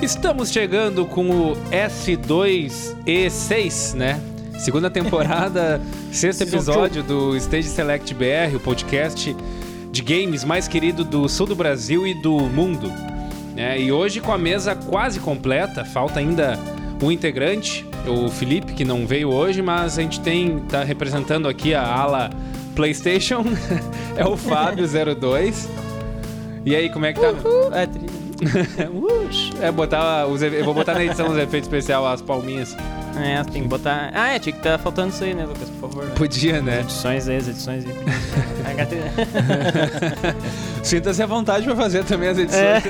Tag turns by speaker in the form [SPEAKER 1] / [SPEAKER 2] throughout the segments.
[SPEAKER 1] Estamos chegando com o S2E6, né? Segunda temporada, sexto episódio do Stage Select BR, o podcast de games mais querido do sul do Brasil e do mundo. né? e hoje com a mesa quase completa, falta ainda um integrante, o Felipe, que não veio hoje, mas a gente tem tá representando aqui a ala PlayStation, é o Fábio02. E aí, como é que tá? meu?
[SPEAKER 2] É, tri-
[SPEAKER 1] Ush. é botar os, efe- eu vou botar na edição os efeitos especiais, as palminhas.
[SPEAKER 2] é, tem que botar. Ah, é, tinha que tá faltando isso aí, né, Lucas? Por favor. né?
[SPEAKER 1] Podia,
[SPEAKER 2] As
[SPEAKER 1] né?
[SPEAKER 2] Edições aí, as edições aí.
[SPEAKER 1] Sinta-se à vontade pra fazer também as edições.
[SPEAKER 2] É,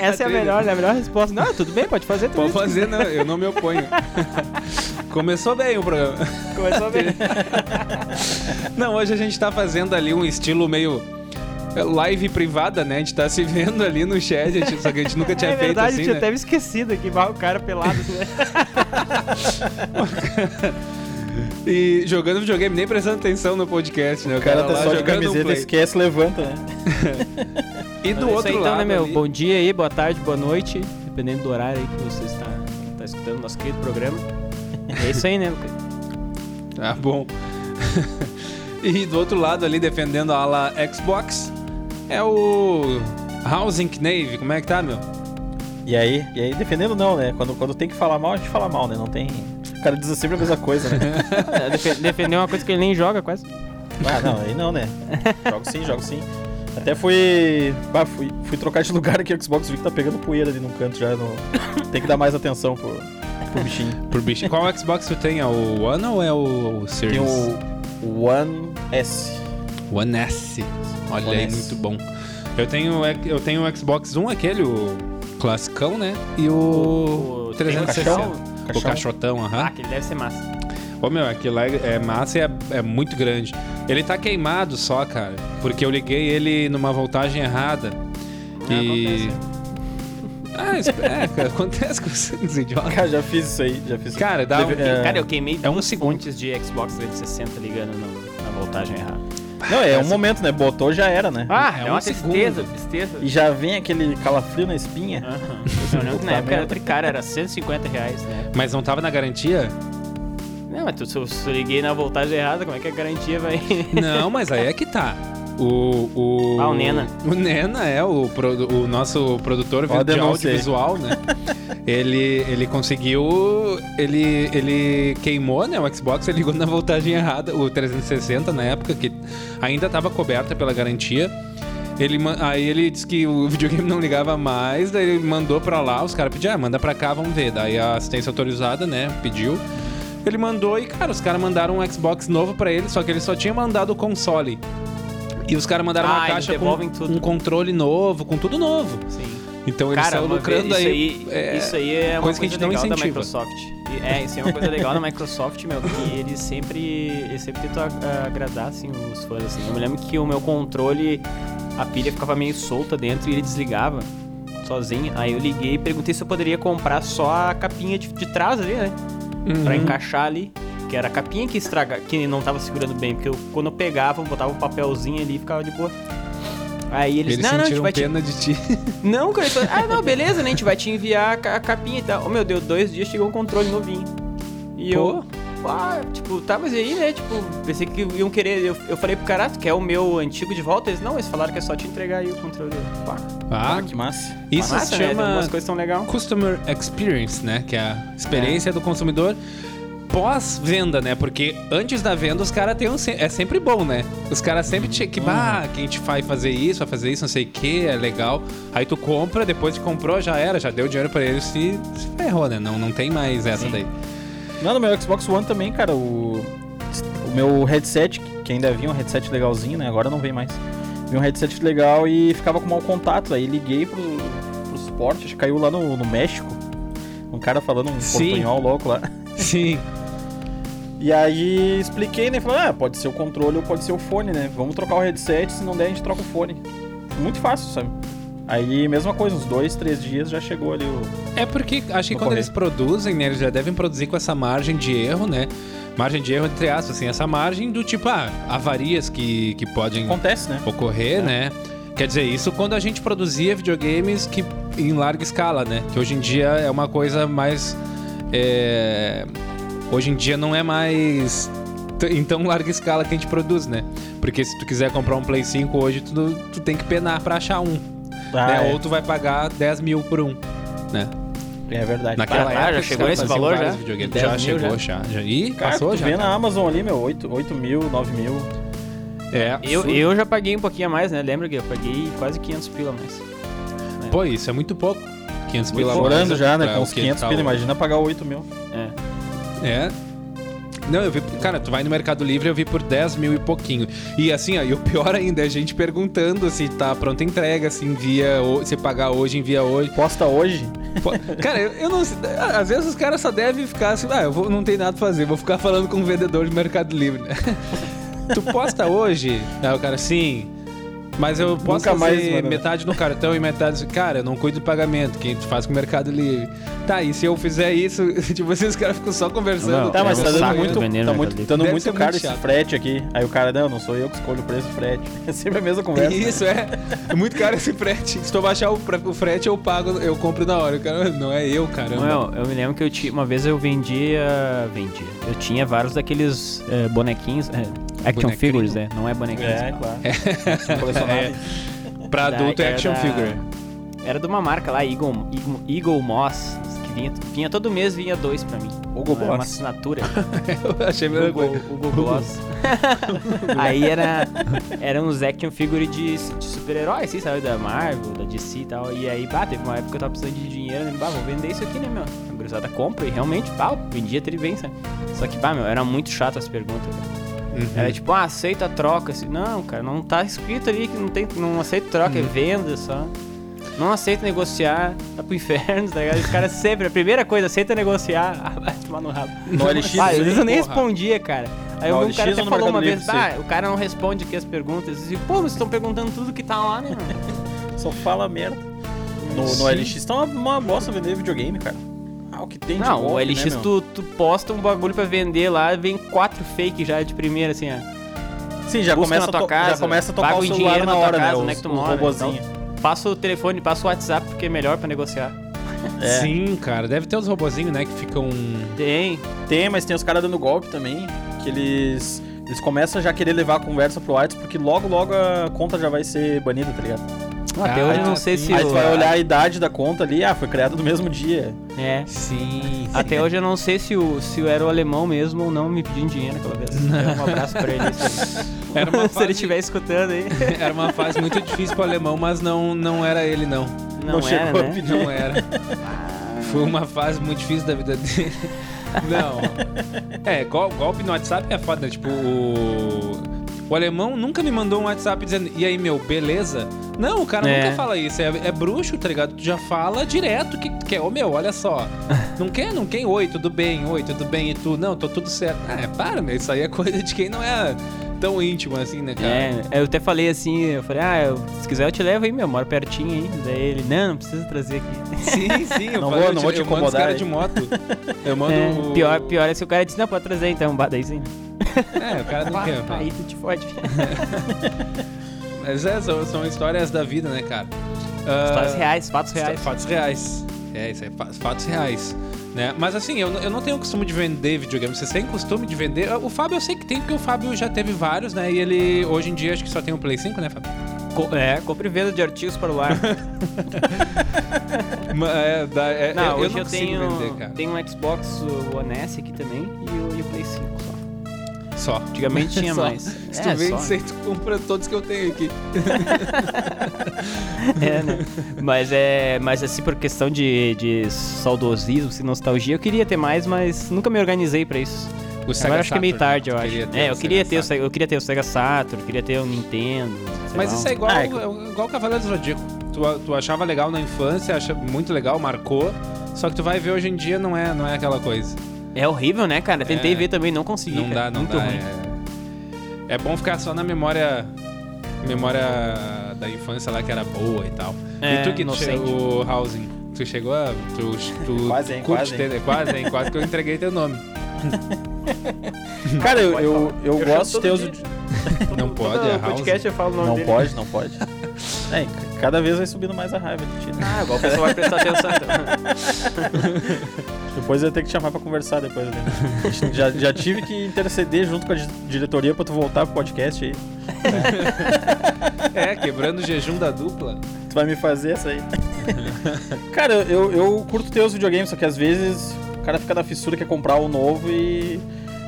[SPEAKER 2] essa é a
[SPEAKER 1] trilha.
[SPEAKER 2] melhor, né? A melhor resposta. Não, tudo bem, pode fazer também.
[SPEAKER 1] Pode fazer, não, eu não me oponho. Começou bem o programa.
[SPEAKER 2] Começou bem.
[SPEAKER 1] Não, hoje a gente tá fazendo ali um estilo meio é, live privada, né? A gente tá se vendo ali no chat, a gente, só que a gente nunca tinha
[SPEAKER 2] é
[SPEAKER 1] feito
[SPEAKER 2] verdade,
[SPEAKER 1] assim,
[SPEAKER 2] tinha
[SPEAKER 1] né?
[SPEAKER 2] até me esquecido aqui, barra o cara pelado. Né?
[SPEAKER 1] E jogando videogame, nem prestando atenção no podcast, né? O
[SPEAKER 3] O cara
[SPEAKER 1] cara,
[SPEAKER 3] tá
[SPEAKER 1] lá
[SPEAKER 3] só de
[SPEAKER 1] jogando um
[SPEAKER 3] camiseta,
[SPEAKER 1] play.
[SPEAKER 3] esquece, levanta, né?
[SPEAKER 1] E do
[SPEAKER 2] Isso
[SPEAKER 1] outro
[SPEAKER 2] aí, então,
[SPEAKER 1] lado
[SPEAKER 2] né, meu?
[SPEAKER 1] ali-
[SPEAKER 2] Bom dia aí, boa tarde, boa noite. Dependendo do horário aí que você está, está escutando o nosso querido programa. É isso aí, né, Lucas?
[SPEAKER 1] Tá bom. e do outro lado ali, defendendo a ala Xbox, é o Housing Knave. Como é que tá, meu?
[SPEAKER 3] E aí, e aí, defendendo não, né? Quando, quando tem que falar mal, a gente fala mal, né? Não tem. O cara diz sempre a mesma coisa, né?
[SPEAKER 2] É, defe- Defender uma coisa que ele nem joga quase.
[SPEAKER 3] ah, não, aí não, né? Jogo sim, jogo sim. Até fui. Bah, fui, fui trocar de lugar aqui o Xbox, vi que tá pegando poeira ali num canto já. No... Tem que dar mais atenção pro, pro bichinho.
[SPEAKER 1] Pro bicho. Qual Xbox tu tem? É o One ou é o, o Series?
[SPEAKER 3] Tem o One S.
[SPEAKER 1] One S. Olha
[SPEAKER 3] One
[SPEAKER 1] aí,
[SPEAKER 3] S.
[SPEAKER 1] muito bom. Eu tenho, eu tenho o Xbox One, aquele, o classicão, né? E o,
[SPEAKER 2] O- o-
[SPEAKER 1] 360.
[SPEAKER 2] tem o
[SPEAKER 1] O cachotão, aham.
[SPEAKER 2] Ah, que ele deve ser massa.
[SPEAKER 1] Ô meu, aquilo lá é massa e é, é muito grande. Ele tá queimado só, cara, porque eu liguei ele numa voltagem errada.
[SPEAKER 2] Ah,
[SPEAKER 1] E. Ah, isso- é, cara, acontece com os idiotas.
[SPEAKER 3] Cara, já fiz isso aí, já fiz
[SPEAKER 1] Cara, dá um-
[SPEAKER 3] Deve- é,
[SPEAKER 2] Cara, Tá, eu queimei
[SPEAKER 1] É um
[SPEAKER 2] duas
[SPEAKER 1] segundo.
[SPEAKER 2] fontes de Xbox 360 ligando no- na voltagem errada.
[SPEAKER 3] Não, é um momento, né? Botou, já era, né?
[SPEAKER 2] Ah,
[SPEAKER 1] É
[SPEAKER 2] é,
[SPEAKER 1] um
[SPEAKER 2] uma tristeza, tristeza.
[SPEAKER 3] E já vem aquele calafrio na espinha.
[SPEAKER 2] Aham. Eu lembro que na
[SPEAKER 3] Puta
[SPEAKER 2] época era
[SPEAKER 3] merda.
[SPEAKER 2] tri cara, era 150 reais, né?
[SPEAKER 1] Mas não tava na garantia?
[SPEAKER 2] Não, mas tu, se eu, se eu liguei na voltagem errada, como é que a garantia vai...
[SPEAKER 1] Não, mas aí é que tá. O, o.
[SPEAKER 2] Ah, o Nena.
[SPEAKER 1] O Nena é o, produ- o nosso produtor
[SPEAKER 3] Ó, a
[SPEAKER 1] de
[SPEAKER 3] denúncia aí.
[SPEAKER 1] audiovisual, né? ele, ele conseguiu. Ele, ele queimou, né? O Xbox, ele ligou na voltagem errada, o 360 na época, que ainda estava coberta pela garantia. Ele, ma- aí ele disse que o videogame não ligava mais, daí ele mandou pra lá, os caras pediram, ah, manda pra cá, vamos ver. Daí a assistência autorizada, né, pediu. Ele mandou e, cara, os caras mandaram um Xbox novo pra ele, só que ele só tinha mandado o console. E os caras mandaram
[SPEAKER 2] Ah,
[SPEAKER 1] uma
[SPEAKER 2] eles
[SPEAKER 1] caixa com
[SPEAKER 2] devolvem tudo.
[SPEAKER 1] um controle novo, com tudo novo.
[SPEAKER 2] Sim.
[SPEAKER 1] Então eles
[SPEAKER 2] Cara,
[SPEAKER 1] saiu
[SPEAKER 2] uma vez-
[SPEAKER 1] lucrando
[SPEAKER 2] isso
[SPEAKER 1] aí.
[SPEAKER 2] aí,
[SPEAKER 1] é,
[SPEAKER 2] isso aí é
[SPEAKER 1] coisa
[SPEAKER 2] uma coisa,
[SPEAKER 1] que a gente não
[SPEAKER 2] legal da
[SPEAKER 1] incentiva.
[SPEAKER 2] Microsoft. E- É, isso aí é uma coisa legal da Microsoft, meu, que eles sempre, eles sempre tentam a- agradar, assim, os fãs, assim. Eu me lembro que o meu controle, a pilha ficava meio solta dentro e ele desligava sozinho. Aí eu liguei e perguntei se eu poderia comprar só a capinha de, de trás ali, né?
[SPEAKER 1] uhum.
[SPEAKER 2] Pra encaixar ali. Que era a capinha que estraga, que não tava segurando bem, porque eu, quando eu pegava, eu botava um papelzinho ali e ficava de boa. Aí eles,
[SPEAKER 1] Eles
[SPEAKER 2] não, não, a gente
[SPEAKER 1] sentiram um
[SPEAKER 2] vai te
[SPEAKER 1] pena de ti.
[SPEAKER 2] não, cara, eu tô- ah, não, beleza, né? A gente vai te enviar a ca- a capinha e tal. Ô, meu Deus, dois dias chegou um controle novinho. E eu, ah, tipo, tá, mas e aí, né? Tipo, pensei que iam querer. Eu, eu falei pro cara, ah, tu quer o meu antigo de volta? Eles, não, eles falaram que é só te entregar aí o controle. Pá,
[SPEAKER 1] Ah,
[SPEAKER 3] que massa.
[SPEAKER 1] isso
[SPEAKER 2] massa,
[SPEAKER 1] se
[SPEAKER 2] né? Tem
[SPEAKER 1] chama
[SPEAKER 2] Umas coisas tão legal.
[SPEAKER 1] Customer Experience, né? Que é a experiência do consumidor pós-venda, né? Porque antes da venda os caras têm um... se- É sempre bom, né? Os caras sempre tinham que... Ah, que a gente vai fazer isso, vai fazer isso, não sei o que, é legal. Aí tu compra, depois que comprou, já era, já deu dinheiro pra eles e se ferrou, né? Não, não tem mais essa
[SPEAKER 2] Sim.
[SPEAKER 1] daí.
[SPEAKER 3] Não, no meu Xbox One também, cara, o, o meu headset, que ainda vinha um headset legalzinho, né? Agora não vem mais. Vinha um headset legal e ficava com mau contato. Aí liguei pro, pro suporte, acho que caiu lá no, no México. Um cara falando um
[SPEAKER 1] Sim.
[SPEAKER 3] portunhol louco lá.
[SPEAKER 1] Sim.
[SPEAKER 3] E aí expliquei, né? Falei, ah, pode ser o controle ou pode ser o fone, né? Vamos trocar o headset, se não der a gente troca o fone. Muito fácil, sabe? Aí, mesma coisa, uns dois, três dias já chegou ali o,
[SPEAKER 1] É porque acho que
[SPEAKER 3] Vou
[SPEAKER 1] quando
[SPEAKER 3] correr.
[SPEAKER 1] eles produzem, né, eles já devem produzir com essa margem de erro, né? Margem de erro entre aspas, assim, essa margem do tipo, ah, avarias que, que podem
[SPEAKER 3] Acontece, né?
[SPEAKER 1] ocorrer, né? Quer dizer, isso quando a gente produzia videogames que em larga escala, né? Que hoje em dia é uma coisa mais. é, Hoje em dia não é mais t- em tão larga escala que a gente produz, né? Porque se tu quiser comprar um Play 5 hoje, tu, tu tem que penar pra achar um.
[SPEAKER 3] Ah,
[SPEAKER 1] né?
[SPEAKER 3] é,
[SPEAKER 1] Ou tu vai pagar 10 mil por um. Né?
[SPEAKER 3] é verdade.
[SPEAKER 1] Naquela
[SPEAKER 2] Ah, já
[SPEAKER 1] época. os
[SPEAKER 2] chegou
[SPEAKER 1] caras
[SPEAKER 2] esse
[SPEAKER 1] faziam
[SPEAKER 2] valor,
[SPEAKER 1] vários
[SPEAKER 2] já?
[SPEAKER 1] videogames.
[SPEAKER 2] 10
[SPEAKER 1] Já
[SPEAKER 2] mil,
[SPEAKER 1] chegou, já. já. Ih,
[SPEAKER 3] Cara,
[SPEAKER 1] passou
[SPEAKER 3] tu
[SPEAKER 1] já.
[SPEAKER 3] vê
[SPEAKER 1] cara.
[SPEAKER 3] na Amazon ali, meu, 8, 8 mil, 9 mil.
[SPEAKER 1] É,
[SPEAKER 2] Eu, eu já paguei um pouquinho a mais, né? Lembra que eu paguei quase 500 pila a mais.
[SPEAKER 1] Pô, isso é muito pouco. 500 pila a
[SPEAKER 3] Morando
[SPEAKER 1] mais
[SPEAKER 3] já, né?
[SPEAKER 1] pra
[SPEAKER 3] Com
[SPEAKER 1] o
[SPEAKER 3] uns
[SPEAKER 1] que
[SPEAKER 3] 500
[SPEAKER 1] tá
[SPEAKER 3] pila,
[SPEAKER 1] hoje.
[SPEAKER 3] imagina pagar 8 mil.
[SPEAKER 2] É.
[SPEAKER 1] É. Não, eu vi. Cara, tu vai no Mercado Livre, eu vi por 10 mil e pouquinho. E assim, ó, e o pior ainda é a gente perguntando se tá pronta a entrega, se envia, ho- se pagar hoje, envia hoje.
[SPEAKER 3] Posta hoje,
[SPEAKER 1] Pô, cara, eu, eu não sei. Às vezes os caras só devem ficar assim, ah, eu vou, não tem nada pra fazer, vou ficar falando com o vendedor de Mercado Livre. né? tu posta hoje? Aí o cara, sim. Mas eu posso
[SPEAKER 3] Nunca mais,
[SPEAKER 1] fazer
[SPEAKER 3] mano.
[SPEAKER 1] metade no cartão e metade. assim, Cara, eu não cuido do pagamento, quem tu faz com o Mercado Livre. Tá, e se eu fizer isso, tipo, assim, os caras ficam só conversando.
[SPEAKER 2] Não,
[SPEAKER 3] Tá,
[SPEAKER 2] É
[SPEAKER 3] mas
[SPEAKER 2] um
[SPEAKER 3] tá dando
[SPEAKER 2] saco
[SPEAKER 3] muito,
[SPEAKER 2] do veneno,
[SPEAKER 3] tá
[SPEAKER 2] né,
[SPEAKER 3] muito,
[SPEAKER 2] Felipe?
[SPEAKER 3] dando
[SPEAKER 1] Deve
[SPEAKER 3] muito
[SPEAKER 1] ser
[SPEAKER 3] caro
[SPEAKER 1] muito
[SPEAKER 3] esse
[SPEAKER 1] chato.
[SPEAKER 3] frete aqui. Aí o cara, não, não sou eu que escolho o preço do frete. É sempre a mesma conversa.
[SPEAKER 1] Isso, é. É muito caro esse frete. Se tu baixar o, pre- o frete, eu pago, eu compro na hora. O cara, não é eu, caramba.
[SPEAKER 2] Não, eu, eu me lembro que eu tinha, uma vez eu vendia. Vendia. Eu tinha vários daqueles eh, bonequinhos. eh, action
[SPEAKER 1] Bonequinho.
[SPEAKER 2] figures, né? Não é bonequinhos.
[SPEAKER 3] É, claro. Colecionável.
[SPEAKER 1] pra
[SPEAKER 2] Da-
[SPEAKER 1] adulto é
[SPEAKER 2] era
[SPEAKER 1] action
[SPEAKER 2] é da-
[SPEAKER 1] figure.
[SPEAKER 2] Era de uma marca lá, Eagle, Eagle, Eagle Moss, que vinha, vinha todo mês, vinha dois pra mim.
[SPEAKER 3] Hugo
[SPEAKER 2] Era uma
[SPEAKER 3] Boss.
[SPEAKER 2] assinatura.
[SPEAKER 1] Eu achei a mesma
[SPEAKER 2] Hugo,
[SPEAKER 1] coisa.
[SPEAKER 2] Hugo Boss. Aí era, era um uns action figure de, de super-herói, assim, sabe? Da Marvel, da DC e tal. E aí, pá, teve uma época que eu tava precisando de dinheiro, né? Bah, vou vender isso aqui, né, meu? A gurizada compra e realmente, pá, eu vendia tri bem, sabe? Só que, pá, meu, era muito chato as perguntas, cara. Era tipo, ah, aceita a troca. Assim, não, cara, não tá escrito ali que não, tem, não aceita troca, é venda só. Não aceita negociar, tá pro inferno, tá ligado? Os caras sempre, a primeira coisa, aceita negociar, ah, vai tomar no rabo.
[SPEAKER 3] No LX,
[SPEAKER 2] ah, às vezes eu nem
[SPEAKER 1] porra.
[SPEAKER 2] respondia, cara. Aí
[SPEAKER 3] No
[SPEAKER 2] eu vi um
[SPEAKER 3] LX
[SPEAKER 2] cara
[SPEAKER 3] ou
[SPEAKER 2] até
[SPEAKER 3] no
[SPEAKER 2] falou
[SPEAKER 3] Mercado
[SPEAKER 2] uma vez,
[SPEAKER 3] Livre,
[SPEAKER 2] ah, o cara não responde aqui as perguntas. Eu disse, pô, vocês estão perguntando tudo que tá lá, né? mano?"
[SPEAKER 3] Só fala merda. No,
[SPEAKER 1] Sim.
[SPEAKER 3] no LX tá uma, uma bosta vender videogame, cara. Ah, o que tem de
[SPEAKER 2] Não,
[SPEAKER 3] golpe,
[SPEAKER 2] o LX
[SPEAKER 3] né, meu?
[SPEAKER 2] tu, tu posta um bagulho pra vender lá, vem quatro fake já de primeira, assim, ó.
[SPEAKER 3] Sim, já
[SPEAKER 2] busca
[SPEAKER 3] começa,
[SPEAKER 2] na
[SPEAKER 3] a
[SPEAKER 2] tua
[SPEAKER 3] to- já
[SPEAKER 2] casa,
[SPEAKER 3] começa a tocar
[SPEAKER 2] paga
[SPEAKER 3] o
[SPEAKER 2] em
[SPEAKER 3] celular
[SPEAKER 2] dinheiro
[SPEAKER 3] na
[SPEAKER 2] na tua
[SPEAKER 3] hora, né?
[SPEAKER 2] casa,
[SPEAKER 3] Os,
[SPEAKER 2] onde é que tu
[SPEAKER 3] os
[SPEAKER 2] mora,
[SPEAKER 3] robozinhos.
[SPEAKER 2] Passa o telefone, passa o WhatsApp, porque é melhor pra negociar.
[SPEAKER 3] É.
[SPEAKER 1] Sim, cara. Deve ter uns robozinhos, né, que ficam...
[SPEAKER 2] Tem,
[SPEAKER 3] Tem, mas tem os caras dando golpe também, que eles... Eles começam já a querer levar a conversa pro WhatsApp, porque logo, logo a conta já vai ser banida, tá ligado?
[SPEAKER 2] Até hoje eu
[SPEAKER 1] Ah,
[SPEAKER 2] não sei
[SPEAKER 1] sim.
[SPEAKER 2] se.
[SPEAKER 3] Aí tu
[SPEAKER 2] o-
[SPEAKER 3] vai olhar a idade da conta ali, ah, foi criada no mesmo dia.
[SPEAKER 2] É.
[SPEAKER 1] Sim.
[SPEAKER 2] Até hoje eu não sei se o, se eu era o alemão mesmo ou não me pedindo dinheiro aquela vez. Então, Um abraço pra ele. se-
[SPEAKER 1] Era uma
[SPEAKER 2] se ele
[SPEAKER 1] fase-
[SPEAKER 2] estiver escutando aí.
[SPEAKER 1] Era uma fase muito difícil pro alemão, mas não, não era ele, não.
[SPEAKER 2] Não, era,
[SPEAKER 3] chegou a
[SPEAKER 2] né?
[SPEAKER 3] pedir.
[SPEAKER 1] Não era. Foi uma fase muito difícil da vida dele. Não. É, gol- golpe no WhatsApp é foda. né? Tipo, o. O alemão nunca me mandou um WhatsApp dizendo, e aí, meu, beleza? Não, o cara
[SPEAKER 2] É.
[SPEAKER 1] nunca fala isso. É, é bruxo, tá ligado? Tu já fala direto que tu quer. Ô, meu, olha só. Não quer, não quer. Oi, tudo bem? Oi, tudo bem? E tu? Não, tô tudo certo. Ah, é, para, meu. Isso aí é coisa de quem não é tão íntimo assim, né, cara?
[SPEAKER 2] É, eu até falei assim, eu falei, ah, eu- se quiser eu te levo aí, meu, eu moro pertinho aí. Daí ele, não, não precisa trazer aqui.
[SPEAKER 1] Sim, sim. Eu
[SPEAKER 3] Não
[SPEAKER 1] falei,
[SPEAKER 3] vou-
[SPEAKER 1] eu
[SPEAKER 3] não vou te
[SPEAKER 1] eu mando os
[SPEAKER 3] incomodar
[SPEAKER 1] caras
[SPEAKER 3] aí.
[SPEAKER 1] de moto. Eu mando.
[SPEAKER 2] É,
[SPEAKER 1] o-
[SPEAKER 2] pior, pior é se o cara disse, não, pode trazer então, bata aí sim.
[SPEAKER 1] É, o cara não quer.
[SPEAKER 2] Aí tu te fode.
[SPEAKER 1] Mas é, são, são histórias da vida, né, cara? Ah,
[SPEAKER 2] Histórias reais, fatos reais.
[SPEAKER 1] Fatos reais. É, isso aí, fa- fatos reais. Né? Mas assim, eu, n- eu não tenho costume de vender videogame. Vocês têm costume de vender? O Fábio eu sei que tem, porque o Fábio já teve vários, né? E ele hoje em dia acho que só tem o Play 5, né, Fábio?
[SPEAKER 2] Co- é, compra e venda de artigos para o ar.
[SPEAKER 1] Ma- é, da- é,
[SPEAKER 2] Não,
[SPEAKER 1] eu,
[SPEAKER 2] hoje eu,
[SPEAKER 1] não consigo
[SPEAKER 2] tenho,
[SPEAKER 1] vender, cara.
[SPEAKER 2] tenho um Xbox One S aqui também e o, e o Play 5 só.
[SPEAKER 1] Só.
[SPEAKER 2] Antigamente tinha
[SPEAKER 1] Só.
[SPEAKER 2] mais.
[SPEAKER 1] Se tu
[SPEAKER 2] É,
[SPEAKER 1] vende,
[SPEAKER 2] só.
[SPEAKER 1] sei, tu compra todos que eu tenho aqui.
[SPEAKER 2] É, né? Mas é. Mas assim, por questão de, de saudosismo, assim, nostalgia, eu queria ter mais, mas nunca me organizei pra isso.
[SPEAKER 1] O
[SPEAKER 2] Agora eu acho que é meio
[SPEAKER 1] Saturn,
[SPEAKER 2] tarde, eu
[SPEAKER 1] tu
[SPEAKER 2] acho.
[SPEAKER 1] queria ter
[SPEAKER 2] É,
[SPEAKER 1] o
[SPEAKER 2] eu queria
[SPEAKER 1] Sega
[SPEAKER 2] ter, o
[SPEAKER 1] Saturn.
[SPEAKER 2] Sega- eu queria ter o Sega Saturn, queria ter o Nintendo. sei
[SPEAKER 1] Mas
[SPEAKER 2] lá.
[SPEAKER 1] isso é igual,
[SPEAKER 3] Ah, é-
[SPEAKER 1] é igual Cavaleiro do Zodíaco. Tu, tu achava legal na infância, acha muito legal, marcou. Só que tu vai ver hoje em dia não é, não é aquela coisa.
[SPEAKER 2] É horrível, né, cara? Tentei
[SPEAKER 1] É.
[SPEAKER 2] ver também, não consegui.
[SPEAKER 1] não
[SPEAKER 2] cara.
[SPEAKER 1] dá, não
[SPEAKER 2] Muito
[SPEAKER 1] dá.
[SPEAKER 2] ruim.
[SPEAKER 1] É... é bom ficar só na memória memória da infância lá que era boa e tal.
[SPEAKER 2] É,
[SPEAKER 1] e tu que tu
[SPEAKER 2] inocente.
[SPEAKER 1] chegou, Housing, tu chegou a. Tu, tu
[SPEAKER 3] Quase, hein,
[SPEAKER 1] curte
[SPEAKER 3] quase,
[SPEAKER 1] ter- quase, hein, quase que eu entreguei teu nome.
[SPEAKER 3] Cara, eu, eu, eu
[SPEAKER 2] Eu chamo
[SPEAKER 3] gosto de
[SPEAKER 2] todo
[SPEAKER 3] ter os...
[SPEAKER 2] dia.
[SPEAKER 1] Não pode, é Housing.
[SPEAKER 2] eu falo o
[SPEAKER 3] Não pode, não pode. É, Cada vez vai subindo mais a raiva de ti. né?
[SPEAKER 2] Ah, igual o pessoal vai prestar atenção. Então.
[SPEAKER 3] Depois eu ia ter que te chamar pra conversar depois ali. já, já tive que interceder junto com a di- diretoria pra tu voltar pro podcast aí.
[SPEAKER 1] É, quebrando o jejum da dupla.
[SPEAKER 3] Tu vai me fazer essa aí. cara, eu, eu curto ter os videogames, só que às vezes o cara fica na fissura que é comprar o novo e.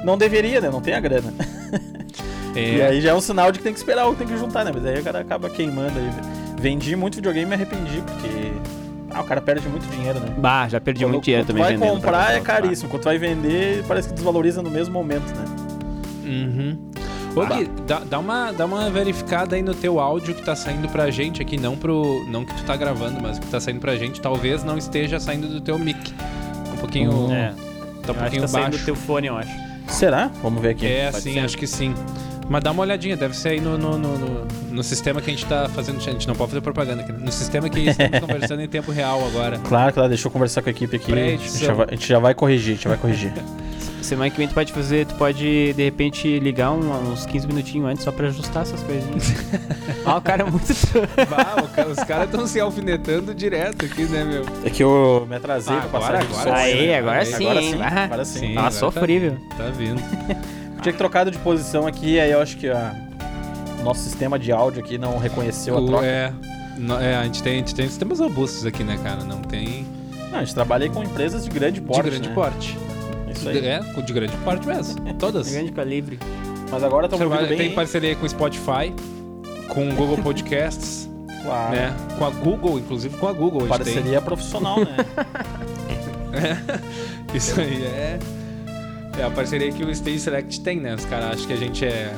[SPEAKER 3] Não deveria, né? Não tem a grana. E
[SPEAKER 1] É,
[SPEAKER 3] aí já é um sinal de que tem que esperar ou tem que juntar, né? Mas aí o cara acaba queimando aí. velho. Vendi muito videogame e me arrependi, porque. Ah, o cara perde muito dinheiro, né?
[SPEAKER 2] Bah, já perdi
[SPEAKER 3] Quando-
[SPEAKER 2] muito dinheiro
[SPEAKER 3] quando
[SPEAKER 2] também
[SPEAKER 3] vai
[SPEAKER 2] vendendo. pra
[SPEAKER 3] comprar é
[SPEAKER 2] pessoal, tá?
[SPEAKER 3] caríssimo. Quando tu vai vender, parece que desvaloriza no mesmo momento, né?
[SPEAKER 1] Uhum. Ô, Gui, dá, dá uma, dá uma verificada aí no teu áudio que tá saindo pra gente aqui, não pro. Não que tu tá gravando, mas que tá saindo pra gente, talvez não esteja saindo do teu mic. Um pouquinho.
[SPEAKER 2] É,
[SPEAKER 1] Tá um
[SPEAKER 2] eu acho que
[SPEAKER 1] pouquinho
[SPEAKER 2] tá saindo do
[SPEAKER 1] baixo.
[SPEAKER 2] teu fone, eu acho.
[SPEAKER 3] Será? Vamos ver aqui.
[SPEAKER 1] É,
[SPEAKER 3] Pode
[SPEAKER 1] sim,
[SPEAKER 3] ser.
[SPEAKER 1] acho que sim. Mas dá uma olhadinha, deve ser aí no, no, no, no- no sistema que a gente tá fazendo. A gente não pode fazer propaganda aqui. né? No sistema que estamos conversando em tempo real agora.
[SPEAKER 3] Claro, claro, deixa eu conversar com a equipe aqui. A gente,
[SPEAKER 1] Pré-edição.
[SPEAKER 3] já vai, a gente já vai corrigir, a gente já vai corrigir.
[SPEAKER 2] Semana que vem tu pode fazer, tu pode de repente ligar um- uns 15 minutinhos antes só pra ajustar essas coisinhas. ah, o cara é muito.
[SPEAKER 1] Bah, o ca- os caras estão se alfinetando direto aqui, né, meu?
[SPEAKER 3] É que eu me atrasei
[SPEAKER 1] Ah,
[SPEAKER 3] pra
[SPEAKER 1] agora,
[SPEAKER 3] passar aqui do
[SPEAKER 1] agora sim.
[SPEAKER 3] som, né?
[SPEAKER 2] Aí, agora
[SPEAKER 1] Aí,
[SPEAKER 2] sim.
[SPEAKER 3] agora
[SPEAKER 2] hein?
[SPEAKER 3] sim,
[SPEAKER 2] Ah,
[SPEAKER 3] agora sim.
[SPEAKER 2] Tá
[SPEAKER 1] agora
[SPEAKER 2] sofrível.
[SPEAKER 1] Tá, tá vindo.
[SPEAKER 3] Tinha que trocar de posição aqui, aí eu acho que a- o nosso sistema de áudio aqui não reconheceu a
[SPEAKER 1] O-
[SPEAKER 3] troca.
[SPEAKER 1] é, no- é, a gente tem, a gente tem sistemas robustos aqui, né, cara? Não tem
[SPEAKER 3] Não, a gente trabalha aí com empresas de grande porte,
[SPEAKER 1] de grande
[SPEAKER 3] né?
[SPEAKER 1] porte.
[SPEAKER 3] Isso aí.
[SPEAKER 1] É, de grande porte mesmo. Todas.
[SPEAKER 2] Grande calibre.
[SPEAKER 3] Mas agora estamos
[SPEAKER 1] Trabalha-
[SPEAKER 3] ouvindo bem,
[SPEAKER 1] tem
[SPEAKER 3] hein?
[SPEAKER 1] parceria com o Spotify, com o Google Podcasts,
[SPEAKER 3] Claro.
[SPEAKER 1] né? Com a Google, inclusive com a Google. A gente tem.
[SPEAKER 3] Ah. Parceria profissional, né?
[SPEAKER 1] Isso aí é. É a parceria que o Stage Select tem, né? Os caras acham que a gente é,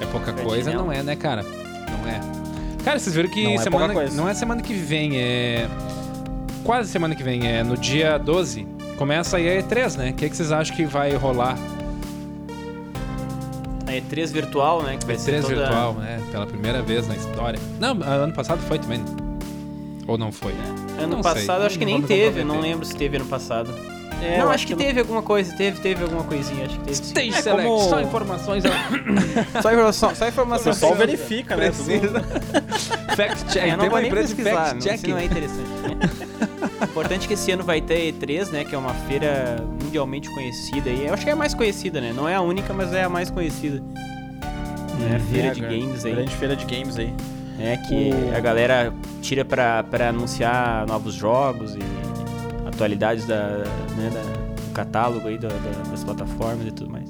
[SPEAKER 1] é pouca
[SPEAKER 2] É
[SPEAKER 1] coisa.
[SPEAKER 2] genial.
[SPEAKER 1] Não é, né, cara? Não é. Cara, vocês viram que
[SPEAKER 3] Não é
[SPEAKER 1] semana.
[SPEAKER 3] pouca coisa.
[SPEAKER 1] Não é semana que vem, é. Quase semana que vem, é no dia 12. Começa aí a E3, né? O que, é que vocês acham que vai rolar?
[SPEAKER 2] A E3 É virtual, né? Que vai ser
[SPEAKER 1] E3
[SPEAKER 2] toda-
[SPEAKER 1] É virtual, né? Pela primeira vez na história. Não, ano passado foi também. né? Ou não foi?
[SPEAKER 2] Ano
[SPEAKER 1] Não sei,
[SPEAKER 2] passado
[SPEAKER 1] não
[SPEAKER 2] acho que
[SPEAKER 1] vou
[SPEAKER 2] nem
[SPEAKER 1] me
[SPEAKER 2] teve, eu não
[SPEAKER 1] comprometer.
[SPEAKER 2] lembro se teve ano passado.
[SPEAKER 3] É, eu
[SPEAKER 2] não, acho que, teve alguma coisa, teve, teve alguma coisinha, acho que teve. sim.
[SPEAKER 1] Stage
[SPEAKER 3] É
[SPEAKER 1] Select,
[SPEAKER 3] como-
[SPEAKER 1] só informações.
[SPEAKER 2] Só informação, só
[SPEAKER 3] O
[SPEAKER 2] informação.
[SPEAKER 3] pessoal verifica, né?
[SPEAKER 1] Precisa. fact check.
[SPEAKER 2] É, eu
[SPEAKER 1] Tem
[SPEAKER 2] não vou
[SPEAKER 1] uma
[SPEAKER 2] nem
[SPEAKER 1] empresa de
[SPEAKER 2] pesquisar,
[SPEAKER 1] fact
[SPEAKER 2] não, isso
[SPEAKER 1] checking.
[SPEAKER 2] não é interessante. Importante que esse ano vai ter E3, né, que é uma feira mundialmente conhecida e eu acho que é a mais conhecida, né? Não é a única, mas é a mais conhecida. Né? Feira de games aí.
[SPEAKER 3] Grande feira de games aí.
[SPEAKER 2] É que
[SPEAKER 3] O-
[SPEAKER 2] a galera tira pra, pra anunciar novos jogos e atualidades da, né, da- do catálogo aí da- da- das plataformas e tudo mais.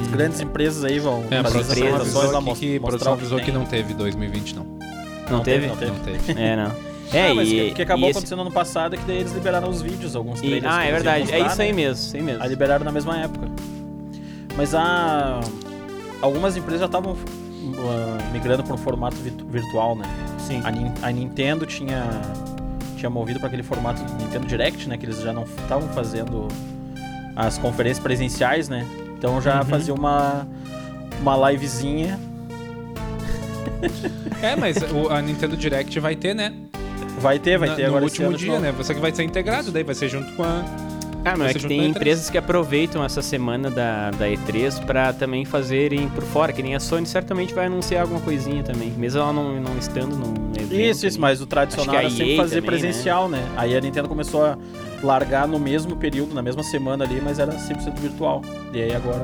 [SPEAKER 3] As grandes empresas aí vão
[SPEAKER 1] É, a
[SPEAKER 3] fazer
[SPEAKER 1] produção
[SPEAKER 3] essas
[SPEAKER 2] empresas,
[SPEAKER 3] apresentações lá,
[SPEAKER 1] avisou
[SPEAKER 3] mos-
[SPEAKER 1] que, que,
[SPEAKER 3] mostrar
[SPEAKER 1] produção
[SPEAKER 3] o que
[SPEAKER 1] avisou que
[SPEAKER 3] tem.
[SPEAKER 1] não teve 2020, não.
[SPEAKER 2] Não, teve?
[SPEAKER 3] Não teve.
[SPEAKER 1] Não teve.
[SPEAKER 2] É, não. É,
[SPEAKER 3] Ah, mas
[SPEAKER 2] e,
[SPEAKER 3] o que- o que acabou
[SPEAKER 2] e esse-
[SPEAKER 3] acontecendo ano passado é que daí eles liberaram os vídeos, alguns
[SPEAKER 2] e-
[SPEAKER 3] trailers.
[SPEAKER 2] ah,
[SPEAKER 3] que
[SPEAKER 2] é
[SPEAKER 3] eles iam
[SPEAKER 2] verdade. É
[SPEAKER 3] mostrar,
[SPEAKER 2] isso aí
[SPEAKER 3] né?
[SPEAKER 2] mesmo, isso aí mesmo.
[SPEAKER 3] A liberaram na mesma época. Mas a... algumas empresas já estavam uh, migrando para um formato virtu- virtual, né?
[SPEAKER 2] Sim.
[SPEAKER 3] A, Nin- a Nintendo tinha, tinha movido para aquele formato do Nintendo Direct, né? Que eles já não estavam fazendo as conferências presenciais, né? Então já
[SPEAKER 1] Uhum.
[SPEAKER 3] fazia uma, uma livezinha.
[SPEAKER 1] É, mas o- a Nintendo Direct vai ter, né?
[SPEAKER 3] Vai ter, É, vai
[SPEAKER 1] Na-
[SPEAKER 3] ter
[SPEAKER 1] no
[SPEAKER 3] agora esse
[SPEAKER 1] último
[SPEAKER 3] ano de
[SPEAKER 1] dia,
[SPEAKER 3] novo.
[SPEAKER 1] né? Você que vai ser integrado, daí vai ser junto com a.
[SPEAKER 2] Ah, mas
[SPEAKER 1] Você
[SPEAKER 2] é que
[SPEAKER 1] juntou
[SPEAKER 2] tem
[SPEAKER 1] E3.
[SPEAKER 2] empresas que aproveitam essa semana da, da E3 pra também fazerem por fora, que nem a Sony certamente vai anunciar alguma coisinha também, mesmo ela não, não estando no no evento.
[SPEAKER 3] Isso, isso,
[SPEAKER 2] ali.
[SPEAKER 3] mas o
[SPEAKER 2] Acho
[SPEAKER 3] tradicional
[SPEAKER 2] que a
[SPEAKER 3] era sempre
[SPEAKER 2] EA
[SPEAKER 3] fazer
[SPEAKER 2] também,
[SPEAKER 3] presencial, né? Aí a Nintendo começou a largar no mesmo período, na mesma semana ali, mas era 100% virtual. E aí agora.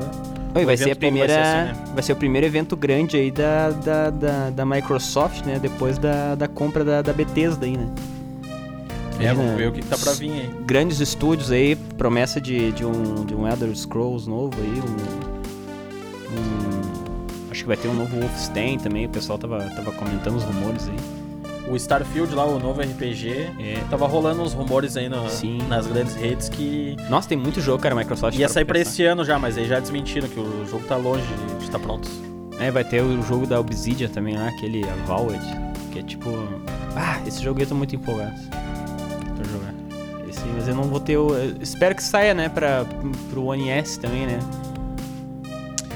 [SPEAKER 2] Oi,
[SPEAKER 3] o
[SPEAKER 2] vai ser a
[SPEAKER 3] evento todo vai
[SPEAKER 2] primeira,
[SPEAKER 3] ser
[SPEAKER 2] vai ser,
[SPEAKER 3] assim,
[SPEAKER 2] o primeiro evento grande aí da, da, da, da Microsoft, né, depois da, da compra da, da Bethesda aí, né.
[SPEAKER 3] É,
[SPEAKER 2] Imagina,
[SPEAKER 3] vamos ver o que, que tá pra vir aí.
[SPEAKER 2] Grandes estúdios aí, promessa de, de um de um Elder Scrolls novo aí, um, um- acho que vai ter um novo Wolfenstein também, o pessoal tava tava comentando os rumores aí.
[SPEAKER 3] O Starfield lá, o novo RPG.
[SPEAKER 2] É.
[SPEAKER 3] Tava rolando uns rumores aí no-
[SPEAKER 2] Sim.
[SPEAKER 3] nas grandes redes que
[SPEAKER 2] Nossa, tem muito jogo, cara, Microsoft.
[SPEAKER 3] ia
[SPEAKER 2] para
[SPEAKER 3] sair pra
[SPEAKER 2] pensar.
[SPEAKER 3] esse ano já, mas aí já desmentiram que o jogo tá longe de estar pronto.
[SPEAKER 2] É, vai ter o jogo da Obsidian também lá, aquele Avowed, que é tipo... Ah, esse jogo eu tô muito empolgado pra jogar. Esse, mas eu não vou ter o... eu Espero que saia, né, pra, pro One S também, né?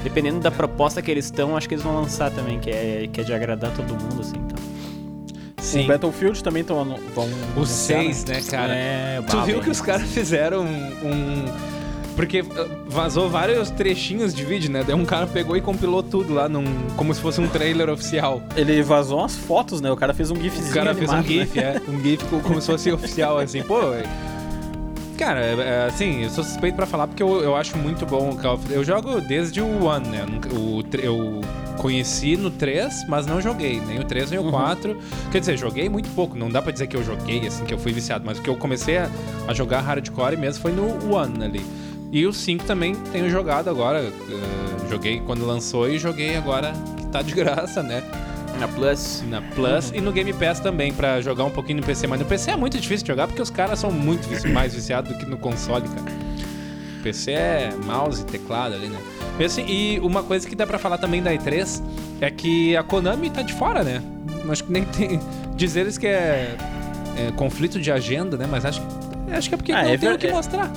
[SPEAKER 2] Dependendo da proposta que eles estão, acho que eles vão lançar também, que é, que é de agradar todo mundo, assim, então.
[SPEAKER 3] O Battlefield também tão, anu- vão.
[SPEAKER 1] O
[SPEAKER 3] anunciar,
[SPEAKER 1] 6, né, cara?
[SPEAKER 2] é,
[SPEAKER 1] Tu
[SPEAKER 2] bah,
[SPEAKER 1] viu
[SPEAKER 2] bem.
[SPEAKER 1] que os caras fizeram um, um- Porque uh, vazou vários trechinhos de vídeo, né? Daí um cara pegou e compilou tudo lá, num, como se fosse um trailer oficial.
[SPEAKER 3] Ele vazou umas fotos, né? O cara fez um gifzinho
[SPEAKER 1] O cara fez um
[SPEAKER 3] animado, né?
[SPEAKER 1] GIF, é. Um GIF co- como se fosse oficial, assim. Pô, é- cara, é, é, assim, eu sou suspeito pra falar porque eu, eu acho muito bom o Call of Duty. Eu jogo desde o One, né? Eu nunca- O, tre- eu conheci no 3, mas não joguei. Nem o 3, nem o 4. Quer dizer, joguei muito pouco. Não dá pra dizer que eu joguei, assim, que eu fui viciado. Mas o que eu comecei a, a jogar hardcore mesmo foi no One ali. E o 5 também tenho jogado agora. eh, joguei quando lançou e joguei agora que tá de graça, né?
[SPEAKER 2] Na Plus.
[SPEAKER 1] na Plus e no Game Pass também pra jogar um pouquinho no PC, mas no PC é muito difícil de jogar porque os caras são muito vici- mais viciados do que no console, cara. PC é mouse, e teclado ali, né? E, assim, e uma coisa que dá pra falar também da E3 é que a Konami tá de fora, né? Acho que nem tem. Diz eles que é, é conflito de agenda, né? Mas acho, acho que é porque
[SPEAKER 3] Ah,
[SPEAKER 1] não
[SPEAKER 3] é
[SPEAKER 1] tem o
[SPEAKER 3] ver-
[SPEAKER 1] que
[SPEAKER 3] é-
[SPEAKER 1] mostrar.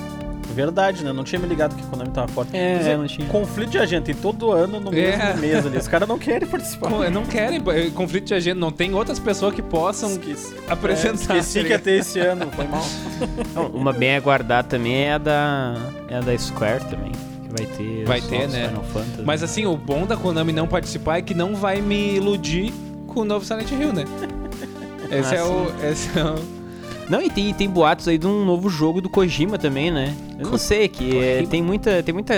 [SPEAKER 3] Verdade, né? Não tinha me ligado que a Konami tava fora.
[SPEAKER 2] É,
[SPEAKER 3] Quer dizer,
[SPEAKER 2] não tinha.
[SPEAKER 3] Conflito de agenda, tem todo ano no
[SPEAKER 1] É.
[SPEAKER 3] mesmo mês ali. Os caras não querem participar.
[SPEAKER 1] Pô, Não querem, eh, conflito de agenda, não tem outras pessoas que possam
[SPEAKER 3] Esqueci,
[SPEAKER 1] apresentar.
[SPEAKER 3] É,
[SPEAKER 1] tá
[SPEAKER 3] esqueci que ia ter esse ano, foi mal.
[SPEAKER 2] Não, uma bem aguardada também é a da, é a da Square também. Que vai ter.
[SPEAKER 1] Vai
[SPEAKER 2] só
[SPEAKER 1] ter,
[SPEAKER 2] os
[SPEAKER 1] né?
[SPEAKER 2] Final Fantasy.
[SPEAKER 1] Mas assim, o bom da Konami não participar é que não vai me iludir com o novo Silent Hill, né? Esse,
[SPEAKER 2] Ah,
[SPEAKER 1] é, o, esse é o.
[SPEAKER 2] Não, e tem, e tem boatos aí de um novo jogo do Kojima também, né? Eu
[SPEAKER 1] Ko-
[SPEAKER 2] não sei, que é,
[SPEAKER 1] Kojima?
[SPEAKER 2] tem muita. Tem muita.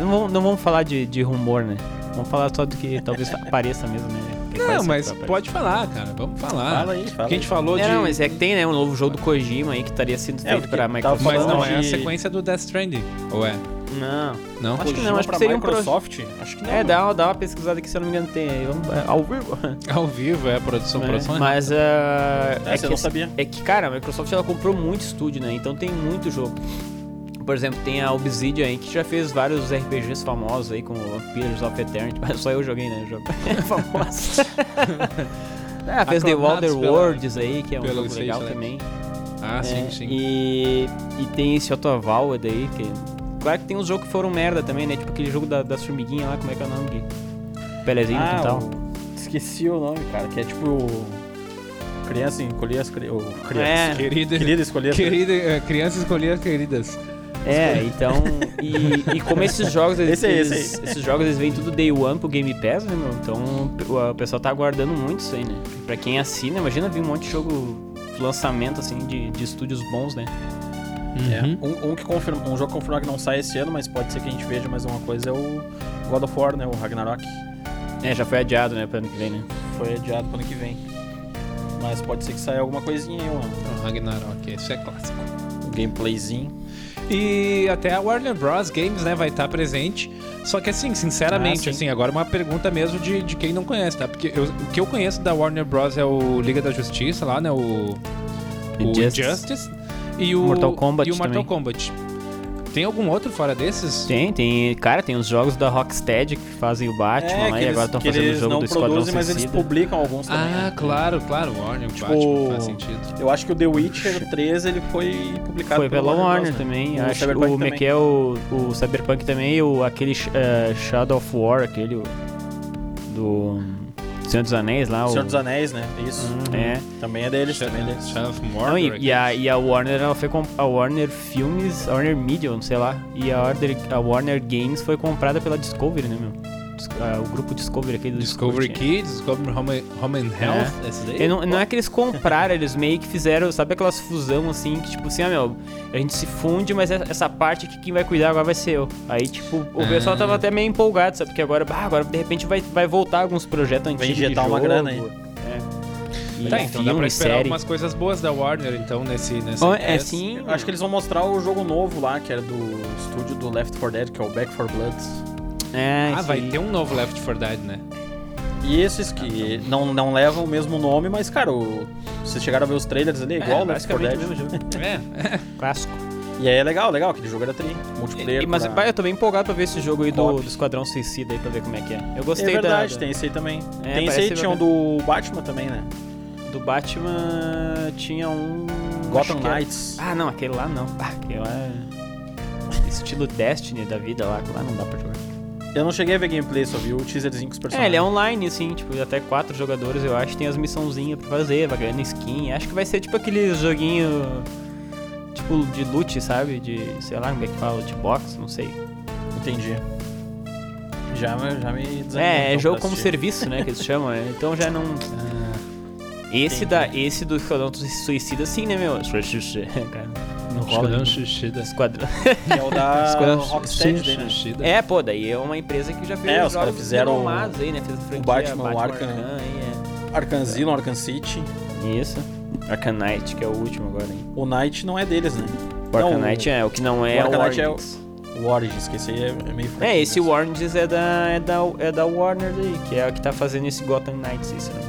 [SPEAKER 2] Não vamos, não vamos falar de, de rumor, né? Vamos falar só do que talvez apareça mesmo, né? Que
[SPEAKER 1] Não,
[SPEAKER 2] quase
[SPEAKER 1] mas
[SPEAKER 2] sempre vai
[SPEAKER 1] pode falar, cara. Vamos falar.
[SPEAKER 2] Ah,
[SPEAKER 3] Fala aí, fala
[SPEAKER 1] Porque a
[SPEAKER 3] aí.
[SPEAKER 1] gente falou
[SPEAKER 2] aparecer.
[SPEAKER 1] de.
[SPEAKER 2] É, não, mas é que tem, né? Um novo jogo do Kojima aí que estaria sendo feito
[SPEAKER 3] porque
[SPEAKER 2] pra
[SPEAKER 3] tava
[SPEAKER 1] Mas
[SPEAKER 2] Microsoft.
[SPEAKER 3] falando
[SPEAKER 1] não é a
[SPEAKER 3] de-
[SPEAKER 1] sequência do Death Stranding. Ou é?
[SPEAKER 2] Não.
[SPEAKER 1] Não?
[SPEAKER 2] Acho que
[SPEAKER 3] Kojima
[SPEAKER 2] não, acho que
[SPEAKER 3] pra
[SPEAKER 2] seria um pro-
[SPEAKER 3] Microsoft? Acho que não.
[SPEAKER 2] É,
[SPEAKER 3] né?
[SPEAKER 2] dá, uma- dá uma pesquisada aqui, se eu não me engano, tem aí. Vamos, é, ao vivo.
[SPEAKER 1] Ao vivo, é produção,
[SPEAKER 2] É,
[SPEAKER 1] produção. é?
[SPEAKER 2] Mas ah,
[SPEAKER 3] É, você não sabia.
[SPEAKER 2] É que, cara, a Microsoft ela comprou muito estúdio, né? Então tem muito jogo. Por exemplo, tem a Obsidian aí, que já fez vários RPGs famosos aí, como Pillars of Eternity, mas só eu joguei, né? o Jogo famoso. ah, fez The
[SPEAKER 1] Aclamados
[SPEAKER 2] Wilder
[SPEAKER 1] pela-
[SPEAKER 2] Worlds aí, que é um
[SPEAKER 1] pelo
[SPEAKER 2] jogo
[SPEAKER 1] Sage
[SPEAKER 2] legal
[SPEAKER 1] Select.
[SPEAKER 2] também.
[SPEAKER 1] Ah, sim,
[SPEAKER 2] É,
[SPEAKER 1] sim.
[SPEAKER 2] E, e tem esse Otovalda aí, que... Claro que tem uns jogos que foram merda também, né? Tipo aquele jogo da, das formiguinhas lá, como é que é o nome? Gui? Pelezinho
[SPEAKER 3] Ah,
[SPEAKER 2] e tal.
[SPEAKER 3] o- Esqueci o nome, cara, que é tipo. Criança encolher as cri- ou
[SPEAKER 2] É.
[SPEAKER 3] crianças.
[SPEAKER 1] Querida.
[SPEAKER 3] Querida escolher as crianças.
[SPEAKER 1] Querida, é, criança escolher as queridas.
[SPEAKER 2] É, então. E, e como esses jogos. Eles,
[SPEAKER 3] Esse aí, esse aí.
[SPEAKER 2] eles- Esses jogos eles vêm tudo day one pro Game Pass, né, meu? Então o, o pessoal tá aguardando muito isso aí, né? Pra quem assina, imagina vir um monte de jogo de lançamento, assim, de, de estúdios bons, né?
[SPEAKER 3] É. Um, um que confirma, um jogo confirmado que não sai esse ano, mas pode ser que a gente veja mais uma coisa, é o God of War, né? O Ragnarok.
[SPEAKER 2] É, já foi adiado, né, pra ano que vem, né?
[SPEAKER 3] Foi adiado pro ano que vem. Mas pode ser que saia alguma coisinha aí, mano.
[SPEAKER 1] Ragnarok, isso é clássico.
[SPEAKER 3] Um gameplayzinho.
[SPEAKER 1] E até a Warner Bros. Games, né, vai estar presente. Só que assim, sinceramente,
[SPEAKER 3] Ah, sim.
[SPEAKER 1] assim, agora uma pergunta mesmo de, de quem não conhece, tá? Porque eu- o que eu conheço da Warner Bros. é o Liga da Justiça lá, né? O, o
[SPEAKER 2] Injustice.
[SPEAKER 1] Injustice. E o
[SPEAKER 2] Mortal Kombat
[SPEAKER 1] E o Mortal
[SPEAKER 2] também.
[SPEAKER 1] Kombat. Tem algum outro fora desses?
[SPEAKER 2] Tem, tem. Cara, tem os jogos da Rocksteady que fazem o Batman
[SPEAKER 3] é,
[SPEAKER 2] lá
[SPEAKER 3] que
[SPEAKER 2] e
[SPEAKER 3] eles,
[SPEAKER 2] agora estão
[SPEAKER 3] que
[SPEAKER 2] fazendo o
[SPEAKER 3] eles
[SPEAKER 2] jogo
[SPEAKER 3] não
[SPEAKER 2] do Esquadrão
[SPEAKER 3] produzem, mas eles
[SPEAKER 2] Suicida.
[SPEAKER 3] publicam alguns também.
[SPEAKER 1] Ah,
[SPEAKER 3] né?
[SPEAKER 1] claro, claro, Warner,
[SPEAKER 3] Tipo-
[SPEAKER 1] Batman, faz sentido.
[SPEAKER 3] Eu acho que o The Witcher 3 ele foi publicado
[SPEAKER 2] Foi
[SPEAKER 3] pela
[SPEAKER 2] pela Warner
[SPEAKER 3] Bros, né?
[SPEAKER 2] também.
[SPEAKER 3] O
[SPEAKER 2] acho que
[SPEAKER 3] Cyberpunk
[SPEAKER 2] o
[SPEAKER 3] também.
[SPEAKER 2] Miquel, o, o Cyberpunk também, o, aquele eh, Shadow of War, aquele o- do Senhor dos Anéis lá. O,
[SPEAKER 3] Senhor dos Anéis, né? Isso.
[SPEAKER 2] É.
[SPEAKER 3] Também é deles, também é deles.
[SPEAKER 1] Shadow of
[SPEAKER 2] né? Não,
[SPEAKER 1] Mordor.
[SPEAKER 2] e, e a, e a Warner ela foi comp- a Warner Filmes, a Warner Media, não sei lá, e a Warner, a Warner Games foi comprada pela Discovery, né, meu? Dis- ah, o grupo Discovery aquele do
[SPEAKER 1] Discovery
[SPEAKER 2] Discovery É.
[SPEAKER 1] Kids, Discovery Home, Home and Health. esse daí?
[SPEAKER 2] Eu não, não é que eles compraram, eles meio que fizeram, sabe aquelas fusão assim, que tipo assim, ah meu, a gente se funde, mas essa- essa parte aqui quem vai cuidar agora vai ser eu. Aí, tipo, o
[SPEAKER 3] É.
[SPEAKER 2] pessoal tava até meio empolgado, sabe? Porque agora, bah, agora de repente vai, vai voltar alguns projetos antigos. de
[SPEAKER 3] injetar uma
[SPEAKER 2] jogo,
[SPEAKER 3] grana aí.
[SPEAKER 2] É. E
[SPEAKER 1] Tá, então dá pra
[SPEAKER 2] filme,
[SPEAKER 1] esperar
[SPEAKER 2] série.
[SPEAKER 1] algumas coisas boas da Warner, então, nesse... nesse
[SPEAKER 2] Bom, é
[SPEAKER 1] nesse-
[SPEAKER 2] sim.
[SPEAKER 3] Eu Acho que eles vão mostrar o jogo novo lá, que era do estúdio do Left 4 Dead, que é o Back 4 Blood.
[SPEAKER 2] É,
[SPEAKER 1] Ah,
[SPEAKER 2] isso
[SPEAKER 1] vai
[SPEAKER 2] aí.
[SPEAKER 1] ter um novo Left 4 Dead, né?
[SPEAKER 3] E esses que
[SPEAKER 1] Ah, tá
[SPEAKER 3] não, não levam o mesmo nome, mas, cara, o- vocês chegaram a ver os trailers ali, É igual o Left 4
[SPEAKER 2] É, basicamente
[SPEAKER 3] Dead.
[SPEAKER 2] o mesmo jogo.
[SPEAKER 1] É.
[SPEAKER 2] Clássico.
[SPEAKER 3] E aí é legal, legal, aquele jogo era tri, multiplayer.
[SPEAKER 2] E- mas
[SPEAKER 3] pra-
[SPEAKER 2] bah, eu tô bem empolgado pra ver esse jogo aí do,
[SPEAKER 3] Co-op.
[SPEAKER 2] do Esquadrão Suicida aí, pra ver como é que é. Eu
[SPEAKER 3] É
[SPEAKER 2] gostei da-
[SPEAKER 3] verdade,
[SPEAKER 2] da,
[SPEAKER 3] tem esse aí também.
[SPEAKER 2] É,
[SPEAKER 3] tem esse
[SPEAKER 2] parece
[SPEAKER 3] aí, tinha um do Batman também, né?
[SPEAKER 2] Do Batman tinha um.
[SPEAKER 3] Gotham
[SPEAKER 2] acho que era-
[SPEAKER 3] Knights.
[SPEAKER 2] Ah, não, aquele lá não. Ah, aquele lá é. Estilo Destiny da vida lá, que lá não dá pra jogar.
[SPEAKER 3] Eu não cheguei a ver gameplay, só vi o teaserzinho com os
[SPEAKER 2] É,
[SPEAKER 3] personagens.
[SPEAKER 2] ele é online, assim, tipo, até quatro jogadores, eu acho, tem as missãozinhas pra fazer, vai ganhando skin. Acho que vai ser tipo aquele joguinho. tipo de loot, sabe? De, sei lá como é que fala, loot box, não sei.
[SPEAKER 3] Entendi. Já, já me desanimou,
[SPEAKER 2] um- É, é
[SPEAKER 3] então,
[SPEAKER 2] jogo
[SPEAKER 3] pra
[SPEAKER 2] como
[SPEAKER 3] assistir.
[SPEAKER 2] serviço, né, que eles chamam. né? Então já não... Esse, da, esse do Esquadrão Suicida, sim, né, meu? Cara, não rola.
[SPEAKER 1] Esquadrão Suicida.
[SPEAKER 2] Esquadrão.
[SPEAKER 3] E é o
[SPEAKER 2] Ah,
[SPEAKER 3] da
[SPEAKER 1] Esquadrão
[SPEAKER 3] Rocksteady, daí, né?
[SPEAKER 1] Suicida.
[SPEAKER 2] É, pô, daí é uma empresa que já fez
[SPEAKER 3] É,
[SPEAKER 2] os
[SPEAKER 3] os caras
[SPEAKER 2] jogos
[SPEAKER 3] fizeram
[SPEAKER 2] renomados aí, né? Fez a franquia
[SPEAKER 3] Batman, o Arkham.
[SPEAKER 2] aí,
[SPEAKER 3] Arkham Asylum, Arkham City.
[SPEAKER 2] é. Isso. Arkham Knight, que é o último agora, hein?
[SPEAKER 3] O Knight não é deles, né?
[SPEAKER 2] O Arkham
[SPEAKER 3] Não,
[SPEAKER 2] Knight é, o que não é
[SPEAKER 3] o
[SPEAKER 2] o
[SPEAKER 3] Arkham Knight é o-
[SPEAKER 2] Origins.
[SPEAKER 3] O Origins, que esse aí é, é meio
[SPEAKER 2] É,
[SPEAKER 3] fraquinho,
[SPEAKER 2] esse
[SPEAKER 3] mas-
[SPEAKER 2] Warnings é da, é, da, é da Warner daí, que é a que tá fazendo esse Gotham Knights, isso, né?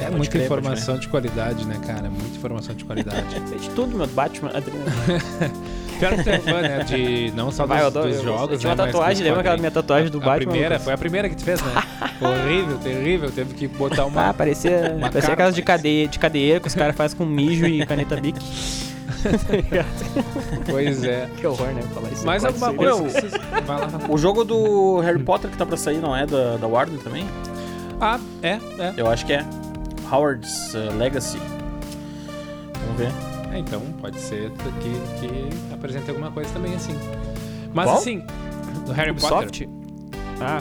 [SPEAKER 1] É
[SPEAKER 3] Pode
[SPEAKER 1] muita
[SPEAKER 3] crer, pode
[SPEAKER 1] informação de qualidade, né, cara? Muita informação de qualidade.
[SPEAKER 2] É de tudo, meu. Batman, Adriano.
[SPEAKER 1] Pior que tu é fã, né? De, não só
[SPEAKER 2] Vai, eu
[SPEAKER 1] dos,
[SPEAKER 2] adoro.
[SPEAKER 1] dos
[SPEAKER 2] eu-
[SPEAKER 1] jogos,
[SPEAKER 2] eu tinha uma
[SPEAKER 1] né, mas dos
[SPEAKER 2] tatuagem, lembra aquela
[SPEAKER 1] quadrinhos.
[SPEAKER 2] minha tatuagem do
[SPEAKER 1] a
[SPEAKER 2] Batman?
[SPEAKER 1] Primeira,
[SPEAKER 2] Lucas?
[SPEAKER 1] foi a primeira que tu fez, né? horrível, terrível. Teve que botar
[SPEAKER 2] Ah,
[SPEAKER 1] uma.
[SPEAKER 2] parecia,
[SPEAKER 1] Uma
[SPEAKER 2] parecia
[SPEAKER 1] cara,
[SPEAKER 2] aquelas de
[SPEAKER 1] parece.
[SPEAKER 2] cadeia, de cadeia que os caras fazem com mijo e caneta bic. Tá ligado?
[SPEAKER 1] Pois é.
[SPEAKER 2] que horror, né? Falar isso.
[SPEAKER 1] Mais
[SPEAKER 2] Pode
[SPEAKER 1] alguma
[SPEAKER 2] ser.
[SPEAKER 1] coisa?
[SPEAKER 3] Meu.
[SPEAKER 1] que vocês- Vai lá.
[SPEAKER 3] O jogo do Harry Potter que tá pra sair não é da, da Warner também?
[SPEAKER 1] Ah, é, é.
[SPEAKER 3] Eu acho que é. Howard's uh, Legacy. Vamos ver.
[SPEAKER 1] É, Então, pode ser que, que apresente alguma coisa também assim. Mas
[SPEAKER 3] Qual?
[SPEAKER 1] assim, do Harry Potter.
[SPEAKER 2] Ubisoft? Ah.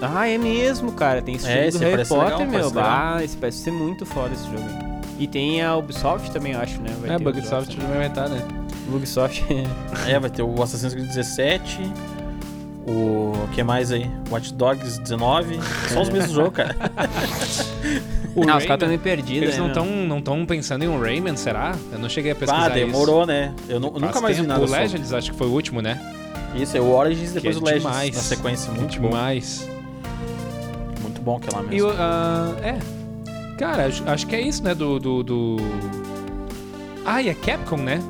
[SPEAKER 2] Ah, é mesmo, cara. Tem esse
[SPEAKER 3] É,
[SPEAKER 2] jogo
[SPEAKER 3] esse
[SPEAKER 2] do Harry
[SPEAKER 3] parece
[SPEAKER 2] Potter,
[SPEAKER 3] legal,
[SPEAKER 2] meu.
[SPEAKER 3] parece legal.
[SPEAKER 2] Ah, esse parece ser muito foda esse jogo aí. E tem a Ubisoft também, eu acho, né? Vai
[SPEAKER 1] É,
[SPEAKER 2] ter
[SPEAKER 1] Bugsoft não vai estar, né?
[SPEAKER 2] Ubisoft.
[SPEAKER 3] É, vai ter o Assassin's Creed 17. O o que mais aí? Watch Dogs 19. Só os mesmos jogos, cara.
[SPEAKER 1] O
[SPEAKER 2] não, os
[SPEAKER 1] Rayman,
[SPEAKER 2] caras estão meio perdidos,
[SPEAKER 1] Eles
[SPEAKER 2] né,
[SPEAKER 1] não
[SPEAKER 2] meu?
[SPEAKER 1] estão não tão pensando em um Rayman, será? Eu não cheguei a pesquisar
[SPEAKER 3] Ah,
[SPEAKER 1] isso.
[SPEAKER 3] demorou, né? Eu, nu- eu nunca
[SPEAKER 1] Faz
[SPEAKER 3] mais vi
[SPEAKER 1] tempo.
[SPEAKER 3] nada
[SPEAKER 1] O
[SPEAKER 3] sobre.
[SPEAKER 1] Legends acho que foi o último, né?
[SPEAKER 3] Isso, é o Origins depois
[SPEAKER 1] Que
[SPEAKER 3] o
[SPEAKER 1] é
[SPEAKER 3] Legends
[SPEAKER 1] demais.
[SPEAKER 3] na sequência. Muito bom.
[SPEAKER 1] Demais.
[SPEAKER 3] Muito bom aquela
[SPEAKER 1] E o.
[SPEAKER 3] mesmo.
[SPEAKER 1] ah, é. Cara, acho, acho que é isso, né? Do. do, do... Ah, e a Capcom, né?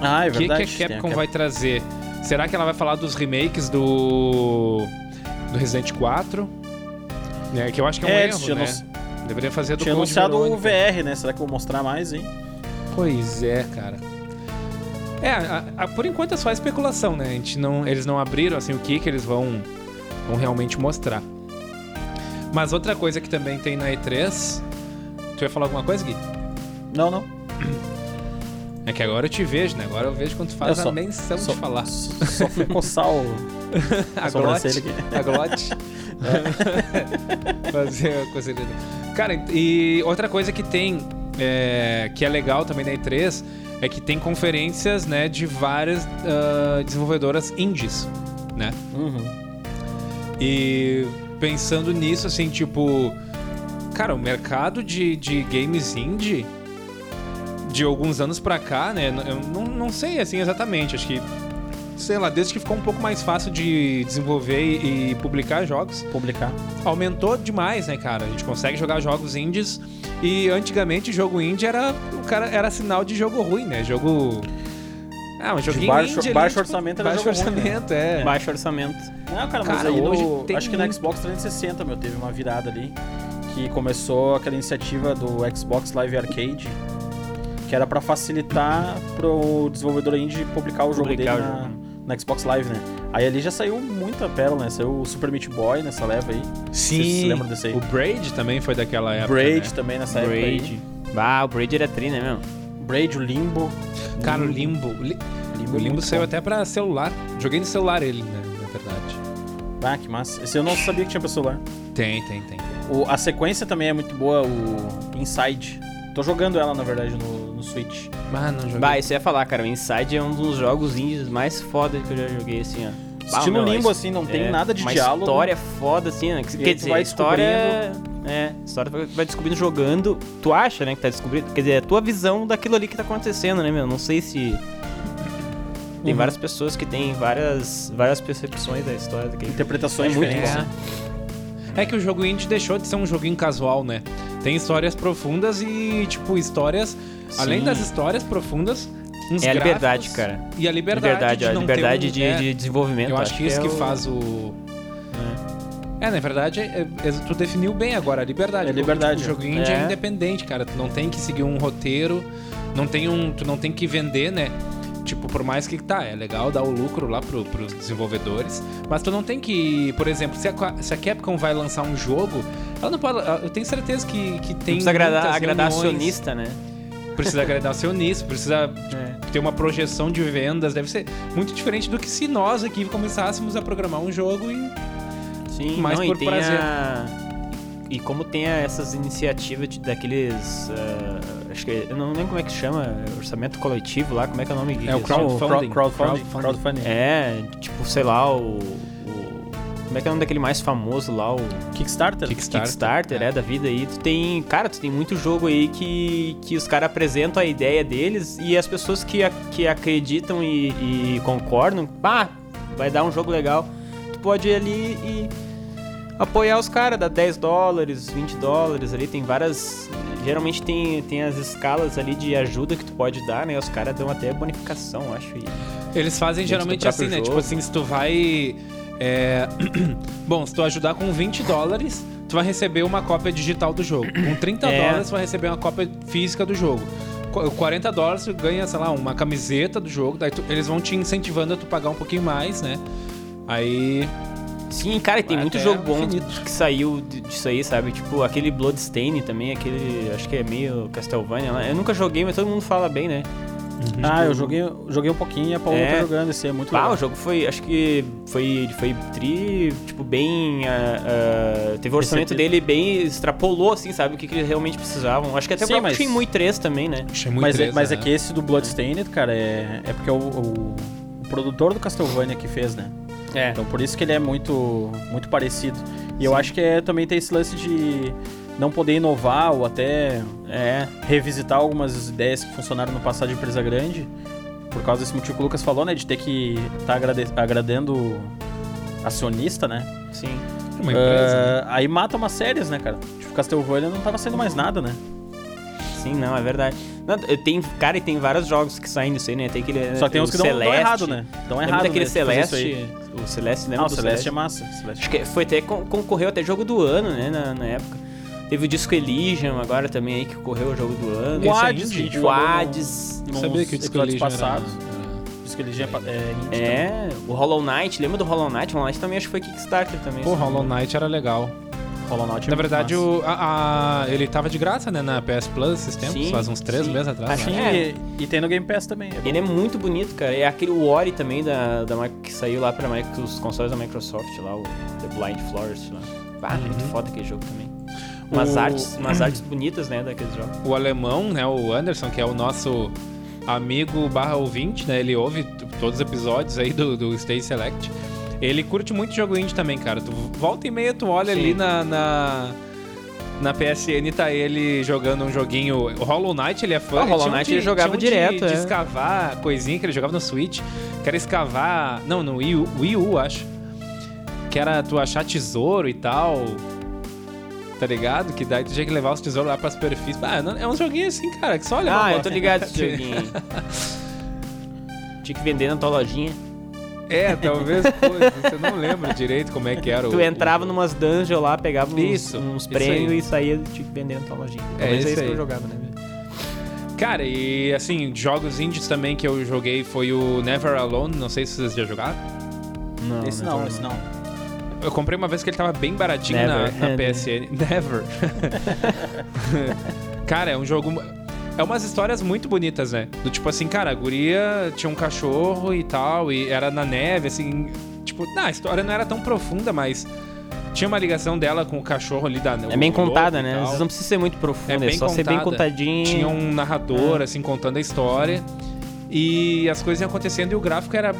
[SPEAKER 3] Ah, é
[SPEAKER 1] O que, que a
[SPEAKER 3] verdade. tem
[SPEAKER 1] Capcom vai trazer? Será que ela vai falar dos remakes do. do Resident 4? Né, que eu acho que é um
[SPEAKER 3] É, eles
[SPEAKER 1] erro,
[SPEAKER 3] tinham
[SPEAKER 1] né?
[SPEAKER 3] anun-
[SPEAKER 1] Deveria fazer do
[SPEAKER 3] Tinha
[SPEAKER 1] Code
[SPEAKER 3] anunciado o
[SPEAKER 1] Verônica.
[SPEAKER 3] VR, né? Será que eu vou mostrar mais, hein?
[SPEAKER 1] Pois é, cara. É, a- a- por enquanto é só especulação, né? A gente não, eles não abriram assim o que que eles vão, vão realmente mostrar. Mas outra coisa que também tem na E3, tu ia falar alguma coisa, Gui?
[SPEAKER 3] Não, não.
[SPEAKER 1] É que agora eu te vejo, né? Agora eu vejo quando tu faz
[SPEAKER 3] Eu só-
[SPEAKER 1] a menção
[SPEAKER 3] só-
[SPEAKER 1] de falar.
[SPEAKER 3] Só só fui coçar o.
[SPEAKER 1] A
[SPEAKER 3] sobrancelha
[SPEAKER 1] glote. A glote. Fazer a coceira. Cara, e outra coisa que tem, é, que é legal também na E3, é que tem conferências né, de várias ah, desenvolvedoras indies, né?
[SPEAKER 3] Uhum.
[SPEAKER 1] E pensando nisso, assim, tipo... Cara, o mercado de, de games indie de alguns anos pra cá, né? Eu não, não sei, assim, exatamente. Acho que, sei lá, desde que ficou um pouco mais fácil de desenvolver e, e publicar jogos,
[SPEAKER 3] Publicar.
[SPEAKER 1] aumentou demais, né, cara? A gente consegue jogar jogos indies e antigamente jogo indie era o cara era sinal de jogo ruim, né? Jogo ah, um joguinho
[SPEAKER 3] baixo-
[SPEAKER 1] indie ali,
[SPEAKER 3] baixo
[SPEAKER 1] tipo,
[SPEAKER 3] orçamento era
[SPEAKER 1] baixo
[SPEAKER 3] jogo ruim, né?
[SPEAKER 1] orçamento, é.
[SPEAKER 2] Baixo orçamento.
[SPEAKER 3] Não, cara, mas
[SPEAKER 1] Cara,
[SPEAKER 3] aí
[SPEAKER 1] hoje
[SPEAKER 3] no-
[SPEAKER 1] tem
[SPEAKER 3] acho que no
[SPEAKER 1] muito.
[SPEAKER 3] Xbox 360, meu, teve uma virada ali. Que começou aquela iniciativa do Xbox Live Arcade, que era pra facilitar pro desenvolvedor indie publicar o jogo
[SPEAKER 2] Publicar o
[SPEAKER 3] dele na,
[SPEAKER 2] jogo.
[SPEAKER 3] na Xbox Live, né? Aí ali já saiu muita pérola, né? Saiu o Super Meat Boy nessa leva aí.
[SPEAKER 1] Sim.
[SPEAKER 3] Vocês se lembram desse aí?
[SPEAKER 1] O Braid também foi daquela época,
[SPEAKER 3] Braid
[SPEAKER 1] né?
[SPEAKER 3] também nessa época
[SPEAKER 2] Braid. Ah, o Braid era tri, né, meu?
[SPEAKER 3] aí. Braid, o Limbo.
[SPEAKER 1] né? Cara, o Limbo, o Li-
[SPEAKER 3] Limbo,
[SPEAKER 1] o
[SPEAKER 3] é
[SPEAKER 1] Limbo
[SPEAKER 3] muito
[SPEAKER 1] saiu
[SPEAKER 3] bom.
[SPEAKER 1] até pra celular. Joguei no celular ele, né, na verdade.
[SPEAKER 3] Ah, que massa. Esse eu não sabia que tinha pra celular.
[SPEAKER 1] Tem, tem, tem.
[SPEAKER 3] O- a sequência também é muito boa, o Inside. Tô jogando ela, na verdade, no, no Switch.
[SPEAKER 1] Mas não joguei.
[SPEAKER 2] Bah, isso eu ia falar, cara. O Inside é um dos jogos indies mais foda que eu já joguei, assim, ó. Bah,
[SPEAKER 3] Estilo
[SPEAKER 2] meu,
[SPEAKER 3] limbo,
[SPEAKER 2] a
[SPEAKER 3] assim, não
[SPEAKER 2] his-
[SPEAKER 3] tem
[SPEAKER 2] é,
[SPEAKER 3] nada de
[SPEAKER 2] uma
[SPEAKER 3] diálogo.
[SPEAKER 2] história foda, assim, né? Que-
[SPEAKER 3] aí
[SPEAKER 2] Quer
[SPEAKER 3] tu
[SPEAKER 2] dizer,
[SPEAKER 3] vai
[SPEAKER 2] a história... É, a história tu vai descobrindo jogando. Tu acha, né, que tá descobrindo. Quer dizer, é a tua visão daquilo ali que tá acontecendo, né, meu? Não sei se...
[SPEAKER 3] Uhum.
[SPEAKER 2] Tem várias pessoas que têm várias, várias percepções da história daquele
[SPEAKER 3] Interpretações
[SPEAKER 2] É muito
[SPEAKER 3] diferentes.
[SPEAKER 1] É. É que o jogo indie deixou de ser um joguinho casual, né? Tem histórias profundas e, tipo, histórias.
[SPEAKER 2] É. Sim.
[SPEAKER 1] É. Além das histórias profundas, uns
[SPEAKER 2] É
[SPEAKER 1] gráficos
[SPEAKER 2] a liberdade, cara.
[SPEAKER 1] E a liberdade.
[SPEAKER 2] Liberdade,
[SPEAKER 1] de
[SPEAKER 2] ó,
[SPEAKER 1] não ter
[SPEAKER 2] liberdade
[SPEAKER 1] um-
[SPEAKER 2] de,
[SPEAKER 1] é,
[SPEAKER 2] de desenvolvimento.
[SPEAKER 1] Eu acho que isso
[SPEAKER 2] é
[SPEAKER 1] que
[SPEAKER 2] o-
[SPEAKER 1] faz o.
[SPEAKER 2] É.
[SPEAKER 1] É, na verdade, é- é- tu definiu bem agora a liberdade.
[SPEAKER 3] É
[SPEAKER 1] Porque,
[SPEAKER 3] liberdade.
[SPEAKER 1] tipo, o jogo indie é.
[SPEAKER 2] É.
[SPEAKER 1] independente, cara. Tu não tem que seguir um roteiro, não tem um, tu não tem que vender, né? Tipo, por mais que tá, é legal dar o lucro lá pro, pros desenvolvedores, mas tu não tem que, por exemplo, se a, Qua- se a Capcom vai lançar um jogo, ela não pode. Eu tenho certeza que, que tem.
[SPEAKER 2] Não precisa agradar,
[SPEAKER 1] muitas
[SPEAKER 2] agradar
[SPEAKER 1] reuniões.
[SPEAKER 2] acionista, né?
[SPEAKER 1] precisa agradar seu nisso, precisa tipo, ter uma projeção de vendas. Deve ser muito diferente do que se nós aqui começássemos a programar um jogo e.
[SPEAKER 2] Sim,
[SPEAKER 1] Mas
[SPEAKER 2] não,
[SPEAKER 1] por
[SPEAKER 2] e tem
[SPEAKER 1] prazer.
[SPEAKER 2] a- E como tem a- essas iniciativas de- daqueles. ah, acho que. Eu não lembro como é que chama. Orçamento coletivo lá, como é que é o nome disso?
[SPEAKER 1] É o crowd-
[SPEAKER 3] crowdfunding.
[SPEAKER 1] Crowdfunding.
[SPEAKER 3] crowdfunding.
[SPEAKER 1] Crowdfunding.
[SPEAKER 3] crowdfunding.
[SPEAKER 2] É, tipo, sei lá, o, o- Como é que é o nome daquele mais famoso lá? O
[SPEAKER 1] Kickstarter.
[SPEAKER 3] Kickstarter?
[SPEAKER 1] né?
[SPEAKER 2] Kickstarter, é. da vida aí. Tu tem. Cara, tu tem muito jogo aí que, que os caras apresentam a ideia deles e as pessoas que, a- que acreditam e, e concordam, pá, vai dar um jogo legal. Tu pode ir ali e apoiar os caras, dá 10 dólares, 20 dólares ali, tem várias. Geralmente tem, tem as escalas ali de ajuda que tu pode dar, né? Os caras dão até bonificação, acho. E...
[SPEAKER 1] Eles fazem
[SPEAKER 2] Dentro do
[SPEAKER 1] geralmente
[SPEAKER 2] próprio
[SPEAKER 1] assim, né?
[SPEAKER 2] jogo.
[SPEAKER 1] Tipo assim, se tu vai. é, Bom, se tu ajudar com 20 dólares, tu vai receber uma cópia digital do jogo. Com 30
[SPEAKER 2] É.
[SPEAKER 1] dólares, tu vai receber uma cópia física do jogo. Com 40 dólares, tu ganha, sei lá, uma camiseta do jogo. Daí tu- eles vão te incentivando a tu pagar um pouquinho mais, né? Aí.
[SPEAKER 2] Sim, cara, e tem
[SPEAKER 1] Vai
[SPEAKER 2] muito
[SPEAKER 1] até
[SPEAKER 2] jogo bom né?
[SPEAKER 1] infinito.
[SPEAKER 2] que saiu de- disso aí, sabe? Tipo, aquele Bloodstained também, aquele. Acho que é meio Castlevania lá. Eu nunca joguei, mas todo mundo fala bem, né?
[SPEAKER 3] Ah, eu joguei, joguei um pouquinho e a Paola
[SPEAKER 2] É.
[SPEAKER 3] tá jogando esse, é muito
[SPEAKER 2] Ah,
[SPEAKER 3] legal.
[SPEAKER 2] o jogo foi. Acho que foi. Ele foi tri. Tipo, bem. ah, ah, teve o orçamento
[SPEAKER 3] Recebido.
[SPEAKER 2] dele bem. extrapolou, assim, sabe? O que, que eles realmente precisavam. Acho que até o
[SPEAKER 3] Sim,
[SPEAKER 2] próprio
[SPEAKER 3] mas-
[SPEAKER 2] Shenmue 3 também, né?
[SPEAKER 1] Achei muito
[SPEAKER 3] mas é,
[SPEAKER 1] treza,
[SPEAKER 3] mas é
[SPEAKER 1] né?
[SPEAKER 3] que esse do Bloodstained, cara, é, é porque o, o- o produtor do Castlevania que fez, né?
[SPEAKER 2] É.
[SPEAKER 3] Então por isso que ele é muito, muito parecido. E eu acho que é, também tem esse lance de não poder inovar ou até
[SPEAKER 2] É.
[SPEAKER 3] revisitar algumas ideias que funcionaram no passado de empresa grande. Por causa desse motivo que o Lucas falou, né? De ter que estar agradando acionista, né?
[SPEAKER 2] Sim.
[SPEAKER 1] Uma empresa, né?
[SPEAKER 3] Ah, Aí mata umas séries, né, cara? Tipo, Castlevania não tava sendo mais nada, né?
[SPEAKER 2] Sim, não, é verdade. Não, tem, cara, e tem vários jogos que saem disso aí, né? Tem aquele.
[SPEAKER 3] Só que tem
[SPEAKER 2] o
[SPEAKER 3] uns que dão, dão errado, né? Dão
[SPEAKER 2] Lembra
[SPEAKER 3] errado,
[SPEAKER 2] daquele
[SPEAKER 3] né? de fazer isso aí.
[SPEAKER 2] Celeste? O Celeste, lembra
[SPEAKER 3] Ah, o
[SPEAKER 2] do
[SPEAKER 3] Celeste é massa. Celeste.
[SPEAKER 2] Acho que foi até con- concorreu até jogo do ano, né, na, na época. Teve o disco Elysium agora também aí que concorreu o jogo do ano.
[SPEAKER 1] Esse é
[SPEAKER 3] Hades,
[SPEAKER 1] indie?
[SPEAKER 3] que a gente
[SPEAKER 2] O
[SPEAKER 3] falou no-
[SPEAKER 2] Hades.
[SPEAKER 1] Não sabia que o
[SPEAKER 3] nos
[SPEAKER 1] Disco
[SPEAKER 3] episódios
[SPEAKER 1] Elysium era-
[SPEAKER 3] passados.
[SPEAKER 1] era-
[SPEAKER 3] Diz que ele já é pa- é indie também.
[SPEAKER 2] É, o Hollow Knight, lembra do Hollow Knight? O Hollow Knight também acho que foi Kickstarter também.
[SPEAKER 1] Pô,
[SPEAKER 2] se não me
[SPEAKER 1] Hollow
[SPEAKER 2] engano.
[SPEAKER 1] Knight era legal.
[SPEAKER 3] Hollow Knight é
[SPEAKER 1] Na
[SPEAKER 3] muito
[SPEAKER 1] verdade,
[SPEAKER 3] massa.
[SPEAKER 1] o, a- a- ele tava de graça, né? Na PS Plus esses tempos,
[SPEAKER 2] Sim,
[SPEAKER 1] faz uns três
[SPEAKER 2] sim.
[SPEAKER 1] meses atrás.
[SPEAKER 2] Acho
[SPEAKER 1] né?
[SPEAKER 3] Sim,
[SPEAKER 2] é.
[SPEAKER 3] e, e tem no Game Pass também. É bom.
[SPEAKER 2] Ele é muito bonito, cara. É aquele Ori também da, da Mic- que saiu lá para os consoles da Microsoft lá, o The Blind Forest lá. Ah, muito foda aquele jogo também. Umas
[SPEAKER 1] O-
[SPEAKER 2] artes, umas artes bonitas, né, daqueles jogos.
[SPEAKER 1] o alemão, né, o Anderson, que é o nosso amigo barra ouvinte, né, ele ouve t- todos os episódios aí do, do Stay Select. Ele curte muito jogo indie também, cara. Tu volta e meia, tu olha
[SPEAKER 2] Sim.
[SPEAKER 1] ali na, na, na PSN, tá ele jogando um joguinho... O Hollow Knight, ele é fã.
[SPEAKER 2] Ah, o Hollow
[SPEAKER 1] tinha um
[SPEAKER 2] Knight
[SPEAKER 1] de-
[SPEAKER 2] ele jogava
[SPEAKER 1] tinha um de-
[SPEAKER 2] direto,
[SPEAKER 1] De,
[SPEAKER 2] é.
[SPEAKER 1] escavar coisinha que ele jogava no Switch. Que era escavar... Não, no Wii U, Wii U, acho. Que era tu achar tesouro e tal tá ligado? Que daí tu tinha que levar os tesouros lá pra superfície. Ah, não- é um joguinho assim, cara, que só olha
[SPEAKER 2] Ah,
[SPEAKER 1] pra
[SPEAKER 2] eu tô
[SPEAKER 1] bola.
[SPEAKER 2] ligado esse joguinho. aí. Tinha que vender na tua lojinha.
[SPEAKER 1] É, talvez, coisa, eu não lembro direito como é que era o-
[SPEAKER 2] Tu entrava
[SPEAKER 1] o...
[SPEAKER 2] numas dungeons lá, pegava uns,
[SPEAKER 1] Isso,
[SPEAKER 2] uns
[SPEAKER 1] isso
[SPEAKER 2] prêmios
[SPEAKER 1] aí.
[SPEAKER 2] e saía tipo, vendendo tua lojinha.
[SPEAKER 1] É,
[SPEAKER 2] Talvez
[SPEAKER 1] isso
[SPEAKER 2] é isso que
[SPEAKER 1] aí.
[SPEAKER 2] eu jogava, né?
[SPEAKER 1] Cara, e assim, jogos indies também que eu joguei foi o Never Alone, não sei se vocês já jogaram.
[SPEAKER 2] Não,
[SPEAKER 3] Esse não, esse não.
[SPEAKER 1] Eu comprei uma vez que ele tava bem baratinho na,
[SPEAKER 2] Never.
[SPEAKER 1] na PSN. Never. cara, é um jogo. É umas histórias muito bonitas, né? Do tipo assim, cara, a guria tinha um cachorro e tal, e era na neve, assim. Tipo, não, a história não era tão profunda, mas tinha uma ligação dela com o cachorro ali da
[SPEAKER 2] É bem
[SPEAKER 1] o lobo
[SPEAKER 2] contada,
[SPEAKER 1] e
[SPEAKER 2] né?
[SPEAKER 1] tal.
[SPEAKER 2] Às vezes não precisa ser muito profunda,
[SPEAKER 1] É
[SPEAKER 2] é,
[SPEAKER 1] bem
[SPEAKER 2] só ser bem
[SPEAKER 1] contada.
[SPEAKER 2] contadinho.
[SPEAKER 1] Tinha um narrador, assim, contando a história. E as coisas iam acontecendo e o gráfico era.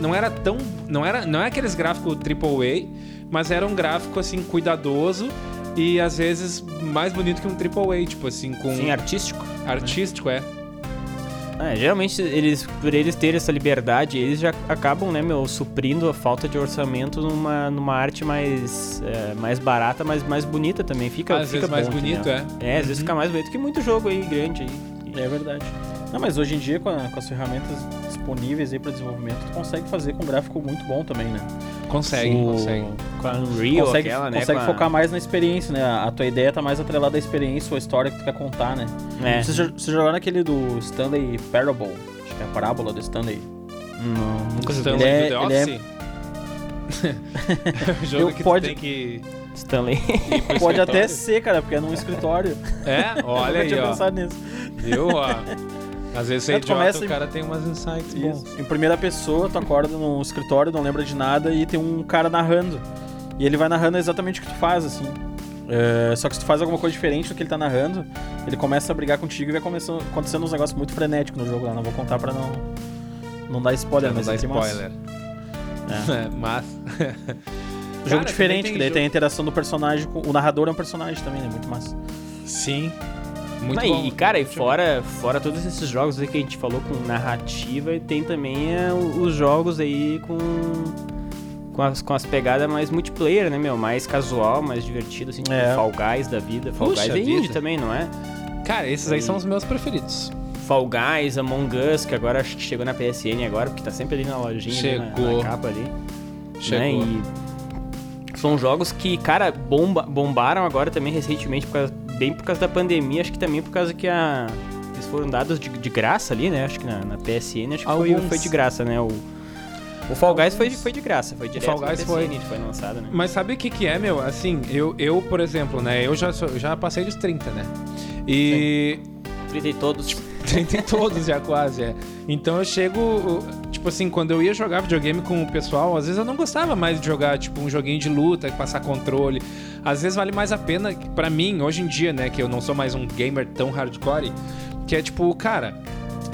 [SPEAKER 1] Não era tão. Não era não é aqueles gráficos AAA, mas era um gráfico, assim, cuidadoso e às vezes mais bonito que um AAA, tipo assim, com.
[SPEAKER 2] Sim, artístico.
[SPEAKER 1] artístico, é.
[SPEAKER 2] É, geralmente, eles, por eles terem essa liberdade, eles já acabam, né, meu, suprindo a falta de orçamento numa, numa arte mais, é, mais barata, mas mais bonita também. Fica,
[SPEAKER 1] às
[SPEAKER 2] fica
[SPEAKER 1] vezes mais
[SPEAKER 2] bom,
[SPEAKER 1] bonito,
[SPEAKER 2] entendeu?
[SPEAKER 1] é.
[SPEAKER 2] É, às vezes fica mais bonito que muito jogo aí grande aí.
[SPEAKER 3] É verdade. Não, mas hoje em dia, com, a- com as ferramentas disponíveis aí para desenvolvimento, tu consegue fazer com um gráfico muito bom também, né?
[SPEAKER 1] Consegue,
[SPEAKER 3] O-
[SPEAKER 1] consegue.
[SPEAKER 2] Com a Unreal,
[SPEAKER 3] consegue
[SPEAKER 2] aquela, né?
[SPEAKER 3] consegue
[SPEAKER 2] com a-
[SPEAKER 3] focar mais na experiência, né? A tua ideia tá mais atrelada à experiência ou à história que tu quer contar, né?
[SPEAKER 2] É.
[SPEAKER 3] Vocês já- vocês jogaram aquele do Stanley Parable, acho que é a parábola do Stanley.
[SPEAKER 2] Não, nunca
[SPEAKER 1] Estamos
[SPEAKER 3] Ele
[SPEAKER 1] aí
[SPEAKER 3] é-
[SPEAKER 1] do The
[SPEAKER 3] ele
[SPEAKER 1] Office. É... o jogo
[SPEAKER 3] Eu
[SPEAKER 1] que tu
[SPEAKER 3] pode-
[SPEAKER 1] tem que.
[SPEAKER 2] Stanley.
[SPEAKER 1] ir pro
[SPEAKER 3] Pode até
[SPEAKER 1] escritório.
[SPEAKER 3] ser, cara, porque é num escritório.
[SPEAKER 1] É, olha
[SPEAKER 3] Eu nunca
[SPEAKER 1] aí,
[SPEAKER 3] tinha
[SPEAKER 1] ó.
[SPEAKER 3] pensado nisso.
[SPEAKER 1] Viu? ó? Às vezes você é
[SPEAKER 3] É, tu
[SPEAKER 1] idiota,
[SPEAKER 3] começa
[SPEAKER 1] o
[SPEAKER 3] e-
[SPEAKER 1] cara tem umas insights
[SPEAKER 3] Isso.
[SPEAKER 1] bons.
[SPEAKER 3] Em primeira pessoa, tu acorda no escritório, não lembra de nada e tem um cara narrando. E ele vai narrando exatamente o que tu faz, assim. É, só que se tu faz alguma coisa diferente do que ele tá narrando, ele começa a brigar contigo e vai começando, acontecendo uns negócios muito frenéticos no jogo lá. Não vou contar pra não, não dar spoiler,
[SPEAKER 1] Pra não
[SPEAKER 3] mas
[SPEAKER 1] dar
[SPEAKER 3] ele tem umas-
[SPEAKER 1] spoiler. É, Mas.
[SPEAKER 3] um
[SPEAKER 1] Cara,
[SPEAKER 3] jogo
[SPEAKER 1] que
[SPEAKER 3] diferente,
[SPEAKER 1] tem
[SPEAKER 3] que daí
[SPEAKER 1] jogo-
[SPEAKER 3] tem a interação do personagem com. O narrador é um personagem também, né? Muito massa.
[SPEAKER 1] Sim. Muito
[SPEAKER 2] Não, e-
[SPEAKER 1] bom.
[SPEAKER 2] E, cara, e fora, fora todos esses jogos aí que a gente falou com narrativa, e tem também é, o- os jogos aí com. Com as, com as pegadas mais multiplayer, né, meu? Mais casual, mais divertido, assim, tipo
[SPEAKER 3] É.
[SPEAKER 2] Fall Guys da vida. Fall
[SPEAKER 1] Puxa
[SPEAKER 2] Guys é indie
[SPEAKER 1] vida.
[SPEAKER 2] também, não é?
[SPEAKER 1] Cara, esses aí são os meus preferidos.
[SPEAKER 2] Fall Guys, Among Us, que agora acho que chegou na PSN agora, porque tá sempre ali na lojinha, ali na-
[SPEAKER 1] Chegou.
[SPEAKER 2] na capa ali.
[SPEAKER 1] Chegou.
[SPEAKER 2] né? E são jogos que, cara, bomba, bombaram agora também recentemente, por causa- bem por causa da pandemia, acho que também por causa que a- eles foram dados de, de graça ali, né? Acho que na, na PSN, acho que foi,
[SPEAKER 1] Alguns.
[SPEAKER 2] foi de graça, né? O, o Fall Guys foi, foi de graça, foi direto
[SPEAKER 1] Fall
[SPEAKER 2] na
[SPEAKER 1] Guys
[SPEAKER 2] PSN
[SPEAKER 1] foi.
[SPEAKER 2] que foi lançado, né?
[SPEAKER 1] Mas sabe o que que é, meu? Assim, eu, eu por exemplo, né? Eu já, sou- já passei dos 30, né? E...
[SPEAKER 2] 30 e todos.
[SPEAKER 1] 30 em todos já quase, é. Então eu chego, o- tipo assim, quando eu ia jogar videogame com o pessoal, às vezes eu não gostava mais de jogar, tipo, um joguinho de luta, passar controle. Às vezes vale mais a pena, que, pra mim, hoje em dia, né, que eu não sou mais um gamer tão hardcore, que é tipo, cara,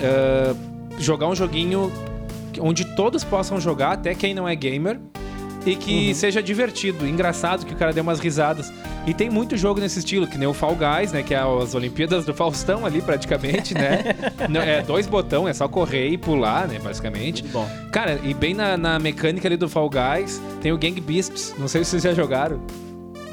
[SPEAKER 1] ah, jogar um joguinho onde todos possam jogar, até quem não é gamer, e que seja divertido, engraçado, que o cara dê umas risadas. E tem muito jogo nesse estilo, que nem o Fall Guys, né? Que é as Olimpíadas do Faustão ali, praticamente, né? Não, é dois botão, é só correr e pular, né? Basicamente.
[SPEAKER 2] Muito bom.
[SPEAKER 1] Cara, e bem na, na mecânica ali do Fall Guys, tem o Gang Beasts. Não sei se vocês já jogaram.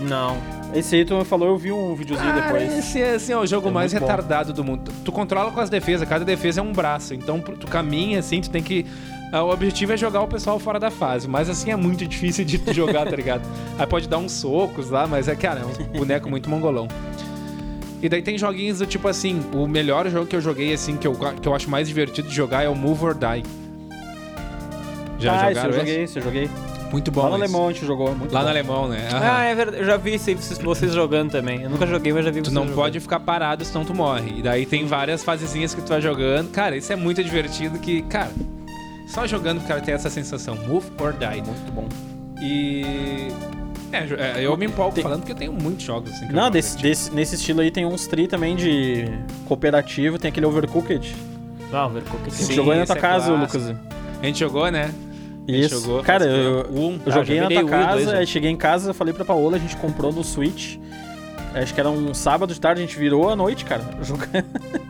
[SPEAKER 2] Não.
[SPEAKER 3] Esse aí tu me falou, eu vi um videozinho
[SPEAKER 1] Cara,
[SPEAKER 3] depois.
[SPEAKER 1] Esse é assim, ó, o jogo
[SPEAKER 3] É
[SPEAKER 1] mais
[SPEAKER 3] muito bom.
[SPEAKER 1] retardado do mundo. Tu controla com as defesas, cada defesa é um braço. Então pro- tu caminha assim, tu tem que. ah, O objetivo é jogar o pessoal fora da fase, mas assim é muito difícil de tu jogar, tá ligado? Aí pode dar uns socos lá, mas é, cara, é um boneco muito mongolão. E daí tem joguinhos do tipo assim, o melhor jogo que eu joguei, assim, que eu, que eu acho mais divertido de jogar é o Move or Die. Já
[SPEAKER 3] ah, esse
[SPEAKER 1] jogaram
[SPEAKER 3] eu
[SPEAKER 1] esse?
[SPEAKER 3] joguei, esse eu joguei.
[SPEAKER 1] Muito bom.
[SPEAKER 3] Lá no
[SPEAKER 1] esse.
[SPEAKER 3] Alemão a gente jogou, é muito
[SPEAKER 1] Lá
[SPEAKER 3] bom.
[SPEAKER 1] no Alemão, né? Aham.
[SPEAKER 2] Ah, é verdade. Eu já vi isso aí, vocês, vocês jogando também. Eu nunca joguei, mas já vi
[SPEAKER 1] Tu
[SPEAKER 2] vocês
[SPEAKER 1] não
[SPEAKER 2] jogando.
[SPEAKER 1] pode ficar parado, senão tu morre. E daí tem várias fasezinhas que tu vai jogando. Cara, isso é muito divertido que, cara, só jogando o cara tem essa sensação. Move or die. né?
[SPEAKER 3] Muito bom.
[SPEAKER 1] E... É, jo- é, eu me empolgo
[SPEAKER 3] Tem-
[SPEAKER 1] falando porque eu tenho muitos jogos assim. que eu
[SPEAKER 3] Não,
[SPEAKER 1] jogo,
[SPEAKER 3] desse,
[SPEAKER 1] né?
[SPEAKER 3] desse- nesse estilo aí tem uns tri também de cooperativo, tem aquele Overcooked.
[SPEAKER 2] Ah, o Overcooked.
[SPEAKER 1] Sim,
[SPEAKER 3] Você jogou aí na
[SPEAKER 1] esse
[SPEAKER 3] tua
[SPEAKER 1] é
[SPEAKER 3] casa,
[SPEAKER 1] clássico.
[SPEAKER 3] Lucas.
[SPEAKER 1] A gente jogou, né? A gente
[SPEAKER 3] Isso.
[SPEAKER 1] jogou,
[SPEAKER 3] Cara,
[SPEAKER 1] faz
[SPEAKER 3] eu,
[SPEAKER 1] tempo. Um.
[SPEAKER 3] eu
[SPEAKER 2] Ah,
[SPEAKER 3] joguei
[SPEAKER 2] já
[SPEAKER 3] na
[SPEAKER 2] virei
[SPEAKER 3] tua
[SPEAKER 2] um e dois,
[SPEAKER 3] casa,
[SPEAKER 2] né?
[SPEAKER 3] aí cheguei em casa, falei pra Paola, a gente comprou no Switch. Acho que era um sábado de tarde, a gente virou à noite, cara. Jogando.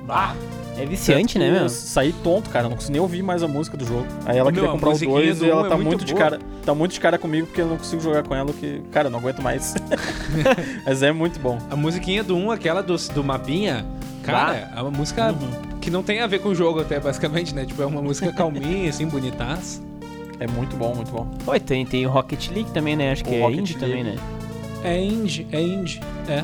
[SPEAKER 2] Ah, é viciante, né, meu?
[SPEAKER 3] Eu saí tonto, cara. Não consegui nem ouvir mais a música do jogo. Aí ela
[SPEAKER 1] Meu,
[SPEAKER 3] queria
[SPEAKER 1] a
[SPEAKER 3] comprar o
[SPEAKER 1] musiquinha
[SPEAKER 3] dois
[SPEAKER 1] do
[SPEAKER 3] e ela
[SPEAKER 1] um é
[SPEAKER 3] tá
[SPEAKER 1] muito
[SPEAKER 3] muito, de
[SPEAKER 1] boa.
[SPEAKER 3] cara. Tá muito de cara comigo porque eu não consigo jogar com ela, que, cara, eu não aguento mais. Mas é muito bom.
[SPEAKER 1] A musiquinha do 1, um, aquela do, do Mapinha, cara, é uma música
[SPEAKER 3] Uhum.
[SPEAKER 1] que não tem a ver com o jogo até, basicamente, né? Tipo, é uma música calminha, assim, bonitaça.
[SPEAKER 3] É muito bom, muito bom.
[SPEAKER 2] Oi, tem, tem o Rocket League também, né? Acho que
[SPEAKER 3] O
[SPEAKER 2] é
[SPEAKER 3] Rocket
[SPEAKER 2] indie
[SPEAKER 3] League.
[SPEAKER 2] também, né?
[SPEAKER 1] É indie, é indie, é.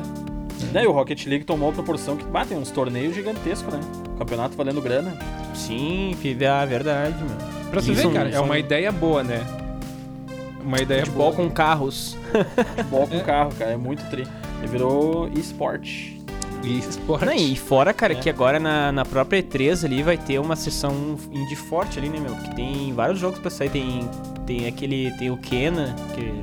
[SPEAKER 3] Daí Né, o Rocket League tomou a proporção que batem uns torneios gigantescos, né? Campeonato valendo grana.
[SPEAKER 2] Sim, fi- ah, verdade, meu.
[SPEAKER 1] Pra você
[SPEAKER 2] Isso é
[SPEAKER 1] ver,
[SPEAKER 2] um-
[SPEAKER 1] cara,
[SPEAKER 2] isso
[SPEAKER 1] é
[SPEAKER 2] é um-
[SPEAKER 1] uma ideia boa, né? Uma
[SPEAKER 3] É
[SPEAKER 1] ideia
[SPEAKER 2] Futebol
[SPEAKER 1] boa.
[SPEAKER 2] com carros.
[SPEAKER 3] Futebol com
[SPEAKER 1] É.
[SPEAKER 3] carro, cara. É muito tri. Ele virou esporte.
[SPEAKER 1] E esporte.
[SPEAKER 2] Não, e fora, cara,
[SPEAKER 3] É.
[SPEAKER 2] que agora na, na própria E3 ali vai ter uma sessão indie forte ali, né, meu? Que tem vários jogos pra sair. Tem, tem aquele. Tem o Kena, que.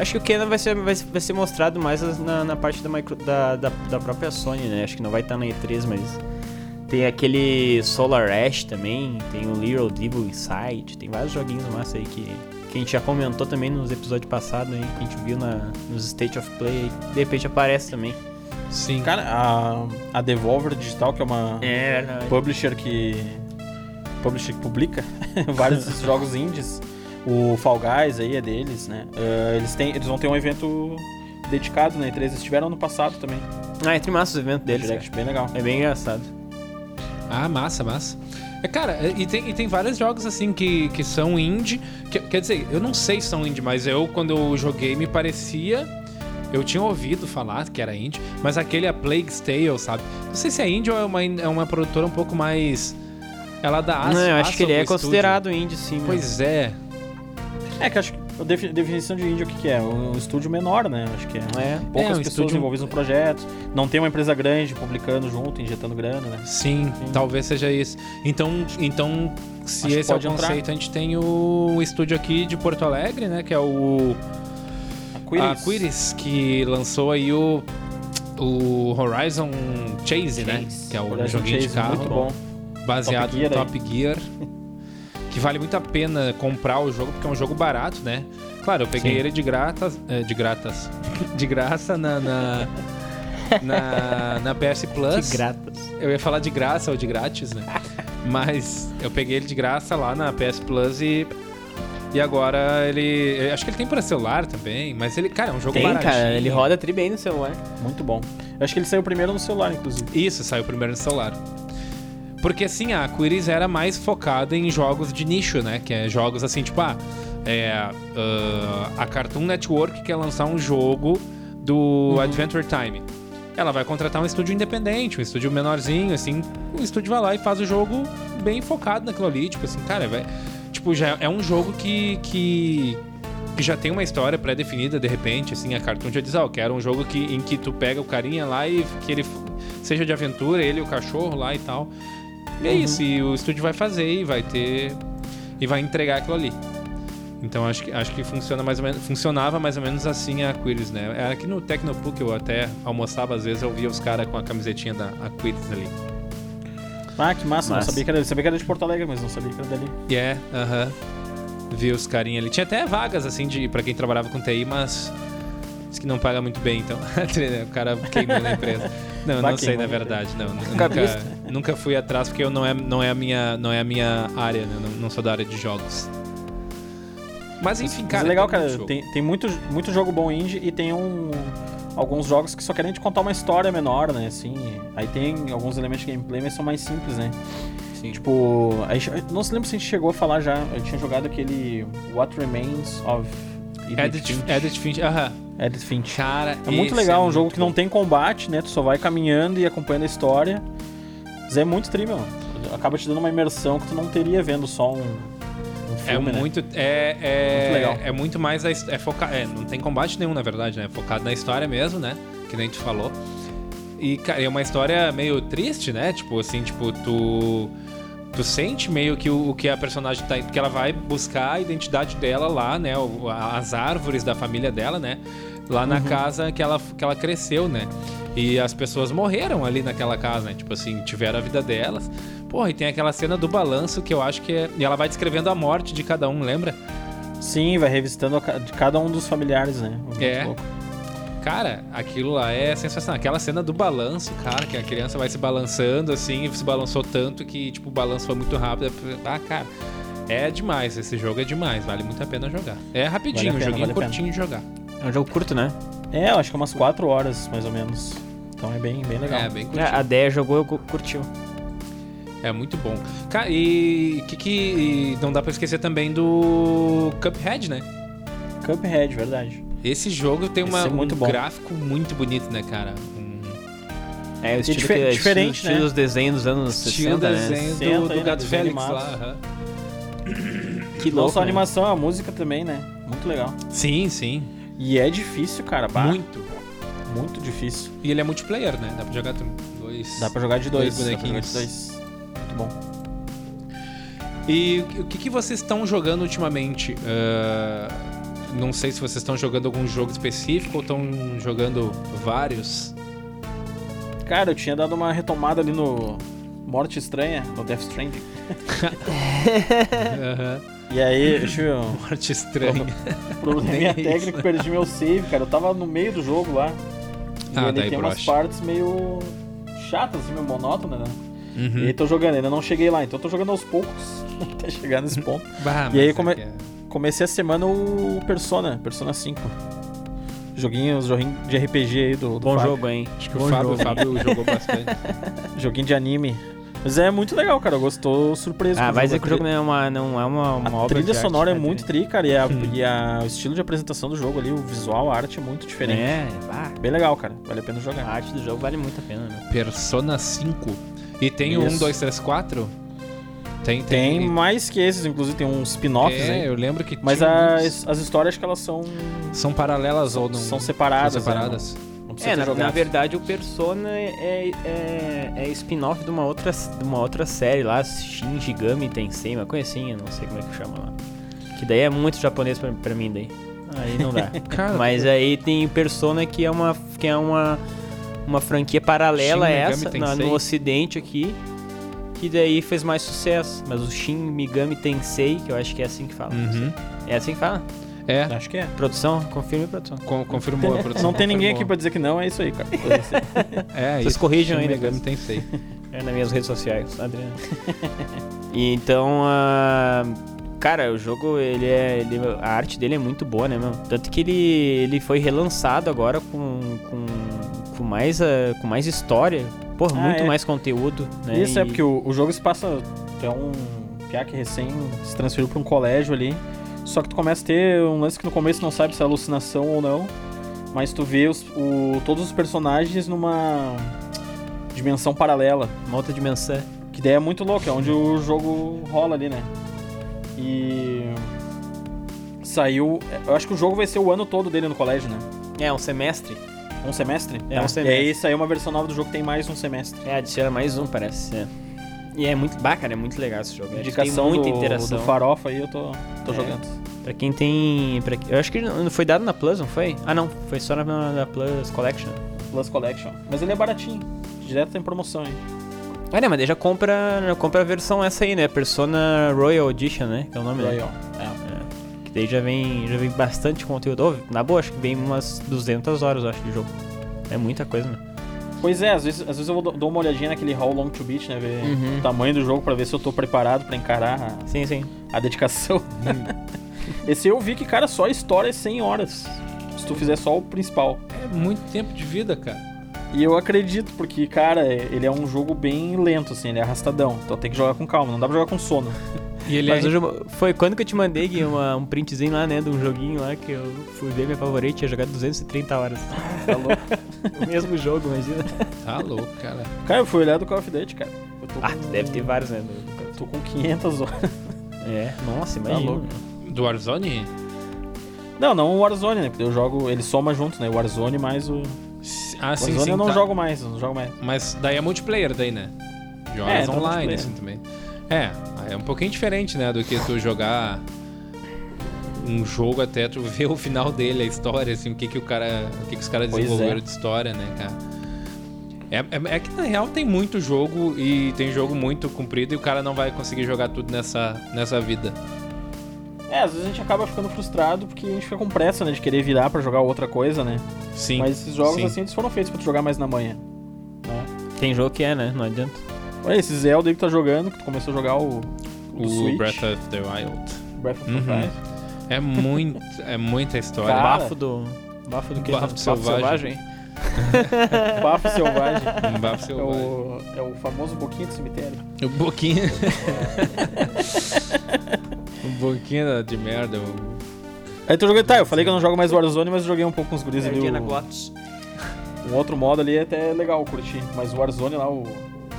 [SPEAKER 2] Acho que o Kena vai ser, vai, vai ser mostrado mais as- na, na parte da, micro- da, da, da própria Sony, né? Acho que não vai estar na E3, mas. Tem aquele Solar Ash também, tem o Little Devil Inside, tem vários joguinhos massa aí que, que a gente já comentou também nos episódios passados aí, que a gente viu na, nos State of Play, aí, de repente aparece também.
[SPEAKER 1] Sim.
[SPEAKER 3] Cara, a, a Devolver Digital, que é uma
[SPEAKER 2] É, verdade.
[SPEAKER 3] publisher que. Publisher que publica vários desses jogos indies. O Fall Guys aí é deles, né? Ah, eles, têm, eles vão ter um evento dedicado na E3. Eles tiveram ano passado também.
[SPEAKER 2] Ah, é massa os eventos deles.
[SPEAKER 3] Direct, bem legal.
[SPEAKER 2] cara. É bem engraçado.
[SPEAKER 1] Ah, massa, massa. É, cara, e tem, e tem vários jogos assim que, que são indie. que- quer dizer, eu não sei se são indie, mas eu, quando eu joguei, me parecia. Eu tinha ouvido falar que era indie, mas aquele é Plague's Tale, sabe? Não sei se é indie ou é uma, é uma produtora um pouco mais. Ela é da As-
[SPEAKER 2] não, eu acho
[SPEAKER 1] Asylum
[SPEAKER 2] que ele é
[SPEAKER 1] Studio.
[SPEAKER 2] considerado indie, sim.
[SPEAKER 1] Pois é.
[SPEAKER 3] É que acho que a defi- definição de indie, o que, que é? Um estúdio menor, né? Acho que é.
[SPEAKER 2] É.
[SPEAKER 3] Poucas
[SPEAKER 1] É, um
[SPEAKER 3] pessoas
[SPEAKER 1] estúdio-
[SPEAKER 3] envolvidas no projeto. Não tem uma empresa grande publicando junto, injetando grana, né?
[SPEAKER 1] Sim, talvez seja isso. Então, então se
[SPEAKER 3] Acho que
[SPEAKER 1] esse é o
[SPEAKER 3] pode entrar.
[SPEAKER 1] conceito, a gente tem o estúdio aqui de Porto Alegre, né? Que é o a
[SPEAKER 3] Aquiris.
[SPEAKER 1] Quiris, que lançou aí o, o Horizon Chase, né?
[SPEAKER 2] Chase.
[SPEAKER 1] Que é o
[SPEAKER 3] Horizon
[SPEAKER 1] joguinho de
[SPEAKER 3] Chase,
[SPEAKER 1] carro
[SPEAKER 3] Muito bom.
[SPEAKER 1] baseado
[SPEAKER 3] Top Gear
[SPEAKER 1] no
[SPEAKER 3] aí.
[SPEAKER 1] Top Gear. Que vale muito a pena comprar o jogo, porque é um jogo barato, né? Claro, eu peguei
[SPEAKER 3] Sim.
[SPEAKER 1] ele de gratas. eh, De gratas. De graça na. Na, na, na PS Plus.
[SPEAKER 2] Que gratas.
[SPEAKER 1] Eu ia falar de graça ou de grátis, né? Mas eu peguei ele de graça lá na PS Plus e. E agora ele. eu Acho que ele tem pra celular também, mas ele, cara, é um jogo
[SPEAKER 2] Tem,
[SPEAKER 1] baratinho.
[SPEAKER 2] cara. Ele roda tri bem no é. celular.
[SPEAKER 3] Muito bom. Eu acho que ele saiu primeiro no celular, inclusive.
[SPEAKER 1] Isso, saiu primeiro no celular. Porque assim, a Aquiris era mais focada em jogos de nicho, né? Que é jogos assim, tipo, ah, é, ah, a Cartoon Network quer lançar um jogo do Adventure Time. Ela vai contratar um estúdio independente, um estúdio menorzinho, assim, o estúdio vai lá e faz o jogo bem focado naquilo ali, tipo assim, cara, vai, tipo, já é um jogo que, que, que já tem uma história pré-definida, de repente, assim, a Cartoon já diz, ah, eu quero um jogo que, em que tu pega o carinha lá e que ele f- seja de aventura, ele e o cachorro lá e tal. E é isso, e o estúdio vai fazer e vai ter. E vai entregar aquilo ali. Então acho que, acho que funciona mais ou menos, funcionava mais ou menos assim a Aquiles, né? Era aqui no Tecnopuc eu até almoçava, às vezes eu via os caras com a camisetinha da Aquiles ali.
[SPEAKER 3] Ah, que massa. Não
[SPEAKER 2] Massa.
[SPEAKER 3] sabia que era dele. Sabia que era de Porto Alegre, mas não sabia que era dali.
[SPEAKER 1] E é, aham. Vi os carinha ali. Tinha até vagas, assim, de para quem trabalhava com TI, mas. Diz que não paga muito bem, então. o cara queimou na empresa. Não, eu
[SPEAKER 3] Vai
[SPEAKER 1] não sei, na
[SPEAKER 3] queimando a
[SPEAKER 1] verdade. Não, Eu
[SPEAKER 2] Cabeça.
[SPEAKER 1] nunca, nunca fui atrás, porque eu não é, não é, a, minha, não é a minha área, né? Eu não, não sou da área de jogos. Mas enfim,
[SPEAKER 3] Mas
[SPEAKER 1] cara.
[SPEAKER 3] é legal,
[SPEAKER 1] tem muito
[SPEAKER 3] cara.
[SPEAKER 1] jogo.
[SPEAKER 3] Tem, tem muito, muito jogo bom indie e tem um, alguns jogos que só querem te contar uma história menor, né? Assim, aí tem alguns elementos de gameplay, mas são mais simples, né?
[SPEAKER 2] Sim.
[SPEAKER 3] Tipo, a gente- eu não se lembra se a gente chegou a falar já. Eu tinha jogado aquele What Remains of
[SPEAKER 1] Edit,
[SPEAKER 3] Finch.
[SPEAKER 1] Edit Finch. é Aham.
[SPEAKER 3] Edith Finch.
[SPEAKER 1] Cara,
[SPEAKER 3] É muito
[SPEAKER 1] esse
[SPEAKER 3] legal, é um jogo
[SPEAKER 1] muito
[SPEAKER 3] que não
[SPEAKER 1] bom.
[SPEAKER 3] tem combate, né? Tu só vai caminhando e acompanhando a história. Mas é muito tri, meu. Acaba te dando uma imersão que tu não teria vendo só um, um
[SPEAKER 1] É
[SPEAKER 3] filme, né?
[SPEAKER 1] muito. É, é,
[SPEAKER 3] Muito legal.
[SPEAKER 1] É muito mais. a his- É foca, é, não tem combate nenhum, na verdade, né? É focado na história mesmo, né? Que nem tu falou. E, cara, é uma história meio triste, né? Tipo, assim, tipo, tu. Tu sente meio que o, o que a personagem tá. Porque ela vai buscar a identidade dela lá, né? o- a- as árvores da família dela, né? Lá na casa que ela, que ela cresceu, né? E as pessoas morreram ali naquela casa, né? Tipo assim, tiveram a vida delas. Porra, e tem aquela cena do balanço que eu acho que é. E ela vai descrevendo a morte de cada um, lembra?
[SPEAKER 3] Sim, vai revisitando a ca- de cada um dos familiares, né? Muito
[SPEAKER 1] É.
[SPEAKER 3] louco.
[SPEAKER 1] Cara, aquilo lá é sensacional. Aquela cena do balanço, cara, que a criança vai se balançando assim, e se balançou tanto que, tipo, o balanço foi muito rápido. Ah, cara, é demais. Esse jogo é demais. Vale muito a pena jogar. É rapidinho,
[SPEAKER 3] Vale a
[SPEAKER 1] um
[SPEAKER 3] pena,
[SPEAKER 1] joguinho
[SPEAKER 3] vale a pena.
[SPEAKER 1] curtinho de jogar.
[SPEAKER 2] É um jogo curto, né?
[SPEAKER 3] É, eu acho que umas 4 horas, mais ou menos. Então é bem, bem legal.
[SPEAKER 1] É, bem
[SPEAKER 2] É,
[SPEAKER 1] curtinho.
[SPEAKER 2] a Deia jogou, eu cu- curtiu.
[SPEAKER 1] É muito bom. Cara, e que que e não dá pra esquecer também do Cuphead, né?
[SPEAKER 3] Cuphead, verdade.
[SPEAKER 1] Esse jogo tem uma,
[SPEAKER 3] Esse é muito
[SPEAKER 1] um
[SPEAKER 3] bom.
[SPEAKER 1] gráfico muito bonito, né, cara? Um
[SPEAKER 2] É, o estilo
[SPEAKER 3] dife-
[SPEAKER 2] que,
[SPEAKER 3] diferente,
[SPEAKER 2] estilo,
[SPEAKER 3] né?
[SPEAKER 2] estilo dos desenhos dos anos
[SPEAKER 1] estilo
[SPEAKER 2] 60, né?
[SPEAKER 1] desenho do-
[SPEAKER 3] Senta
[SPEAKER 1] do,
[SPEAKER 3] aí, né,
[SPEAKER 1] Gato
[SPEAKER 3] desenho
[SPEAKER 1] Félix
[SPEAKER 3] animado.
[SPEAKER 1] lá. aham.
[SPEAKER 2] Que
[SPEAKER 3] Não
[SPEAKER 2] louco,
[SPEAKER 3] só a
[SPEAKER 2] né?
[SPEAKER 3] animação, a música também, né? Muito legal.
[SPEAKER 1] Sim, sim.
[SPEAKER 3] E é difícil, cara. Bah, muito.
[SPEAKER 1] Muito.
[SPEAKER 3] difícil.
[SPEAKER 1] E ele é multiplayer, né? Dá pra jogar com dois.
[SPEAKER 3] Dá pra jogar de dois.
[SPEAKER 1] Dois
[SPEAKER 3] dá pra jogar de
[SPEAKER 1] bonequinhos.
[SPEAKER 3] dois. Muito bom.
[SPEAKER 1] E o que, que vocês estão jogando ultimamente? Ah, não sei se vocês estão jogando algum jogo específico ou estão jogando vários.
[SPEAKER 3] Cara, eu tinha dado uma retomada ali no Morte Estranha, no Death Stranding.
[SPEAKER 1] Aham.
[SPEAKER 3] E aí, eu tive um
[SPEAKER 1] Morte estranha.
[SPEAKER 2] É
[SPEAKER 3] probleminha
[SPEAKER 1] Nem
[SPEAKER 3] técnico, perdi meu save, cara. Eu tava no meio do jogo lá. E
[SPEAKER 1] Ah,
[SPEAKER 3] ele
[SPEAKER 1] daí
[SPEAKER 3] tem umas
[SPEAKER 1] brocha.
[SPEAKER 3] partes meio chatas, assim, meio monótonas, né? E
[SPEAKER 1] Uhum.
[SPEAKER 3] aí tô jogando, ainda não cheguei lá, então eu tô jogando aos poucos até chegar nesse ponto.
[SPEAKER 1] Bah,
[SPEAKER 3] E aí
[SPEAKER 1] mas
[SPEAKER 3] come-
[SPEAKER 1] é que é-
[SPEAKER 3] Comecei a semana o Persona, Persona 5. Joguinho, joguinho de RPG aí do, do
[SPEAKER 2] Bom
[SPEAKER 3] Fábio.
[SPEAKER 2] jogo, hein?
[SPEAKER 1] Acho que o
[SPEAKER 2] Bom
[SPEAKER 1] Fábio, o
[SPEAKER 2] jogo.
[SPEAKER 1] Fábio jogou bastante.
[SPEAKER 3] Joguinho de anime. Mas é muito legal, cara. Eu gostou surpreso.
[SPEAKER 2] Ah,
[SPEAKER 3] com
[SPEAKER 2] vai dizer que o
[SPEAKER 3] A
[SPEAKER 2] jogo
[SPEAKER 3] tri-
[SPEAKER 2] não é uma, não é uma, uma
[SPEAKER 3] A
[SPEAKER 2] obra
[SPEAKER 3] trilha
[SPEAKER 2] de
[SPEAKER 3] sonora
[SPEAKER 2] arte,
[SPEAKER 3] é
[SPEAKER 2] né?
[SPEAKER 3] muito tri, cara. E, a- e a- o estilo de apresentação do jogo ali, o visual, a arte é muito diferente.
[SPEAKER 2] É, bah,
[SPEAKER 3] Bem legal, cara. Vale a pena jogar.
[SPEAKER 2] a arte do jogo vale muito a pena, né?
[SPEAKER 1] Persona 5. E tem um, o
[SPEAKER 3] Isso.
[SPEAKER 1] 1, 2, 3, 4? Tem,
[SPEAKER 3] Tem
[SPEAKER 1] tem.
[SPEAKER 3] mais que esses, inclusive tem uns spin-offs
[SPEAKER 1] é,
[SPEAKER 3] aí.
[SPEAKER 1] eu lembro que
[SPEAKER 3] Mas
[SPEAKER 1] tinha muitos.
[SPEAKER 3] as, as histórias acho que elas são,
[SPEAKER 1] são paralelas ou não
[SPEAKER 3] são separadas.
[SPEAKER 1] são separadas.
[SPEAKER 3] Né? Não, não precisa
[SPEAKER 2] É,
[SPEAKER 3] ter
[SPEAKER 2] na,
[SPEAKER 3] jogado.
[SPEAKER 2] na verdade o Persona é, é, é spin-off de uma outra, de uma outra série lá, Shin Gigami Tensei, uma coisa assim, eu não sei como é que chama lá. Que daí é muito japonês pra, pra mim daí. Aí não dá.
[SPEAKER 1] Cara,
[SPEAKER 2] Mas aí tem Persona que é uma que é uma, uma franquia paralela a
[SPEAKER 1] Shin Megami
[SPEAKER 2] essa na-
[SPEAKER 1] Tensei.
[SPEAKER 2] no ocidente aqui. Que daí fez mais sucesso. Mas o Shin Megami Tensei, que eu acho que é assim que fala. não sei.
[SPEAKER 1] Uhum.
[SPEAKER 2] É assim que fala?
[SPEAKER 1] É,
[SPEAKER 3] Acho que é.
[SPEAKER 2] Produção? Confirme, produção.
[SPEAKER 1] con- confirmou a produção.
[SPEAKER 3] Não tem ninguém aqui
[SPEAKER 1] confirmou.
[SPEAKER 3] pra dizer que não, é isso aí, cara.
[SPEAKER 1] É,
[SPEAKER 2] Vocês corrijam aí
[SPEAKER 1] ainda. Não
[SPEAKER 2] depois.
[SPEAKER 1] tem sei.
[SPEAKER 2] É nas minhas redes sociais, Adriano. e então, ah, cara, o jogo, ele é, ele- a arte dele é muito boa, né, mano? Tanto que ele, ele foi relançado agora com, com, com mais, ah, com mais história, porra,
[SPEAKER 3] Ah,
[SPEAKER 2] muito
[SPEAKER 3] é.
[SPEAKER 2] mais conteúdo, né?
[SPEAKER 3] Isso
[SPEAKER 2] E-
[SPEAKER 3] é porque o, o jogo se passa. tu É um piá que recém se transferiu pra um colégio ali. Só que tu começa a ter um lance que no começo não sabe se é alucinação ou não. Mas tu vê os- o- todos os personagens numa dimensão paralela.
[SPEAKER 2] Uma outra dimensão.
[SPEAKER 3] Que daí é muito louco, é onde o jogo rola ali, né? E. Saiu. Eu acho que o jogo vai ser o ano todo dele no colégio, né?
[SPEAKER 2] É, um semestre.
[SPEAKER 3] Um semestre?
[SPEAKER 2] É,
[SPEAKER 3] Tá.
[SPEAKER 2] um semestre.
[SPEAKER 3] E aí saiu uma versão nova do jogo que tem mais um semestre.
[SPEAKER 2] É, adiciona mais um, parece. é. E é muito bacana, é muito legal esse jogo. né?
[SPEAKER 3] Indicação
[SPEAKER 2] tem muita
[SPEAKER 3] do,
[SPEAKER 2] interação.
[SPEAKER 3] do farofa aí, eu tô, tô
[SPEAKER 2] É.
[SPEAKER 3] jogando.
[SPEAKER 2] Pra quem tem. Pra, eu acho que não foi dado na Plus, não foi? Ah, não. Foi só na, na Plus Collection.
[SPEAKER 3] Plus Collection. Mas ele é baratinho. Direto tem promoção, hein?
[SPEAKER 2] Ah, né, mas daí já compra, já compra a versão essa aí, né? Persona Royal Edition, né? Que é o nome, né?
[SPEAKER 3] Royal. É.
[SPEAKER 2] Que daí já vem, já vem bastante conteúdo. Ô, na boa, acho que vem umas 200 horas, eu acho, de jogo. É muita coisa, né?
[SPEAKER 3] Pois é, às vezes, às vezes eu vou do- dou uma olhadinha naquele How Long to Beat, né? Ver
[SPEAKER 2] Uhum.
[SPEAKER 3] o tamanho do jogo pra ver se eu tô preparado pra encarar a,
[SPEAKER 2] Sim, sim.
[SPEAKER 3] a dedicação. Esse eu vi que, cara, só a história é 100 horas. Se tu fizer só o principal.
[SPEAKER 1] É muito tempo de vida, cara.
[SPEAKER 3] E eu acredito, porque, cara, é- ele é um jogo bem lento, assim, ele é arrastadão. Então tem que jogar com calma, não dá pra jogar com sono.
[SPEAKER 1] E ele
[SPEAKER 2] Mas
[SPEAKER 1] é...
[SPEAKER 2] hoje eu- foi quando que eu te mandei Gui, uma- um printzinho lá, né? De um joguinho lá que eu fui ver minha favorita e tinha jogado 230 horas.
[SPEAKER 3] Tá louco.
[SPEAKER 2] o mesmo jogo, imagina.
[SPEAKER 1] Tá louco, cara.
[SPEAKER 3] cara, eu fui olhar do Call of Duty, cara. Eu tô
[SPEAKER 2] Ah,
[SPEAKER 3] com,
[SPEAKER 2] deve ter vários, né? no-
[SPEAKER 3] Tô com 500 horas.
[SPEAKER 2] É, nossa,
[SPEAKER 1] Tá
[SPEAKER 2] imagina.
[SPEAKER 3] Tá louco.
[SPEAKER 1] Do Warzone?
[SPEAKER 3] Não, não o Warzone, né? Porque eu jogo, ele soma junto, né? O Warzone mais o.
[SPEAKER 1] Ah,
[SPEAKER 3] Warzone
[SPEAKER 1] sim, sim.
[SPEAKER 3] eu não
[SPEAKER 1] tá.
[SPEAKER 3] jogo mais, eu não jogo mais.
[SPEAKER 1] Mas daí é multiplayer daí, né?
[SPEAKER 3] É,
[SPEAKER 1] Jogas
[SPEAKER 3] então
[SPEAKER 1] online,
[SPEAKER 3] multiplayer.
[SPEAKER 1] assim, também. É, aí é um pouquinho diferente, né? Do que tu jogar um jogo até tu ver o final dele, a história, assim, o que, que o cara. O que, que os caras
[SPEAKER 3] Pois
[SPEAKER 1] desenvolveram
[SPEAKER 3] é.
[SPEAKER 1] de história, né, cara? É, é- é que na real tem muito jogo e tem jogo muito comprido e o cara não vai conseguir jogar tudo nessa, nessa vida.
[SPEAKER 3] É, às vezes a gente acaba ficando frustrado porque a gente fica com pressa, né? De querer virar pra jogar outra coisa, né?
[SPEAKER 1] Sim.
[SPEAKER 3] Mas esses jogos,
[SPEAKER 1] sim.
[SPEAKER 3] assim, eles foram feitos pra tu jogar mais na manhã. Né?
[SPEAKER 2] Tem jogo que é, né? Não adianta.
[SPEAKER 3] Olha, esse Zelda aí que tá jogando, que tu começou a jogar o.
[SPEAKER 1] O
[SPEAKER 3] Switch,
[SPEAKER 1] Breath of the Wild.
[SPEAKER 3] Breath of the
[SPEAKER 1] Uhum.
[SPEAKER 3] Wild.
[SPEAKER 1] É muito, é muita história.
[SPEAKER 3] Cara,
[SPEAKER 2] bafo do. Bafo do que?
[SPEAKER 1] Bafo selvagem.
[SPEAKER 3] Uhum. Bafo Selvagem.
[SPEAKER 1] Um bafo
[SPEAKER 3] É
[SPEAKER 1] selvagem.
[SPEAKER 3] o, é o famoso boquinho do cemitério.
[SPEAKER 1] O boquinha. o boquinha Um de merda. o-
[SPEAKER 3] Aí tu jogando, tá, eu falei que eu não jogo mais Warzone, mas eu joguei um pouco com os guris ali.
[SPEAKER 2] Guardiana
[SPEAKER 3] o-
[SPEAKER 2] Glots.
[SPEAKER 3] Um outro modo ali é até legal, eu curti. Mas o Warzone lá, o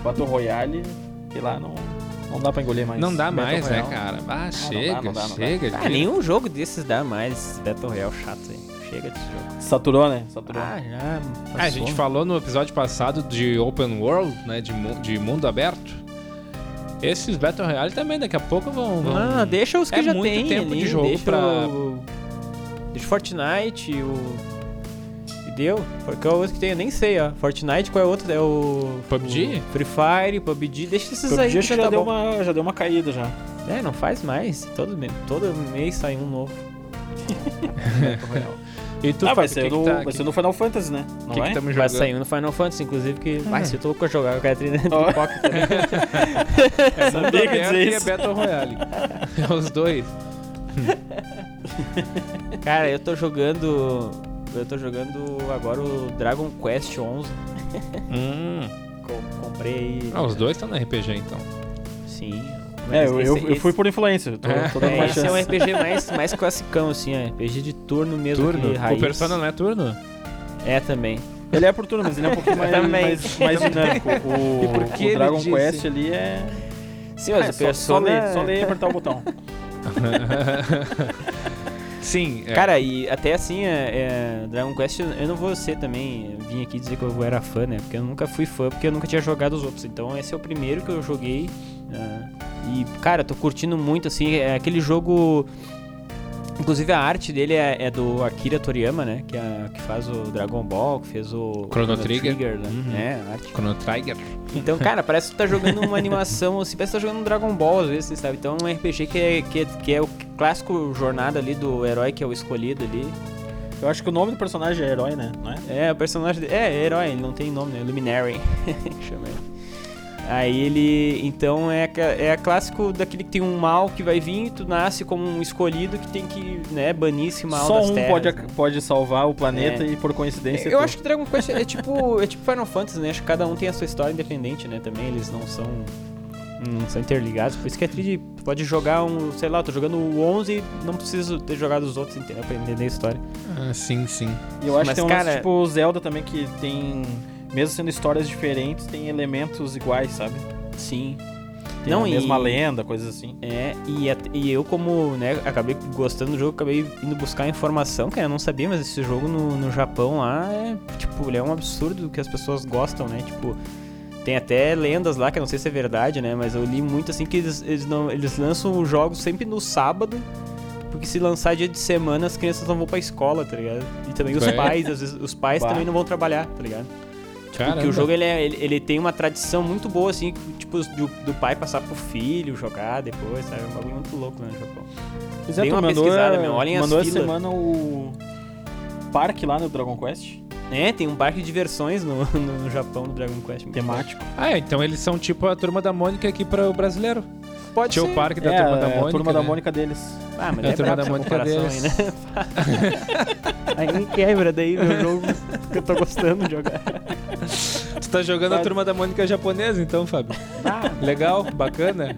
[SPEAKER 3] Battle Royale, sei lá, não, não dá pra engolir mais.
[SPEAKER 1] Não dá
[SPEAKER 3] Battle
[SPEAKER 1] mais, né,
[SPEAKER 3] Royale.
[SPEAKER 1] cara? Ah, chega,
[SPEAKER 3] não dá, não dá.
[SPEAKER 1] chega.
[SPEAKER 2] Ah,
[SPEAKER 1] chega.
[SPEAKER 2] nenhum jogo desses dá mais esse Battle Royale chato aí. Chega desse jogo.
[SPEAKER 3] Saturou, né? Saturou.
[SPEAKER 2] Ah, já. Passou.
[SPEAKER 1] Ah, a gente falou no episódio passado de Open World, né? De, mu- de mundo aberto. Esses Battle Royale também daqui a pouco vão. vão...
[SPEAKER 2] Ah, deixa os que
[SPEAKER 1] É
[SPEAKER 2] já
[SPEAKER 1] muito
[SPEAKER 2] tem.
[SPEAKER 1] tempo
[SPEAKER 2] ali,
[SPEAKER 1] de jogo
[SPEAKER 2] deixa
[SPEAKER 1] pra-
[SPEAKER 2] O... Deixa o Fortnite, o. E deu? Porque é o outro que tem, eu nem sei, ó. Fortnite, qual é o outro? É o.
[SPEAKER 1] PUBG?
[SPEAKER 2] o Free Fire, PUBG, deixa esses
[SPEAKER 3] PUBG
[SPEAKER 2] aí que
[SPEAKER 3] acho que
[SPEAKER 2] tá
[SPEAKER 3] já deu,
[SPEAKER 2] bom.
[SPEAKER 3] uma, já deu uma caída já.
[SPEAKER 2] É, não faz mais. Todo, me- todo mês sai um novo.
[SPEAKER 1] E tu,
[SPEAKER 3] ah, vai
[SPEAKER 1] Fábio,
[SPEAKER 3] ser,
[SPEAKER 1] que que
[SPEAKER 3] no,
[SPEAKER 1] tá-
[SPEAKER 3] vai
[SPEAKER 1] que-
[SPEAKER 3] ser no Final Fantasy, né?
[SPEAKER 1] que
[SPEAKER 3] Não
[SPEAKER 1] tá
[SPEAKER 3] vai?
[SPEAKER 1] que tamo
[SPEAKER 2] Vai
[SPEAKER 1] jogando?
[SPEAKER 2] sair um no Final Fantasy, inclusive, que. Vai, se eu tô louco pra jogar com a Catrina do
[SPEAKER 3] Ó.
[SPEAKER 2] Pocket. né?
[SPEAKER 1] É
[SPEAKER 3] Sabia
[SPEAKER 1] mundo
[SPEAKER 3] que ia
[SPEAKER 1] aberto
[SPEAKER 3] dizer
[SPEAKER 1] e é
[SPEAKER 3] isso.
[SPEAKER 1] Battle Royale. É os dois.
[SPEAKER 2] Cara, eu tô jogando. Eu tô jogando agora o Dragon Quest 11.
[SPEAKER 1] Hum.
[SPEAKER 2] Co- comprei aí.
[SPEAKER 1] Ah, os dois estão no RPG, então.
[SPEAKER 2] Sim.
[SPEAKER 3] É,
[SPEAKER 2] mas
[SPEAKER 3] eu, eu,
[SPEAKER 2] esse-
[SPEAKER 3] eu fui por influência. eu Tô,
[SPEAKER 1] É.
[SPEAKER 3] tô dando
[SPEAKER 2] É,
[SPEAKER 3] uma
[SPEAKER 2] esse
[SPEAKER 3] chance.
[SPEAKER 2] é um RPG mais, mais classicão, assim, é. RPG de turno mesmo.
[SPEAKER 1] Turno.
[SPEAKER 2] aquele
[SPEAKER 1] O
[SPEAKER 2] raiz.
[SPEAKER 1] Persona não é turno?
[SPEAKER 2] É também.
[SPEAKER 3] Ele é por turno, mas ele é um pouquinho mais,
[SPEAKER 2] Também.
[SPEAKER 3] mais, mais dinâmico. O,
[SPEAKER 1] por que
[SPEAKER 3] o
[SPEAKER 1] ele
[SPEAKER 3] Dragon
[SPEAKER 1] disse?
[SPEAKER 3] Quest ali é.
[SPEAKER 2] Sim, mas
[SPEAKER 3] Ah,
[SPEAKER 2] o
[SPEAKER 3] só- Só
[SPEAKER 2] Persona... é
[SPEAKER 3] ler, só ler e apertar o botão.
[SPEAKER 1] Sim, é.
[SPEAKER 2] Cara, e até assim, é, é, Dragon Quest, eu não vou ser também, eu vim aqui dizer que eu era fã, né? Porque eu nunca fui fã, porque eu nunca tinha jogado os outros. Então esse é o primeiro que eu joguei. né? e, cara, tô curtindo muito, assim, é aquele jogo. Inclusive a arte dele é, é do Akira Toriyama, né? Que, é- que faz o Dragon Ball, que fez o
[SPEAKER 1] Chrono Trigger.
[SPEAKER 2] né?
[SPEAKER 1] Uhum.
[SPEAKER 2] É, a arte
[SPEAKER 1] Chrono Trigger.
[SPEAKER 2] então, cara, parece que tu tá jogando uma animação, assim, parece que tu tá jogando um Dragon Ball, às vezes, sabe? Então, um RPG que é, que, é- que é o clássico jornada ali do herói que é o escolhido ali.
[SPEAKER 3] Eu acho que o nome do personagem é herói, né? Não é?
[SPEAKER 2] É, o personagem dele. É, é herói, ele não tem nome, né? Luminary. Chama ele. Aí ele. Então é, ca- é clássico daquele que tem um mal que vai vir, tu nasce como um escolhido que tem que, né, banir esse mal
[SPEAKER 3] Só
[SPEAKER 2] das
[SPEAKER 3] um
[SPEAKER 2] terras,
[SPEAKER 3] pode,
[SPEAKER 2] né?
[SPEAKER 3] ac- pode salvar o planeta
[SPEAKER 2] É.
[SPEAKER 3] e por coincidência.
[SPEAKER 2] Eu
[SPEAKER 3] tu-
[SPEAKER 2] acho que Dragon Quest é tipo, é tipo Final Fantasy, né? Acho que cada um tem a sua história independente, né? Também eles não são não são interligados. Por isso que é tri de- tu pode jogar um, sei lá, eu tô jogando o 11 e não preciso ter jogado os outros entendeu? pra entender a história.
[SPEAKER 1] Ah, sim, sim.
[SPEAKER 3] E eu acho
[SPEAKER 2] Mas,
[SPEAKER 3] que tem um lance,
[SPEAKER 2] cara-
[SPEAKER 3] tipo Zelda também que tem. Mesmo sendo histórias diferentes, tem elementos iguais, sabe?
[SPEAKER 2] Sim.
[SPEAKER 3] Tem
[SPEAKER 2] Não,
[SPEAKER 3] a
[SPEAKER 2] e-
[SPEAKER 3] mesma lenda, coisas assim.
[SPEAKER 2] É, e, at- e eu como, né, acabei gostando do jogo, acabei indo buscar informação, cara, eu não sabia, mas esse jogo no, no Japão lá é, tipo, ele é um absurdo que as pessoas gostam, né, tipo, tem até lendas lá, que eu não sei se é verdade, né, mas eu li muito assim que eles, eles, não, eles lançam os jogos sempre no sábado, porque se lançar dia de semana as crianças não vão pra escola, tá ligado? E também os
[SPEAKER 1] É.
[SPEAKER 2] pais, às vezes, os pais
[SPEAKER 3] Bah.
[SPEAKER 2] também não vão trabalhar, tá ligado?
[SPEAKER 1] Caramba.
[SPEAKER 2] Porque o jogo ele, é- ele, ele tem uma tradição muito boa, assim, tipo, do, do pai passar pro filho, jogar depois, sabe? É um bagulho muito louco lá no Japão.
[SPEAKER 3] Pois
[SPEAKER 2] Dei
[SPEAKER 3] tu
[SPEAKER 2] uma pesquisada, meu, olhem as
[SPEAKER 3] mandou essa
[SPEAKER 2] filas.
[SPEAKER 3] semana o parque lá no Dragon Quest,
[SPEAKER 2] É, tem um parque de diversões no, no, no Japão, no Dragon Quest. muito
[SPEAKER 3] temático.
[SPEAKER 1] Ah, é, então eles são tipo a turma da Mônica aqui para o brasileiro.
[SPEAKER 2] bom. Pode
[SPEAKER 1] Tinha
[SPEAKER 2] ser.
[SPEAKER 1] o parque da
[SPEAKER 3] é,
[SPEAKER 1] turma da
[SPEAKER 3] é,
[SPEAKER 1] Mônica.
[SPEAKER 3] a turma da
[SPEAKER 1] né?
[SPEAKER 3] Mônica deles.
[SPEAKER 2] Ah, mas
[SPEAKER 1] É
[SPEAKER 2] é,
[SPEAKER 1] a turma da
[SPEAKER 2] brabo essa
[SPEAKER 1] Mônica
[SPEAKER 2] comparação aí, né? aí quebra daí meu jogo, que eu tô gostando de jogar.
[SPEAKER 1] Tu tá jogando a turma da Mônica japonesa, então, Fábio. Legal, bacana.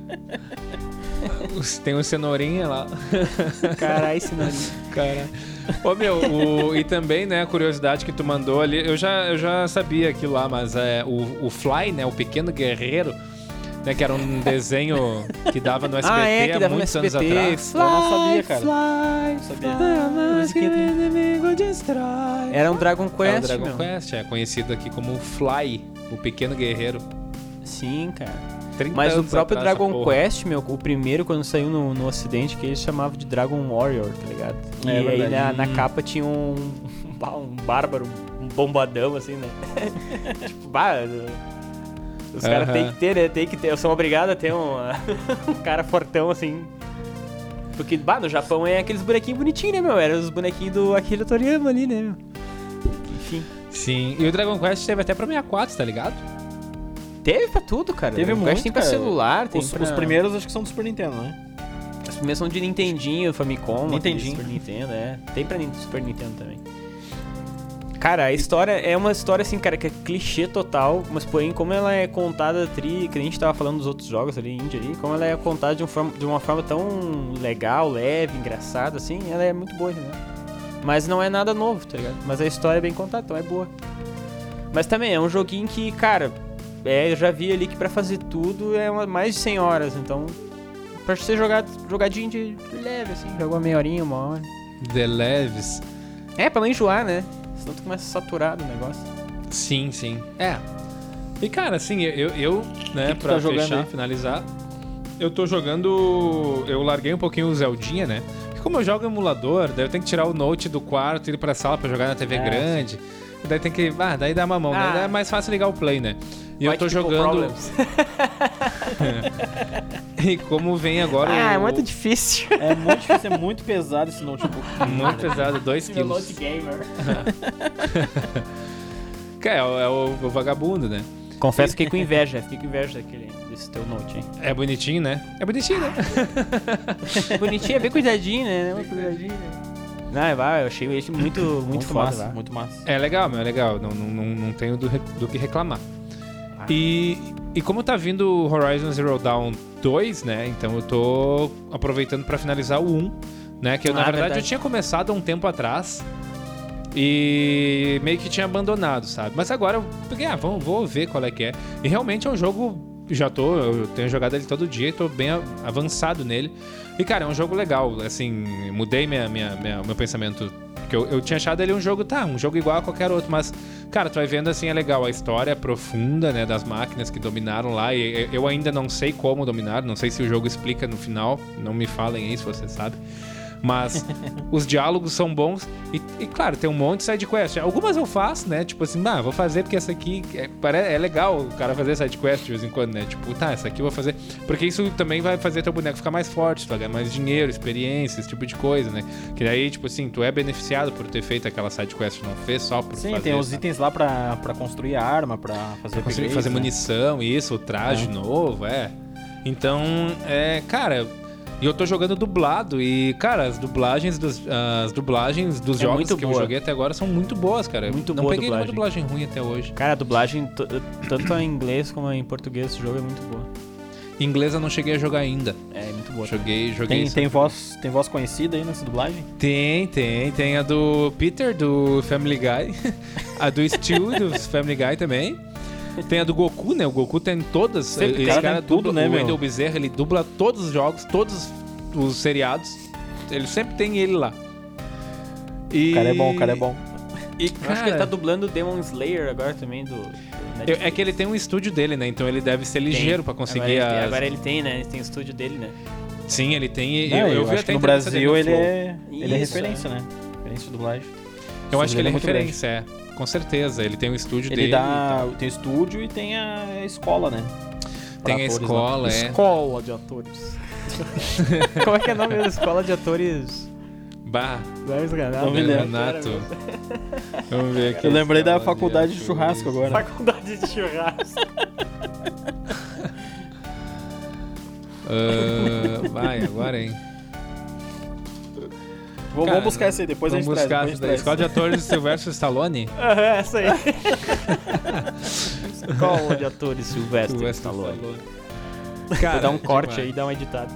[SPEAKER 1] Os- Tem um cenourinha lá.
[SPEAKER 2] Caralho, esse nariz.
[SPEAKER 1] Cara. Ô meu, o- e também, né, a curiosidade que tu mandou ali, eu já, eu já sabia aquilo lá, mas é, o, o Fly, né, o Pequeno Guerreiro, né, que era um desenho que dava no SBT
[SPEAKER 2] Ah, é, que
[SPEAKER 1] há
[SPEAKER 2] dava no
[SPEAKER 1] muitos anos
[SPEAKER 2] SBT.
[SPEAKER 1] atrás.
[SPEAKER 3] Eu não sabia, cara.
[SPEAKER 2] Fly,
[SPEAKER 3] Não sabia.
[SPEAKER 2] Musiquinha tem-
[SPEAKER 1] inimigo destrói.
[SPEAKER 2] Era um Dragon
[SPEAKER 1] É
[SPEAKER 2] Quest,
[SPEAKER 1] o Dragon
[SPEAKER 2] meu.
[SPEAKER 1] Quest, é conhecido aqui como Fly, o Pequeno Guerreiro.
[SPEAKER 2] Sim, cara.
[SPEAKER 1] 30
[SPEAKER 2] Mas o
[SPEAKER 1] anos
[SPEAKER 2] próprio
[SPEAKER 1] atrás,
[SPEAKER 2] Dragon
[SPEAKER 1] essa porra.
[SPEAKER 2] Quest, meu, o primeiro quando saiu no, no ocidente, que ele chamava de Dragon Warrior, tá ligado? E
[SPEAKER 3] É
[SPEAKER 2] aí né,
[SPEAKER 3] verdade.
[SPEAKER 2] na, na capa tinha um, um, bah, um bárbaro, um bombadão, assim, né? tipo, bah, os caras
[SPEAKER 1] Aham.
[SPEAKER 2] têm que ter, né? Tem que ter. Eu sou obrigado a ter um, um cara fortão, assim. Porque, bah, no Japão é aqueles bonequinhos bonitinhos, né, meu? Era os bonequinhos do Akira Toriyama ali, né, meu? Enfim.
[SPEAKER 1] Sim, e o Dragon Quest teve até pra 64, tá ligado?
[SPEAKER 2] Teve pra tudo, cara.
[SPEAKER 3] Teve
[SPEAKER 2] o Quest
[SPEAKER 3] muito,
[SPEAKER 2] tem pra
[SPEAKER 3] cara.
[SPEAKER 2] celular, tem
[SPEAKER 3] Os,
[SPEAKER 2] pra...
[SPEAKER 3] os primeiros acho que são do Super Nintendo, né?
[SPEAKER 2] As primeiras são de Nintendinho, Famicom,
[SPEAKER 3] Nintendinho.
[SPEAKER 2] aqui, Super Nintendo, é. Tem pra Nin- Super Nintendo também. Cara, a história é uma história assim, cara, que é clichê total, mas porém, como ela é contada tri, que a gente tava falando dos outros jogos ali, indie ali, como ela é contada de, um forma- de uma forma tão legal, leve, engraçada, assim, ela é muito boa, né? Mas não é nada novo, tá ligado? Mas a história é bem contada, então é boa. Mas também é um joguinho que, cara, é, eu já vi ali que pra fazer tudo é uma- mais de 100 horas, então Pra ser jogado, jogadinho de leve, assim, jogou meia horinha, uma hora.
[SPEAKER 1] The Leves.
[SPEAKER 2] É, pra não enjoar, né? Senão tu começa a saturar do negócio.
[SPEAKER 1] Sim, sim. É. E cara, assim, eu, eu né,
[SPEAKER 3] que tu
[SPEAKER 1] pra
[SPEAKER 3] tá jogando
[SPEAKER 1] fechar,
[SPEAKER 3] aí?
[SPEAKER 1] finalizar, eu tô jogando. Eu larguei um pouquinho o Zeldinha, né? Porque como eu jogo emulador, daí eu tenho que tirar o note do quarto, ir pra sala pra jogar na TV
[SPEAKER 2] É,
[SPEAKER 1] grande. Daí tem que. Ah, daí dá mamão,
[SPEAKER 2] Ah.
[SPEAKER 1] né? Daí é mais fácil ligar o play, né? E eu
[SPEAKER 2] White
[SPEAKER 1] tô
[SPEAKER 2] people
[SPEAKER 1] jogando.
[SPEAKER 2] problems.
[SPEAKER 1] e como vem agora.
[SPEAKER 2] Ah, é
[SPEAKER 1] o...
[SPEAKER 2] muito difícil.
[SPEAKER 3] É muito difícil, é muito pesado esse notebook.
[SPEAKER 1] Muito pesado, 2 quilos.
[SPEAKER 2] gamer.
[SPEAKER 1] Que é, o- é o, o vagabundo, né?
[SPEAKER 2] Confesso que fiquei com inveja, fiquei com inveja daquele, desse teu note, hein?
[SPEAKER 1] É bonitinho, né? É bonitinho, né?
[SPEAKER 2] Bonitinho, é bem cuidadinho, né? Bem cuidadinho, né? Não, vai, eu achei ele muito, muito, foda.
[SPEAKER 3] massa,
[SPEAKER 2] lá.
[SPEAKER 3] muito massa.
[SPEAKER 1] É legal, meu, é legal. Não, não, não, não tenho do, re- do que reclamar.
[SPEAKER 2] Ah.
[SPEAKER 1] E, e como tá vindo o Horizon Zero Dawn 2, né? Então eu tô aproveitando pra finalizar o 1, né? Que eu, na
[SPEAKER 2] Ah,
[SPEAKER 1] verdade, eu
[SPEAKER 2] verdade.
[SPEAKER 1] tinha começado há um tempo atrás e meio que tinha abandonado, sabe? Mas agora eu peguei, ah, vamos, vou ver qual é que é. E realmente é um jogo já tô, eu tenho jogado ele todo dia e tô bem a- avançado nele. E, cara, é um jogo legal, assim, mudei minha, minha, minha- meu pensamento. Porque eu, eu tinha achado ele um jogo, tá, um jogo igual a qualquer outro, mas, cara, tu vai vendo assim, é legal a história profunda, né, das máquinas que dominaram lá. E e- eu ainda não sei como dominaram, não sei se o jogo explica no final, não me falem aí se você sabe. Mas os diálogos são bons. E, e, claro, tem um monte de sidequest. Algumas eu faço, né? Tipo assim, ah, vou fazer porque essa aqui é, pare- é legal o cara fazer sidequest de vez em quando, né? Tipo, tá, essa aqui eu vou fazer. Porque isso também vai fazer teu boneco ficar mais forte, tu vai ganhar mais dinheiro, experiência, esse tipo de coisa, né? Que daí, tipo assim, tu é beneficiado por ter feito aquela sidequest, não fez só por
[SPEAKER 3] Sim,
[SPEAKER 1] fazer.
[SPEAKER 3] tem os
[SPEAKER 1] sabe?
[SPEAKER 3] itens lá pra, pra construir a arma, pra fazer
[SPEAKER 1] Pra conseguir
[SPEAKER 3] upgrades,
[SPEAKER 1] fazer
[SPEAKER 3] né?
[SPEAKER 1] munição, isso, o traje novo, é. Então, é, cara, e eu tô jogando dublado e, cara, as dublagens dos, as dublagens dos
[SPEAKER 2] É
[SPEAKER 1] jogos
[SPEAKER 2] muito
[SPEAKER 1] que eu
[SPEAKER 2] boa.
[SPEAKER 1] joguei até agora são muito boas, cara.
[SPEAKER 2] Muito
[SPEAKER 1] Não
[SPEAKER 2] boa a
[SPEAKER 1] peguei nenhuma dublagem ruim até hoje.
[SPEAKER 2] Cara, a dublagem, t- tanto em inglês como em português, esse jogo é muito boa.
[SPEAKER 1] Em inglês eu não cheguei a jogar ainda.
[SPEAKER 2] É, muito boa.
[SPEAKER 1] Joguei, joguei.
[SPEAKER 3] Tem,
[SPEAKER 1] isso.
[SPEAKER 3] tem, voz, tem voz conhecida aí nessa dublagem?
[SPEAKER 1] Tem, tem. Tem a do Peter, do Family Guy. A do Stu, do Family Guy também. Tem a do Goku, né? O Goku tem em todas.
[SPEAKER 3] Sempre
[SPEAKER 1] Esse
[SPEAKER 3] tem,
[SPEAKER 1] cara é
[SPEAKER 3] tem tudo,
[SPEAKER 1] dubla,
[SPEAKER 3] né,
[SPEAKER 1] o
[SPEAKER 3] meu?
[SPEAKER 1] Wendell Bezerra, ele dubla todos os jogos, todos os seriados. Ele sempre tem ele lá. E...
[SPEAKER 3] O cara é bom, o cara é bom.
[SPEAKER 1] E,
[SPEAKER 2] Eu acho que ele tá dublando Demon Slayer agora também do. do
[SPEAKER 1] eu-
[SPEAKER 2] Netflix.
[SPEAKER 1] é que ele tem um estúdio dele, né? Então ele deve ser ligeiro pra conseguir
[SPEAKER 2] agora, ele tem,
[SPEAKER 1] as-
[SPEAKER 2] agora ele tem, né? Ele tem o estúdio dele, né?
[SPEAKER 1] Sim, ele tem. e-
[SPEAKER 3] Não,
[SPEAKER 1] eu, eu vi
[SPEAKER 3] acho
[SPEAKER 1] até a
[SPEAKER 3] que no
[SPEAKER 1] entrevista dele
[SPEAKER 3] Brasil ele
[SPEAKER 1] Flow.
[SPEAKER 3] é, ele é
[SPEAKER 2] Isso,
[SPEAKER 3] referência, né? Referência de dublagem.
[SPEAKER 1] Eu acho que ele é
[SPEAKER 3] muito grande.
[SPEAKER 1] referência, é. Com certeza. Ele tem um estúdio
[SPEAKER 3] Ele
[SPEAKER 1] dele. e
[SPEAKER 3] dá.
[SPEAKER 1] tal.
[SPEAKER 3] Tem o estúdio e tem a escola, né? Pra
[SPEAKER 1] Tem a
[SPEAKER 3] atores lá.
[SPEAKER 1] escola, é.
[SPEAKER 2] Escola de atores. Como é que é o nome da escola de atores?
[SPEAKER 1] Bah.
[SPEAKER 3] Não
[SPEAKER 1] Leandro
[SPEAKER 3] me lembro.
[SPEAKER 1] Renato. Vamos ver aqui.
[SPEAKER 3] Eu lembrei da
[SPEAKER 1] Escola de
[SPEAKER 3] faculdade de
[SPEAKER 1] atores.
[SPEAKER 3] churrasco agora.
[SPEAKER 2] Faculdade de churrasco.
[SPEAKER 1] Ah, vai, agora, hein?
[SPEAKER 3] Vou,
[SPEAKER 1] Cara,
[SPEAKER 3] vamos buscar essa aí, depois
[SPEAKER 1] Vamos
[SPEAKER 3] a gente
[SPEAKER 1] buscar
[SPEAKER 3] traz.
[SPEAKER 1] essa da escola de atores do Silvestre Stallone.
[SPEAKER 2] Aham, essa aí. escola de atores Silvestre
[SPEAKER 1] tá
[SPEAKER 2] Stallone.
[SPEAKER 1] Cara,
[SPEAKER 2] Vou dar um corte
[SPEAKER 1] demais.
[SPEAKER 2] aí, dar uma editada.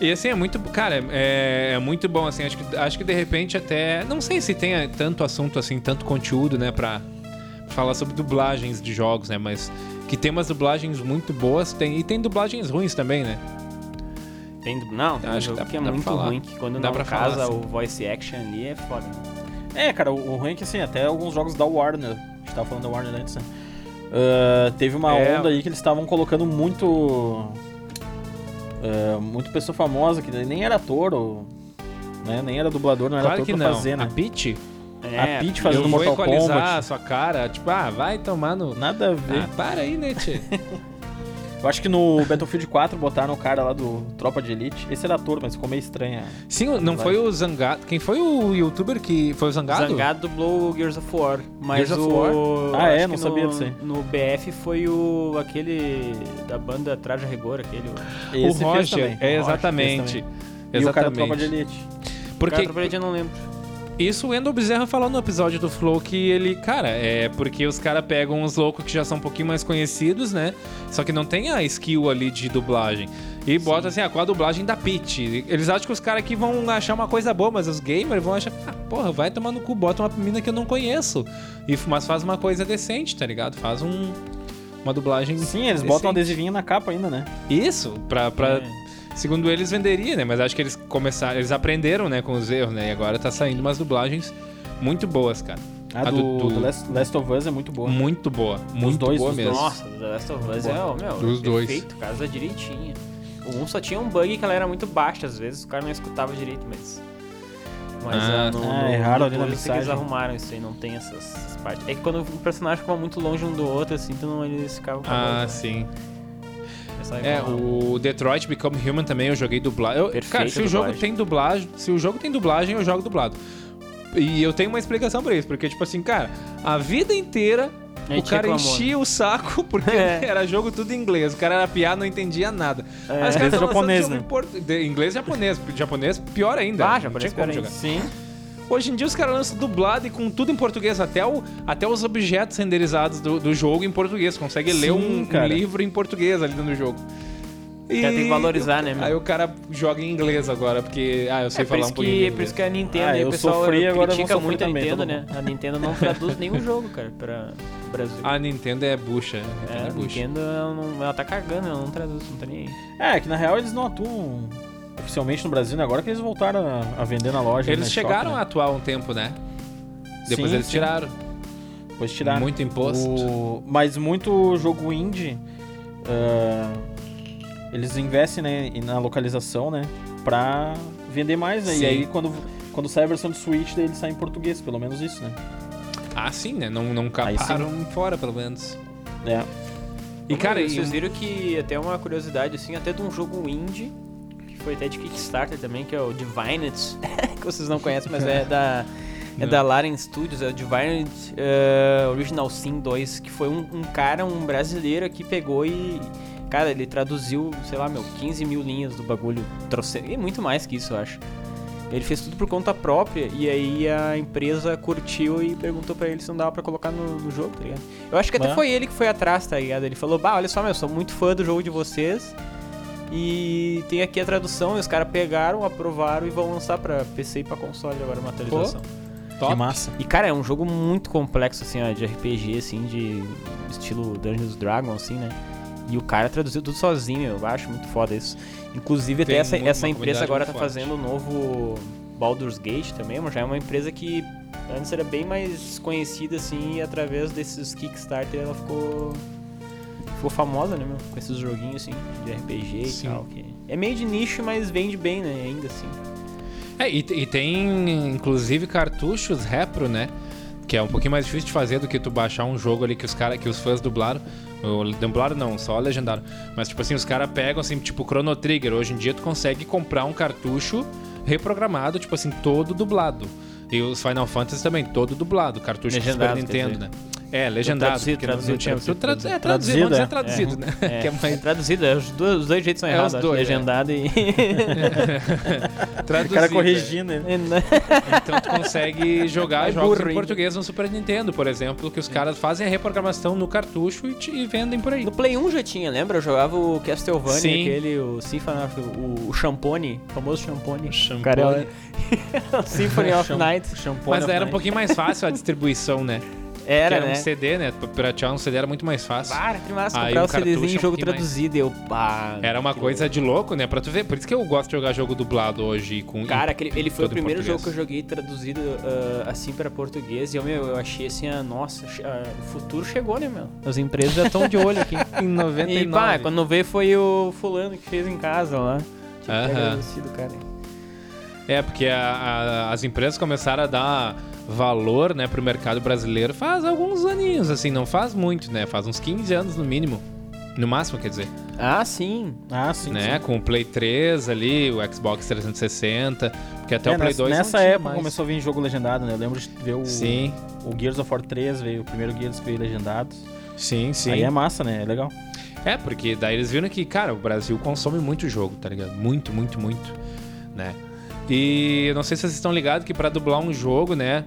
[SPEAKER 1] E assim, é muito. Cara, é, é muito bom, assim. Acho que, acho que de repente até. Não sei se tem tanto assunto, assim, tanto conteúdo, né, pra falar sobre dublagens de jogos, né? Mas que tem umas dublagens muito boas tem, e tem dublagens ruins também, né?
[SPEAKER 2] Tem dub- Não, tem
[SPEAKER 1] Acho
[SPEAKER 2] um
[SPEAKER 1] que
[SPEAKER 2] jogo
[SPEAKER 1] dá-
[SPEAKER 2] que é
[SPEAKER 1] dá pra
[SPEAKER 2] muito
[SPEAKER 1] falar.
[SPEAKER 2] ruim, que quando
[SPEAKER 1] Dá
[SPEAKER 2] não
[SPEAKER 1] pra falar,
[SPEAKER 2] casa
[SPEAKER 1] sim.
[SPEAKER 2] o voice action ali é foda.
[SPEAKER 3] É, cara, o, o ruim é que assim, até alguns jogos da Warner, a gente tava falando da Warner antes, né? Ah, teve uma
[SPEAKER 1] É.
[SPEAKER 3] onda aí que eles estavam colocando muito. ah, muito pessoa famosa, que daí nem era ator, ou, né? Nem era dublador, não era
[SPEAKER 1] claro
[SPEAKER 3] ator
[SPEAKER 1] que
[SPEAKER 3] pra
[SPEAKER 1] não.
[SPEAKER 3] fazer,
[SPEAKER 1] A
[SPEAKER 3] né?
[SPEAKER 1] Peach,
[SPEAKER 2] É,
[SPEAKER 3] A Peach
[SPEAKER 1] eu
[SPEAKER 3] fazendo
[SPEAKER 1] vou
[SPEAKER 3] Mortal
[SPEAKER 1] equalizar
[SPEAKER 3] Kombat.
[SPEAKER 1] a sua cara. Tipo, ah, vai tomar no.
[SPEAKER 3] Nada a ver.
[SPEAKER 1] Ah, para aí, né, tchê?
[SPEAKER 3] Eu acho que no Battlefield 4 botaram o cara lá do Tropa de Elite. Esse era ator, mas ficou meio estranho. né?
[SPEAKER 1] Sim, não foi o Zangado. Quem foi o youtuber que. Foi o Zangado?
[SPEAKER 2] Zangado dublou o Gears of War, mas
[SPEAKER 1] Gears of
[SPEAKER 2] o...
[SPEAKER 1] War?
[SPEAKER 2] eu
[SPEAKER 3] Ah, é?
[SPEAKER 2] acho
[SPEAKER 3] Não
[SPEAKER 2] que
[SPEAKER 3] sabia
[SPEAKER 2] no,
[SPEAKER 3] disso aí.
[SPEAKER 2] No BF foi o... aquele da banda Traje a Rigor, aquele... O
[SPEAKER 1] O
[SPEAKER 3] Esse fez também.
[SPEAKER 1] Roger. É,
[SPEAKER 3] O Roger
[SPEAKER 1] exatamente.
[SPEAKER 3] fez também. E o cara do Tropa de
[SPEAKER 1] Exatamente.
[SPEAKER 3] Elite.
[SPEAKER 1] Porque
[SPEAKER 2] cara do Blade eu não lembro.
[SPEAKER 1] isso o Wendel Bezerra falou no episódio do Flow que ele, cara, é porque os caras pegam uns loucos que já são um pouquinho mais conhecidos, né? Só que não tem a skill ali de dublagem. E bota assim, ah, com a dublagem da Pit. Eles acham que os caras aqui vão achar uma coisa boa, mas os gamers vão achar, ah, porra, vai tomar no cu, bota uma mina que eu não conheço. E, mas faz uma coisa decente, tá ligado? Faz um, uma dublagem.
[SPEAKER 3] Sim, eles botam um
[SPEAKER 1] decente.
[SPEAKER 3] adesivinho na capa ainda, né?
[SPEAKER 1] Isso, pra, pra-
[SPEAKER 2] É.
[SPEAKER 1] segundo eles, venderia, né? Mas acho que eles começaram, eles aprenderam, né, com os erros, né? E agora tá saindo umas dublagens muito boas, cara.
[SPEAKER 3] A,
[SPEAKER 1] A
[SPEAKER 3] do,
[SPEAKER 1] do-
[SPEAKER 3] do Last, Last of Us é muito boa.
[SPEAKER 1] Muito boa, muito
[SPEAKER 3] dois,
[SPEAKER 1] boa
[SPEAKER 3] os
[SPEAKER 1] mesmo.
[SPEAKER 2] Nossa, The Last of Us é, ó, meu,
[SPEAKER 1] Dos dois.
[SPEAKER 2] perfeito, casa direitinha. O um só tinha um bug que ela era muito baixa, às vezes o cara não escutava direito, mas... Mas
[SPEAKER 1] Ah,
[SPEAKER 2] ah, no,
[SPEAKER 3] ah,
[SPEAKER 2] no-
[SPEAKER 3] erraram
[SPEAKER 2] no
[SPEAKER 3] ali na
[SPEAKER 2] dois eu sei que Eles
[SPEAKER 3] mixagem.
[SPEAKER 2] arrumaram isso aí, não tem essas, essas partes. É que quando o personagem ficava muito longe um do outro, assim, então eles ficavam...
[SPEAKER 3] Tá
[SPEAKER 2] com a
[SPEAKER 1] Ah,
[SPEAKER 2] voz, né?
[SPEAKER 1] sim.
[SPEAKER 2] Essa
[SPEAKER 1] É, o Detroit Become Human também eu joguei dublado. Eu-
[SPEAKER 2] Perfeita
[SPEAKER 1] cara, se o jogo
[SPEAKER 2] dublagem.
[SPEAKER 1] tem dublagem, se o jogo tem dublagem, eu jogo dublado. E eu tenho uma explicação pra isso, porque tipo assim, cara, a vida inteira
[SPEAKER 2] A
[SPEAKER 1] o
[SPEAKER 2] gente
[SPEAKER 1] cara
[SPEAKER 2] reclamou,
[SPEAKER 1] enchia o saco porque
[SPEAKER 2] É.
[SPEAKER 1] era jogo tudo em inglês. O cara era piá, não entendia nada.
[SPEAKER 2] É.
[SPEAKER 1] Mas o cara
[SPEAKER 3] Inglês
[SPEAKER 1] tá lançando
[SPEAKER 3] japonês,
[SPEAKER 1] jogo
[SPEAKER 3] né?
[SPEAKER 1] em portu- de- Inglês e japonês, porque japonês pior ainda.
[SPEAKER 2] Ah,
[SPEAKER 1] Não
[SPEAKER 2] japonês
[SPEAKER 1] tinha como
[SPEAKER 2] pior ainda.
[SPEAKER 1] jogar.
[SPEAKER 3] Sim.
[SPEAKER 1] Hoje em dia os caras lançam dublado e com tudo em português, até, o, até os objetos renderizados do, do jogo em português. Consegue ler
[SPEAKER 3] Sim,
[SPEAKER 1] um, um
[SPEAKER 3] cara.
[SPEAKER 1] livro em português ali dentro do jogo. E
[SPEAKER 2] É, tem que valorizar, né, meu?
[SPEAKER 1] Aí o cara joga em inglês agora, porque. Ah, eu sei
[SPEAKER 2] É por,
[SPEAKER 1] falar
[SPEAKER 2] isso
[SPEAKER 1] um pouquinho. de
[SPEAKER 2] que, por isso
[SPEAKER 1] inglês.
[SPEAKER 2] que a Nintendo
[SPEAKER 3] Ah,
[SPEAKER 2] aí,
[SPEAKER 3] eu
[SPEAKER 2] o pessoal
[SPEAKER 3] sofri, agora eu vou
[SPEAKER 2] critica
[SPEAKER 3] sofrer
[SPEAKER 2] muito
[SPEAKER 3] também, tá
[SPEAKER 2] a Nintendo,
[SPEAKER 3] todo
[SPEAKER 2] né? A Nintendo não traduz nenhum jogo, cara, pra pro Brasil.
[SPEAKER 1] A Nintendo é bucha. A Nintendo é,
[SPEAKER 2] é, a
[SPEAKER 1] bucha.
[SPEAKER 2] Nintendo ela, não- ela tá cagando, ela não traduz, não tá nem aí.
[SPEAKER 3] É, que na real eles não atuam oficialmente no Brasil, né? Agora que eles voltaram a, a vender na
[SPEAKER 2] é
[SPEAKER 3] loja.
[SPEAKER 1] Eles chegaram a atuar um tempo, né? Depois
[SPEAKER 3] Sim,
[SPEAKER 1] eles
[SPEAKER 3] sim.
[SPEAKER 1] tiraram.
[SPEAKER 3] a. Depois tiraram.
[SPEAKER 1] Muito imposto.
[SPEAKER 3] O- Mas muito jogo indie. ah, Eles investem né, e na localização, né? Pra vender mais, né?
[SPEAKER 1] Sim.
[SPEAKER 3] E aí quando, quando sai a versão de Switch, daí ele sai em português, pelo menos isso, né?
[SPEAKER 1] Ah, sim, né? Não, não
[SPEAKER 3] Aí sim.
[SPEAKER 1] caparam fora, pelo menos.
[SPEAKER 3] É.
[SPEAKER 1] E,
[SPEAKER 2] Ô,
[SPEAKER 1] cara,
[SPEAKER 2] meu,
[SPEAKER 1] e
[SPEAKER 2] vocês
[SPEAKER 1] um-
[SPEAKER 2] viram que até uma curiosidade, assim, até de um jogo indie, que foi até de Kickstarter também, que é o Divinity, que vocês não conhecem, mas é da. É
[SPEAKER 1] Não.
[SPEAKER 2] da Laren Studios, é o Divinity eh, Original Sin 2, que foi um, um cara, um brasileiro que pegou e. Cara, ele traduziu, sei lá, meu, 15 mil linhas do bagulho. Trouxe, e muito mais que isso, eu acho. Ele fez tudo por conta própria e aí a empresa curtiu e perguntou pra ele se não dava pra colocar no, no jogo, tá ligado? Eu acho que até
[SPEAKER 3] Bah.
[SPEAKER 2] foi ele que foi atrás, tá ligado? Ele falou, bah, olha só, meu, eu sou muito fã do jogo de vocês e tem aqui a tradução e os caras pegaram, aprovaram e vão lançar pra PC e pra console agora uma atualização.
[SPEAKER 1] Top.
[SPEAKER 3] Que massa.
[SPEAKER 2] E, cara, é um jogo muito complexo, assim, ó, de RPG, assim, de estilo Dungeons Dragons, assim, né? E o cara traduziu tudo sozinho, eu acho muito foda isso. Inclusive, até
[SPEAKER 1] Tem
[SPEAKER 2] essa,
[SPEAKER 1] muito-
[SPEAKER 2] essa
[SPEAKER 1] uma
[SPEAKER 2] empresa
[SPEAKER 1] comunidade
[SPEAKER 2] agora tá
[SPEAKER 1] muito forte.
[SPEAKER 2] fazendo o novo Baldur's Gate também, mas já é uma empresa que antes era bem mais conhecida, assim, e através desses Kickstarter ela ficou... Ficou famosa, né, meu? Com esses joguinhos, assim, de RPG
[SPEAKER 1] Sim.
[SPEAKER 2] e tal. que É meio de nicho, mas vende bem, né? Ainda assim.
[SPEAKER 1] É, e, e tem inclusive cartuchos repro, né? Que é um pouquinho mais difícil de fazer do que tu baixar um jogo ali que os cara, que os fãs dublaram. Ou, dublaram não, só legendaram. Mas tipo assim, os caras pegam assim, tipo Chrono Trigger. Hoje em dia tu consegue comprar um cartucho reprogramado, tipo assim, todo dublado. E os Final Fantasy também, todo dublado. Cartucho do Super
[SPEAKER 2] Legendado, quer
[SPEAKER 1] Nintendo,
[SPEAKER 2] dizer.
[SPEAKER 1] né? É, legendado.
[SPEAKER 2] Traduzido,
[SPEAKER 1] porque não-
[SPEAKER 2] traduzido,
[SPEAKER 1] não tinha-
[SPEAKER 2] traduzido,
[SPEAKER 1] tradu- É,
[SPEAKER 3] traduzido.
[SPEAKER 1] traduzido, vamos dizer
[SPEAKER 2] Traduzido,
[SPEAKER 1] traduzido, né?
[SPEAKER 2] É,
[SPEAKER 1] que é mais...
[SPEAKER 2] traduzido, é, os dois, os dois jeitos são
[SPEAKER 1] É,
[SPEAKER 2] errados.
[SPEAKER 1] os
[SPEAKER 2] acho,
[SPEAKER 1] dois, é.
[SPEAKER 2] legendado e.
[SPEAKER 3] O
[SPEAKER 1] é.
[SPEAKER 3] cara
[SPEAKER 1] corrigindo.
[SPEAKER 3] corrigindo, né?
[SPEAKER 1] Então tu consegue jogar
[SPEAKER 2] É
[SPEAKER 1] jogos
[SPEAKER 2] burro,
[SPEAKER 1] em
[SPEAKER 2] hein?
[SPEAKER 1] português no Super Nintendo, por exemplo, que os caras fazem a reprogramação no cartucho e, te- e vendem por aí.
[SPEAKER 2] no Play 1 já tinha, lembra? Eu jogava o Castlevania,
[SPEAKER 1] Sim.
[SPEAKER 2] aquele, o Symphony of, o, o Champone, o famoso Champone.
[SPEAKER 1] Champone.
[SPEAKER 2] Cara, é o- o Symphony of
[SPEAKER 3] Cham-
[SPEAKER 2] Night.
[SPEAKER 3] Shampoo
[SPEAKER 1] Mas
[SPEAKER 3] na
[SPEAKER 1] era um
[SPEAKER 3] frente.
[SPEAKER 1] pouquinho mais fácil a distribuição, né? Que
[SPEAKER 2] Era,
[SPEAKER 1] era um
[SPEAKER 2] né?
[SPEAKER 1] CD, né? Pra piratear um CD era muito mais fácil.
[SPEAKER 2] Para, que massa,
[SPEAKER 1] Aí
[SPEAKER 2] comprar
[SPEAKER 1] o
[SPEAKER 2] o CDzinho
[SPEAKER 1] cartucho é
[SPEAKER 2] em
[SPEAKER 1] um
[SPEAKER 2] jogo
[SPEAKER 1] pouquinho mais.
[SPEAKER 2] traduzido. e Eu, pá.
[SPEAKER 1] Era uma
[SPEAKER 2] que
[SPEAKER 1] coisa de louco, né? Pra tu ver. Por isso que eu gosto de jogar jogo dublado hoje. Com,
[SPEAKER 2] Cara, aquele- ele foi o
[SPEAKER 1] todo em
[SPEAKER 2] primeiro jogo que eu
[SPEAKER 1] português.
[SPEAKER 2] joguei traduzido ah, assim para português e eu, meu, eu achei assim, ah, nossa, che- ah, o futuro chegou, né, meu? As empresas já estão de olho aqui.
[SPEAKER 1] Em
[SPEAKER 2] E pá,
[SPEAKER 1] 99.
[SPEAKER 2] quando veio foi o fulano que fez em casa lá. Tipo,
[SPEAKER 1] Aham.
[SPEAKER 2] agradecido, cara.
[SPEAKER 1] É, porque a- a- as empresas começaram a dar valor, né, pro mercado brasileiro faz alguns aninhos, assim, não faz muito, né? Faz uns 15 anos no mínimo. No máximo, quer dizer.
[SPEAKER 2] Ah, sim.
[SPEAKER 3] Ah, sim.
[SPEAKER 1] né?
[SPEAKER 3] sim.
[SPEAKER 1] Com o Play 3 ali, o Xbox 360, porque até
[SPEAKER 3] É,
[SPEAKER 1] o Play
[SPEAKER 3] nessa,
[SPEAKER 1] 2 não
[SPEAKER 3] nessa
[SPEAKER 1] tinha
[SPEAKER 3] época
[SPEAKER 1] mais.
[SPEAKER 3] começou a vir jogo legendado, né? Eu lembro de ver o,
[SPEAKER 1] Sim,
[SPEAKER 3] o Gears of War 3, veio, o primeiro Gears que veio legendado.
[SPEAKER 1] sim, sim.
[SPEAKER 3] Aí é massa, né? É legal.
[SPEAKER 1] É, porque daí eles viram que, cara, o Brasil consome muito jogo, tá ligado? Muito, muito, muito, né? E eu não sei se vocês estão ligados que pra dublar um jogo, né,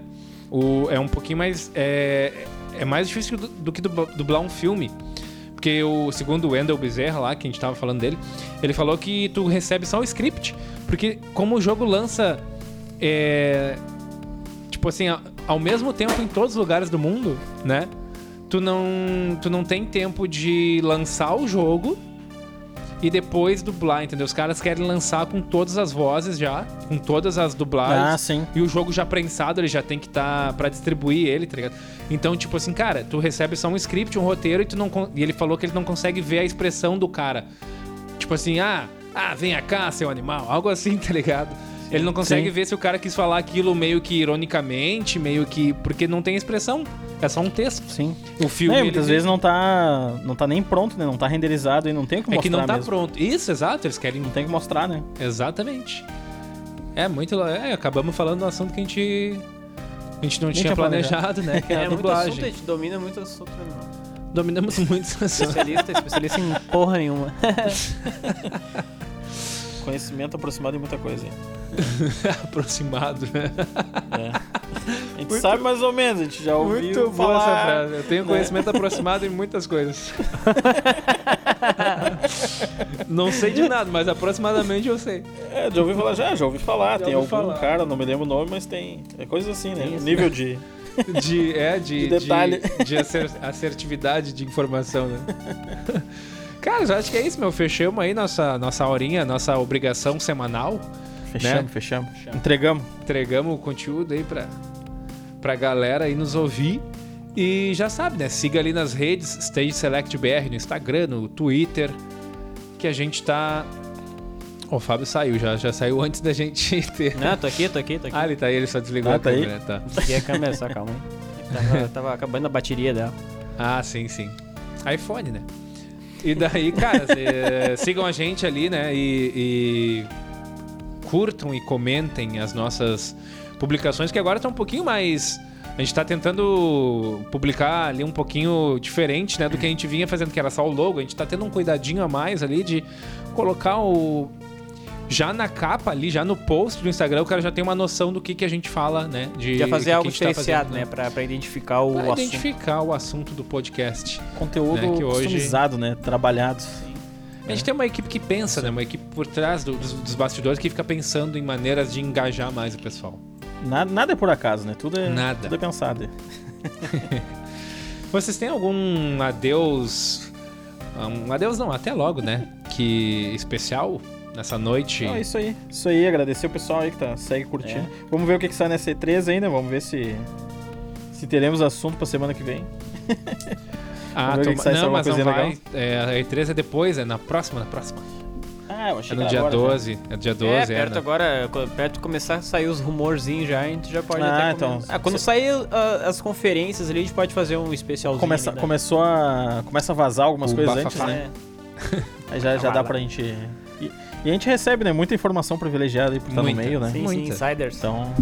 [SPEAKER 1] o, é um pouquinho mais... É, é mais difícil do, do que dubla- dublar um filme. Porque o segundo o Wendell Bezerra lá, que a gente tava falando dele, ele falou que tu recebe só o script, porque como o jogo lança... é, tipo assim, a- ao mesmo tempo em todos os lugares do mundo, né? Tu não, tu não tem tempo de lançar o jogo e depois dublar, entendeu? Os caras querem lançar com todas as vozes já, com todas as dublagens.
[SPEAKER 3] Ah, sim.
[SPEAKER 1] E o jogo já prensado, ele já tem que estar tá para distribuir ele, tá ligado? Então, tipo assim, cara, tu recebe só um script, um roteiro e tu não con- e ele falou que ele não consegue ver a expressão do cara. Tipo assim, ah, ah, venha cá, seu animal, algo assim, tá ligado? ele não consegue
[SPEAKER 3] Sim.
[SPEAKER 1] ver se o cara quis falar aquilo meio que ironicamente, meio que porque não tem expressão, é só um texto.
[SPEAKER 3] Sim.
[SPEAKER 1] O filme
[SPEAKER 3] é,
[SPEAKER 1] ele
[SPEAKER 3] muitas
[SPEAKER 1] vem-
[SPEAKER 3] vezes não tá, não tá nem pronto, né? Não tá renderizado e não tem o que
[SPEAKER 1] é
[SPEAKER 3] mostrar
[SPEAKER 1] que não tá
[SPEAKER 3] mesmo.
[SPEAKER 1] pronto. Isso, exato, eles querem
[SPEAKER 3] Não tem o que mostrar, né?
[SPEAKER 1] Exatamente. É muito. lo- É, acabamos falando do assunto que a gente. A gente não
[SPEAKER 3] Nem
[SPEAKER 1] tinha,
[SPEAKER 3] tinha
[SPEAKER 1] planejado, né? Que é, a
[SPEAKER 2] muito assunto, a
[SPEAKER 1] dublagem.
[SPEAKER 2] gente domina muito assunto, né, meu?
[SPEAKER 1] Dominamos muitos assuntos.
[SPEAKER 2] Especialista, especialista em porra nenhuma.
[SPEAKER 3] Conhecimento aproximado em muita coisa.
[SPEAKER 1] aproximado, né?
[SPEAKER 3] É. A gente sabe mais ou menos, a gente já ouviu falar.
[SPEAKER 1] né? Eu tenho conhecimento aproximado em muitas coisas. Não sei de nada, mas aproximadamente eu sei.
[SPEAKER 3] É, já ouvi falar, já, já ouvi falar.
[SPEAKER 1] Já ouvi
[SPEAKER 3] tem algum
[SPEAKER 1] falar.
[SPEAKER 3] cara, não me lembro o nome, mas tem. É coisa assim, né?
[SPEAKER 2] Tem isso.
[SPEAKER 3] Nível de.
[SPEAKER 1] De, é, de,
[SPEAKER 3] De detalhe.
[SPEAKER 1] de- de acer- assertividade de informação, né? Cara, eu acho que é isso, meu. Fechamos aí nossa, nossa horinha, nossa obrigação semanal.
[SPEAKER 3] Fechamos,
[SPEAKER 1] Né?
[SPEAKER 3] fechamos. Entregamos.
[SPEAKER 1] Entregamos o conteúdo aí pra, pra galera aí nos ouvir. E já sabe, né? Siga ali nas redes, Stage Select BR, no Instagram, no Twitter, que a gente tá. Ó, O Fábio saiu, já, já saiu antes da gente ter.
[SPEAKER 2] Não, tô aqui, tô aqui, tô aqui.
[SPEAKER 1] Ah, ele tá aí, ele só desligou
[SPEAKER 3] Ah,
[SPEAKER 1] a
[SPEAKER 3] tá aí?
[SPEAKER 1] câmera, tá.
[SPEAKER 2] Aqui é a câmera, só calma aí. Tava, tava acabando a bateria dela.
[SPEAKER 1] Ah, sim, sim. iPhone, né? E daí, cara, cê- sigam a gente ali, né? E, e curtam e comentem as nossas publicações, que agora tá um pouquinho mais. A gente tá tentando publicar ali um pouquinho diferente, né? Do que a gente vinha fazendo, que era só o logo. A gente tá tendo um cuidadinho a mais ali de colocar o. Já na capa ali, já no post do Instagram, o cara já tem uma noção do que, que a gente fala, né? De o
[SPEAKER 2] Já
[SPEAKER 1] que que
[SPEAKER 2] fazer
[SPEAKER 1] a
[SPEAKER 2] algo
[SPEAKER 1] gente tá fazendo, Ah,
[SPEAKER 2] diferenciado, né? Pra, pra identificar o
[SPEAKER 1] Pra
[SPEAKER 2] assunto.
[SPEAKER 1] identificar o assunto do podcast.
[SPEAKER 3] Conteúdo
[SPEAKER 1] Né, que hoje-
[SPEAKER 3] customizado, né? Trabalhado.
[SPEAKER 1] A gente tem uma equipe que pensa, né? Uma equipe por trás do- dos, dos bastidores que fica pensando em maneiras de engajar mais o pessoal.
[SPEAKER 3] Nada, nada é por acaso, né? Tudo é,
[SPEAKER 1] Nada.
[SPEAKER 3] Tudo é pensado.
[SPEAKER 1] Vocês têm algum adeus? Um adeus não, até logo, né? Que especial nessa noite.
[SPEAKER 3] Então é isso aí. Isso aí, agradecer o pessoal aí que tá, segue curtindo.
[SPEAKER 2] É.
[SPEAKER 3] Vamos ver o que, que sai nessa E3 ainda, vamos ver se. Se teremos assunto pra semana que vem.
[SPEAKER 1] ah,
[SPEAKER 3] Vamos ver
[SPEAKER 1] toma-
[SPEAKER 3] que sai
[SPEAKER 1] não,
[SPEAKER 3] alguma
[SPEAKER 1] mas não
[SPEAKER 3] coisinha
[SPEAKER 1] vai. É, a E3 é depois, é na próxima, na próxima.
[SPEAKER 3] Ah, eu achei
[SPEAKER 1] É no
[SPEAKER 3] que
[SPEAKER 1] dia
[SPEAKER 3] era agora,
[SPEAKER 1] 12. É no dia 12,
[SPEAKER 2] né? é,
[SPEAKER 1] é.
[SPEAKER 2] perto
[SPEAKER 1] né?
[SPEAKER 2] agora, co- perto de começar a sair os rumorzinhos já, a gente já pode
[SPEAKER 3] Ah,
[SPEAKER 2] até
[SPEAKER 3] então.
[SPEAKER 2] comentar. Ah, quando sair ah, as conferências ali, a gente pode fazer um
[SPEAKER 3] já.
[SPEAKER 2] especialzinho.
[SPEAKER 3] Começa,
[SPEAKER 2] ali, né?
[SPEAKER 3] começou a. Começa a vazar algumas
[SPEAKER 1] O
[SPEAKER 3] coisas
[SPEAKER 1] bafafá.
[SPEAKER 3] antes, né?
[SPEAKER 2] É. Tá
[SPEAKER 3] Aí já, já dá pra gente. E, e a gente recebe, né? Muita informação privilegiada aí por estar no
[SPEAKER 1] Muita.
[SPEAKER 3] meio, né?
[SPEAKER 2] Sim, sim,
[SPEAKER 1] Muita.
[SPEAKER 2] insiders.
[SPEAKER 3] Então.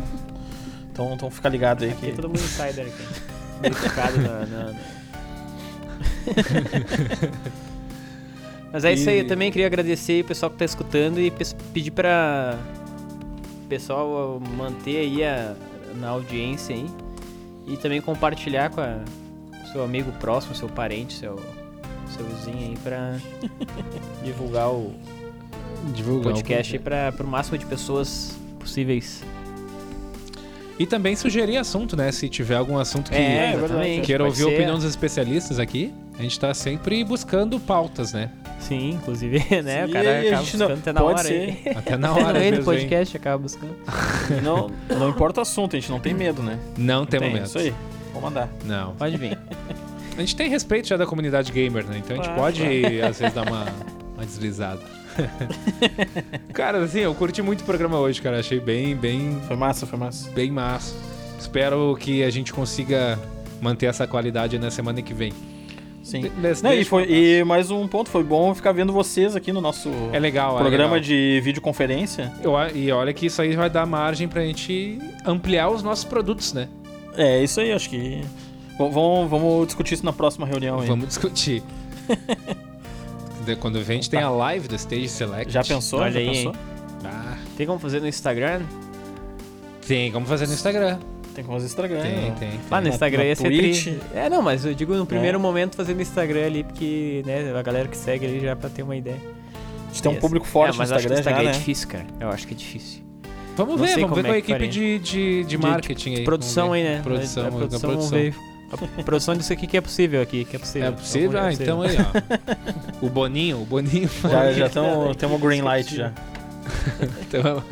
[SPEAKER 3] Então, então fica ligado aí
[SPEAKER 2] Aqui
[SPEAKER 3] que.
[SPEAKER 2] é todo mundo insider aqui. Verificado na. na- na- Mas é isso aí, eu também queria agradecer aí o pessoal que tá escutando e pes- pedir pra o pessoal uh, manter aí a, na audiência aí e também compartilhar com a- com seu amigo próximo, seu parente, seu, seu vizinho aí pra divulgar o
[SPEAKER 1] Divulga
[SPEAKER 2] podcast aí pra, pro máximo de pessoas possíveis.
[SPEAKER 1] E também sugerir assunto, né? Se tiver algum assunto que.
[SPEAKER 2] É,
[SPEAKER 3] verdade.
[SPEAKER 2] exatamente.
[SPEAKER 1] Quero
[SPEAKER 2] Pode
[SPEAKER 1] ouvir a
[SPEAKER 2] ser-
[SPEAKER 1] opinião dos especialistas aqui. A gente tá sempre buscando pautas, né?
[SPEAKER 2] Sim, inclusive, né?
[SPEAKER 3] Sim,
[SPEAKER 2] o
[SPEAKER 3] e
[SPEAKER 2] cara
[SPEAKER 3] a
[SPEAKER 2] acaba
[SPEAKER 3] gente não-
[SPEAKER 2] buscando até na
[SPEAKER 3] pode
[SPEAKER 2] hora
[SPEAKER 3] ser.
[SPEAKER 2] aí.
[SPEAKER 1] Até na
[SPEAKER 2] Até
[SPEAKER 1] hora.
[SPEAKER 2] no meio
[SPEAKER 1] às
[SPEAKER 2] do
[SPEAKER 1] vezes, hein?
[SPEAKER 2] podcast acaba buscando.
[SPEAKER 3] Não, não importa o assunto, a gente não tem medo, né?
[SPEAKER 1] Não tem
[SPEAKER 3] Tem,
[SPEAKER 1] momento.
[SPEAKER 3] isso aí. Vou mandar.
[SPEAKER 1] Não.
[SPEAKER 2] Pode vir.
[SPEAKER 1] A gente tem respeito já da comunidade gamer, né? Então a gente
[SPEAKER 3] Ah,
[SPEAKER 2] Claro,
[SPEAKER 1] pode, às vezes, dar uma, uma deslizada. cara, assim, eu curti muito o programa hoje, cara. Achei bem, bem,
[SPEAKER 3] Foi massa, foi massa.
[SPEAKER 1] bem massa. Espero que a gente consiga manter essa qualidade na semana que vem.
[SPEAKER 3] Sim.
[SPEAKER 1] De- des-
[SPEAKER 3] Não, e,
[SPEAKER 1] deixa-
[SPEAKER 3] foi- e mais um ponto, foi bom ficar vendo vocês aqui no nosso
[SPEAKER 1] É legal, é
[SPEAKER 3] programa
[SPEAKER 1] legal.
[SPEAKER 3] de videoconferência.
[SPEAKER 1] Eu a- e olha que isso aí vai dar margem pra gente ampliar os nossos produtos, né?
[SPEAKER 3] É, isso aí, acho que. v- Vamos, vamos discutir isso na próxima reunião aí.
[SPEAKER 1] Vamos discutir. De- Quando vem, a gente tem a live do Stage Select.
[SPEAKER 3] Já pensou?
[SPEAKER 2] Olha
[SPEAKER 3] já
[SPEAKER 2] aí,
[SPEAKER 3] pensou?
[SPEAKER 1] Ah,
[SPEAKER 2] Tem como fazer no Instagram?
[SPEAKER 1] tem como fazer no Instagram.
[SPEAKER 3] Tem como fazer
[SPEAKER 2] É.
[SPEAKER 3] Instagram.
[SPEAKER 1] Tem,
[SPEAKER 3] né?
[SPEAKER 1] tem. tem.
[SPEAKER 2] Lá Ah, no
[SPEAKER 3] Na-
[SPEAKER 2] Instagram
[SPEAKER 3] na
[SPEAKER 2] ia ser
[SPEAKER 3] Twitch. É.
[SPEAKER 2] tri. É, não, mas eu digo no primeiro momento fazer no Instagram ali, porque, né, a galera que segue ali já pra ter uma ideia.
[SPEAKER 3] A gente tem um
[SPEAKER 2] Yes.
[SPEAKER 3] público forte
[SPEAKER 2] é, mas
[SPEAKER 3] no
[SPEAKER 2] acho que o
[SPEAKER 3] Instagram,
[SPEAKER 2] Instagram
[SPEAKER 3] já,
[SPEAKER 2] é
[SPEAKER 3] né?
[SPEAKER 2] difícil, cara. Eu acho que é difícil.
[SPEAKER 1] Vamos
[SPEAKER 2] Não
[SPEAKER 1] ver,
[SPEAKER 2] sei
[SPEAKER 1] vamos ver
[SPEAKER 2] como
[SPEAKER 1] com a
[SPEAKER 2] é que
[SPEAKER 1] equipe de, de, de marketing aí.
[SPEAKER 3] um
[SPEAKER 2] Produção
[SPEAKER 1] Vamos
[SPEAKER 2] aí,
[SPEAKER 1] ver.
[SPEAKER 2] né?
[SPEAKER 1] Produção,
[SPEAKER 2] a
[SPEAKER 1] vamos ver com a
[SPEAKER 2] produção, vamos
[SPEAKER 1] produção.
[SPEAKER 2] ver. A produção disso aqui que é possível aqui, que é possível.
[SPEAKER 1] É possível? Ah,
[SPEAKER 2] Vamos ver, é
[SPEAKER 1] então aí, ó. O Boninho, o Boninho.
[SPEAKER 3] Já, já tamo- temos green light já.
[SPEAKER 1] Então,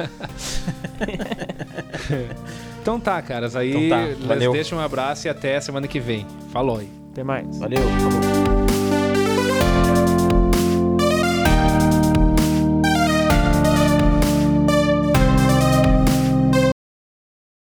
[SPEAKER 1] então tá, caras. Aí
[SPEAKER 3] Então tá,
[SPEAKER 1] les
[SPEAKER 3] valeu. é-
[SPEAKER 1] deixa um abraço e até semana que vem. Falou aí.
[SPEAKER 2] Até mais.
[SPEAKER 3] Valeu. falou.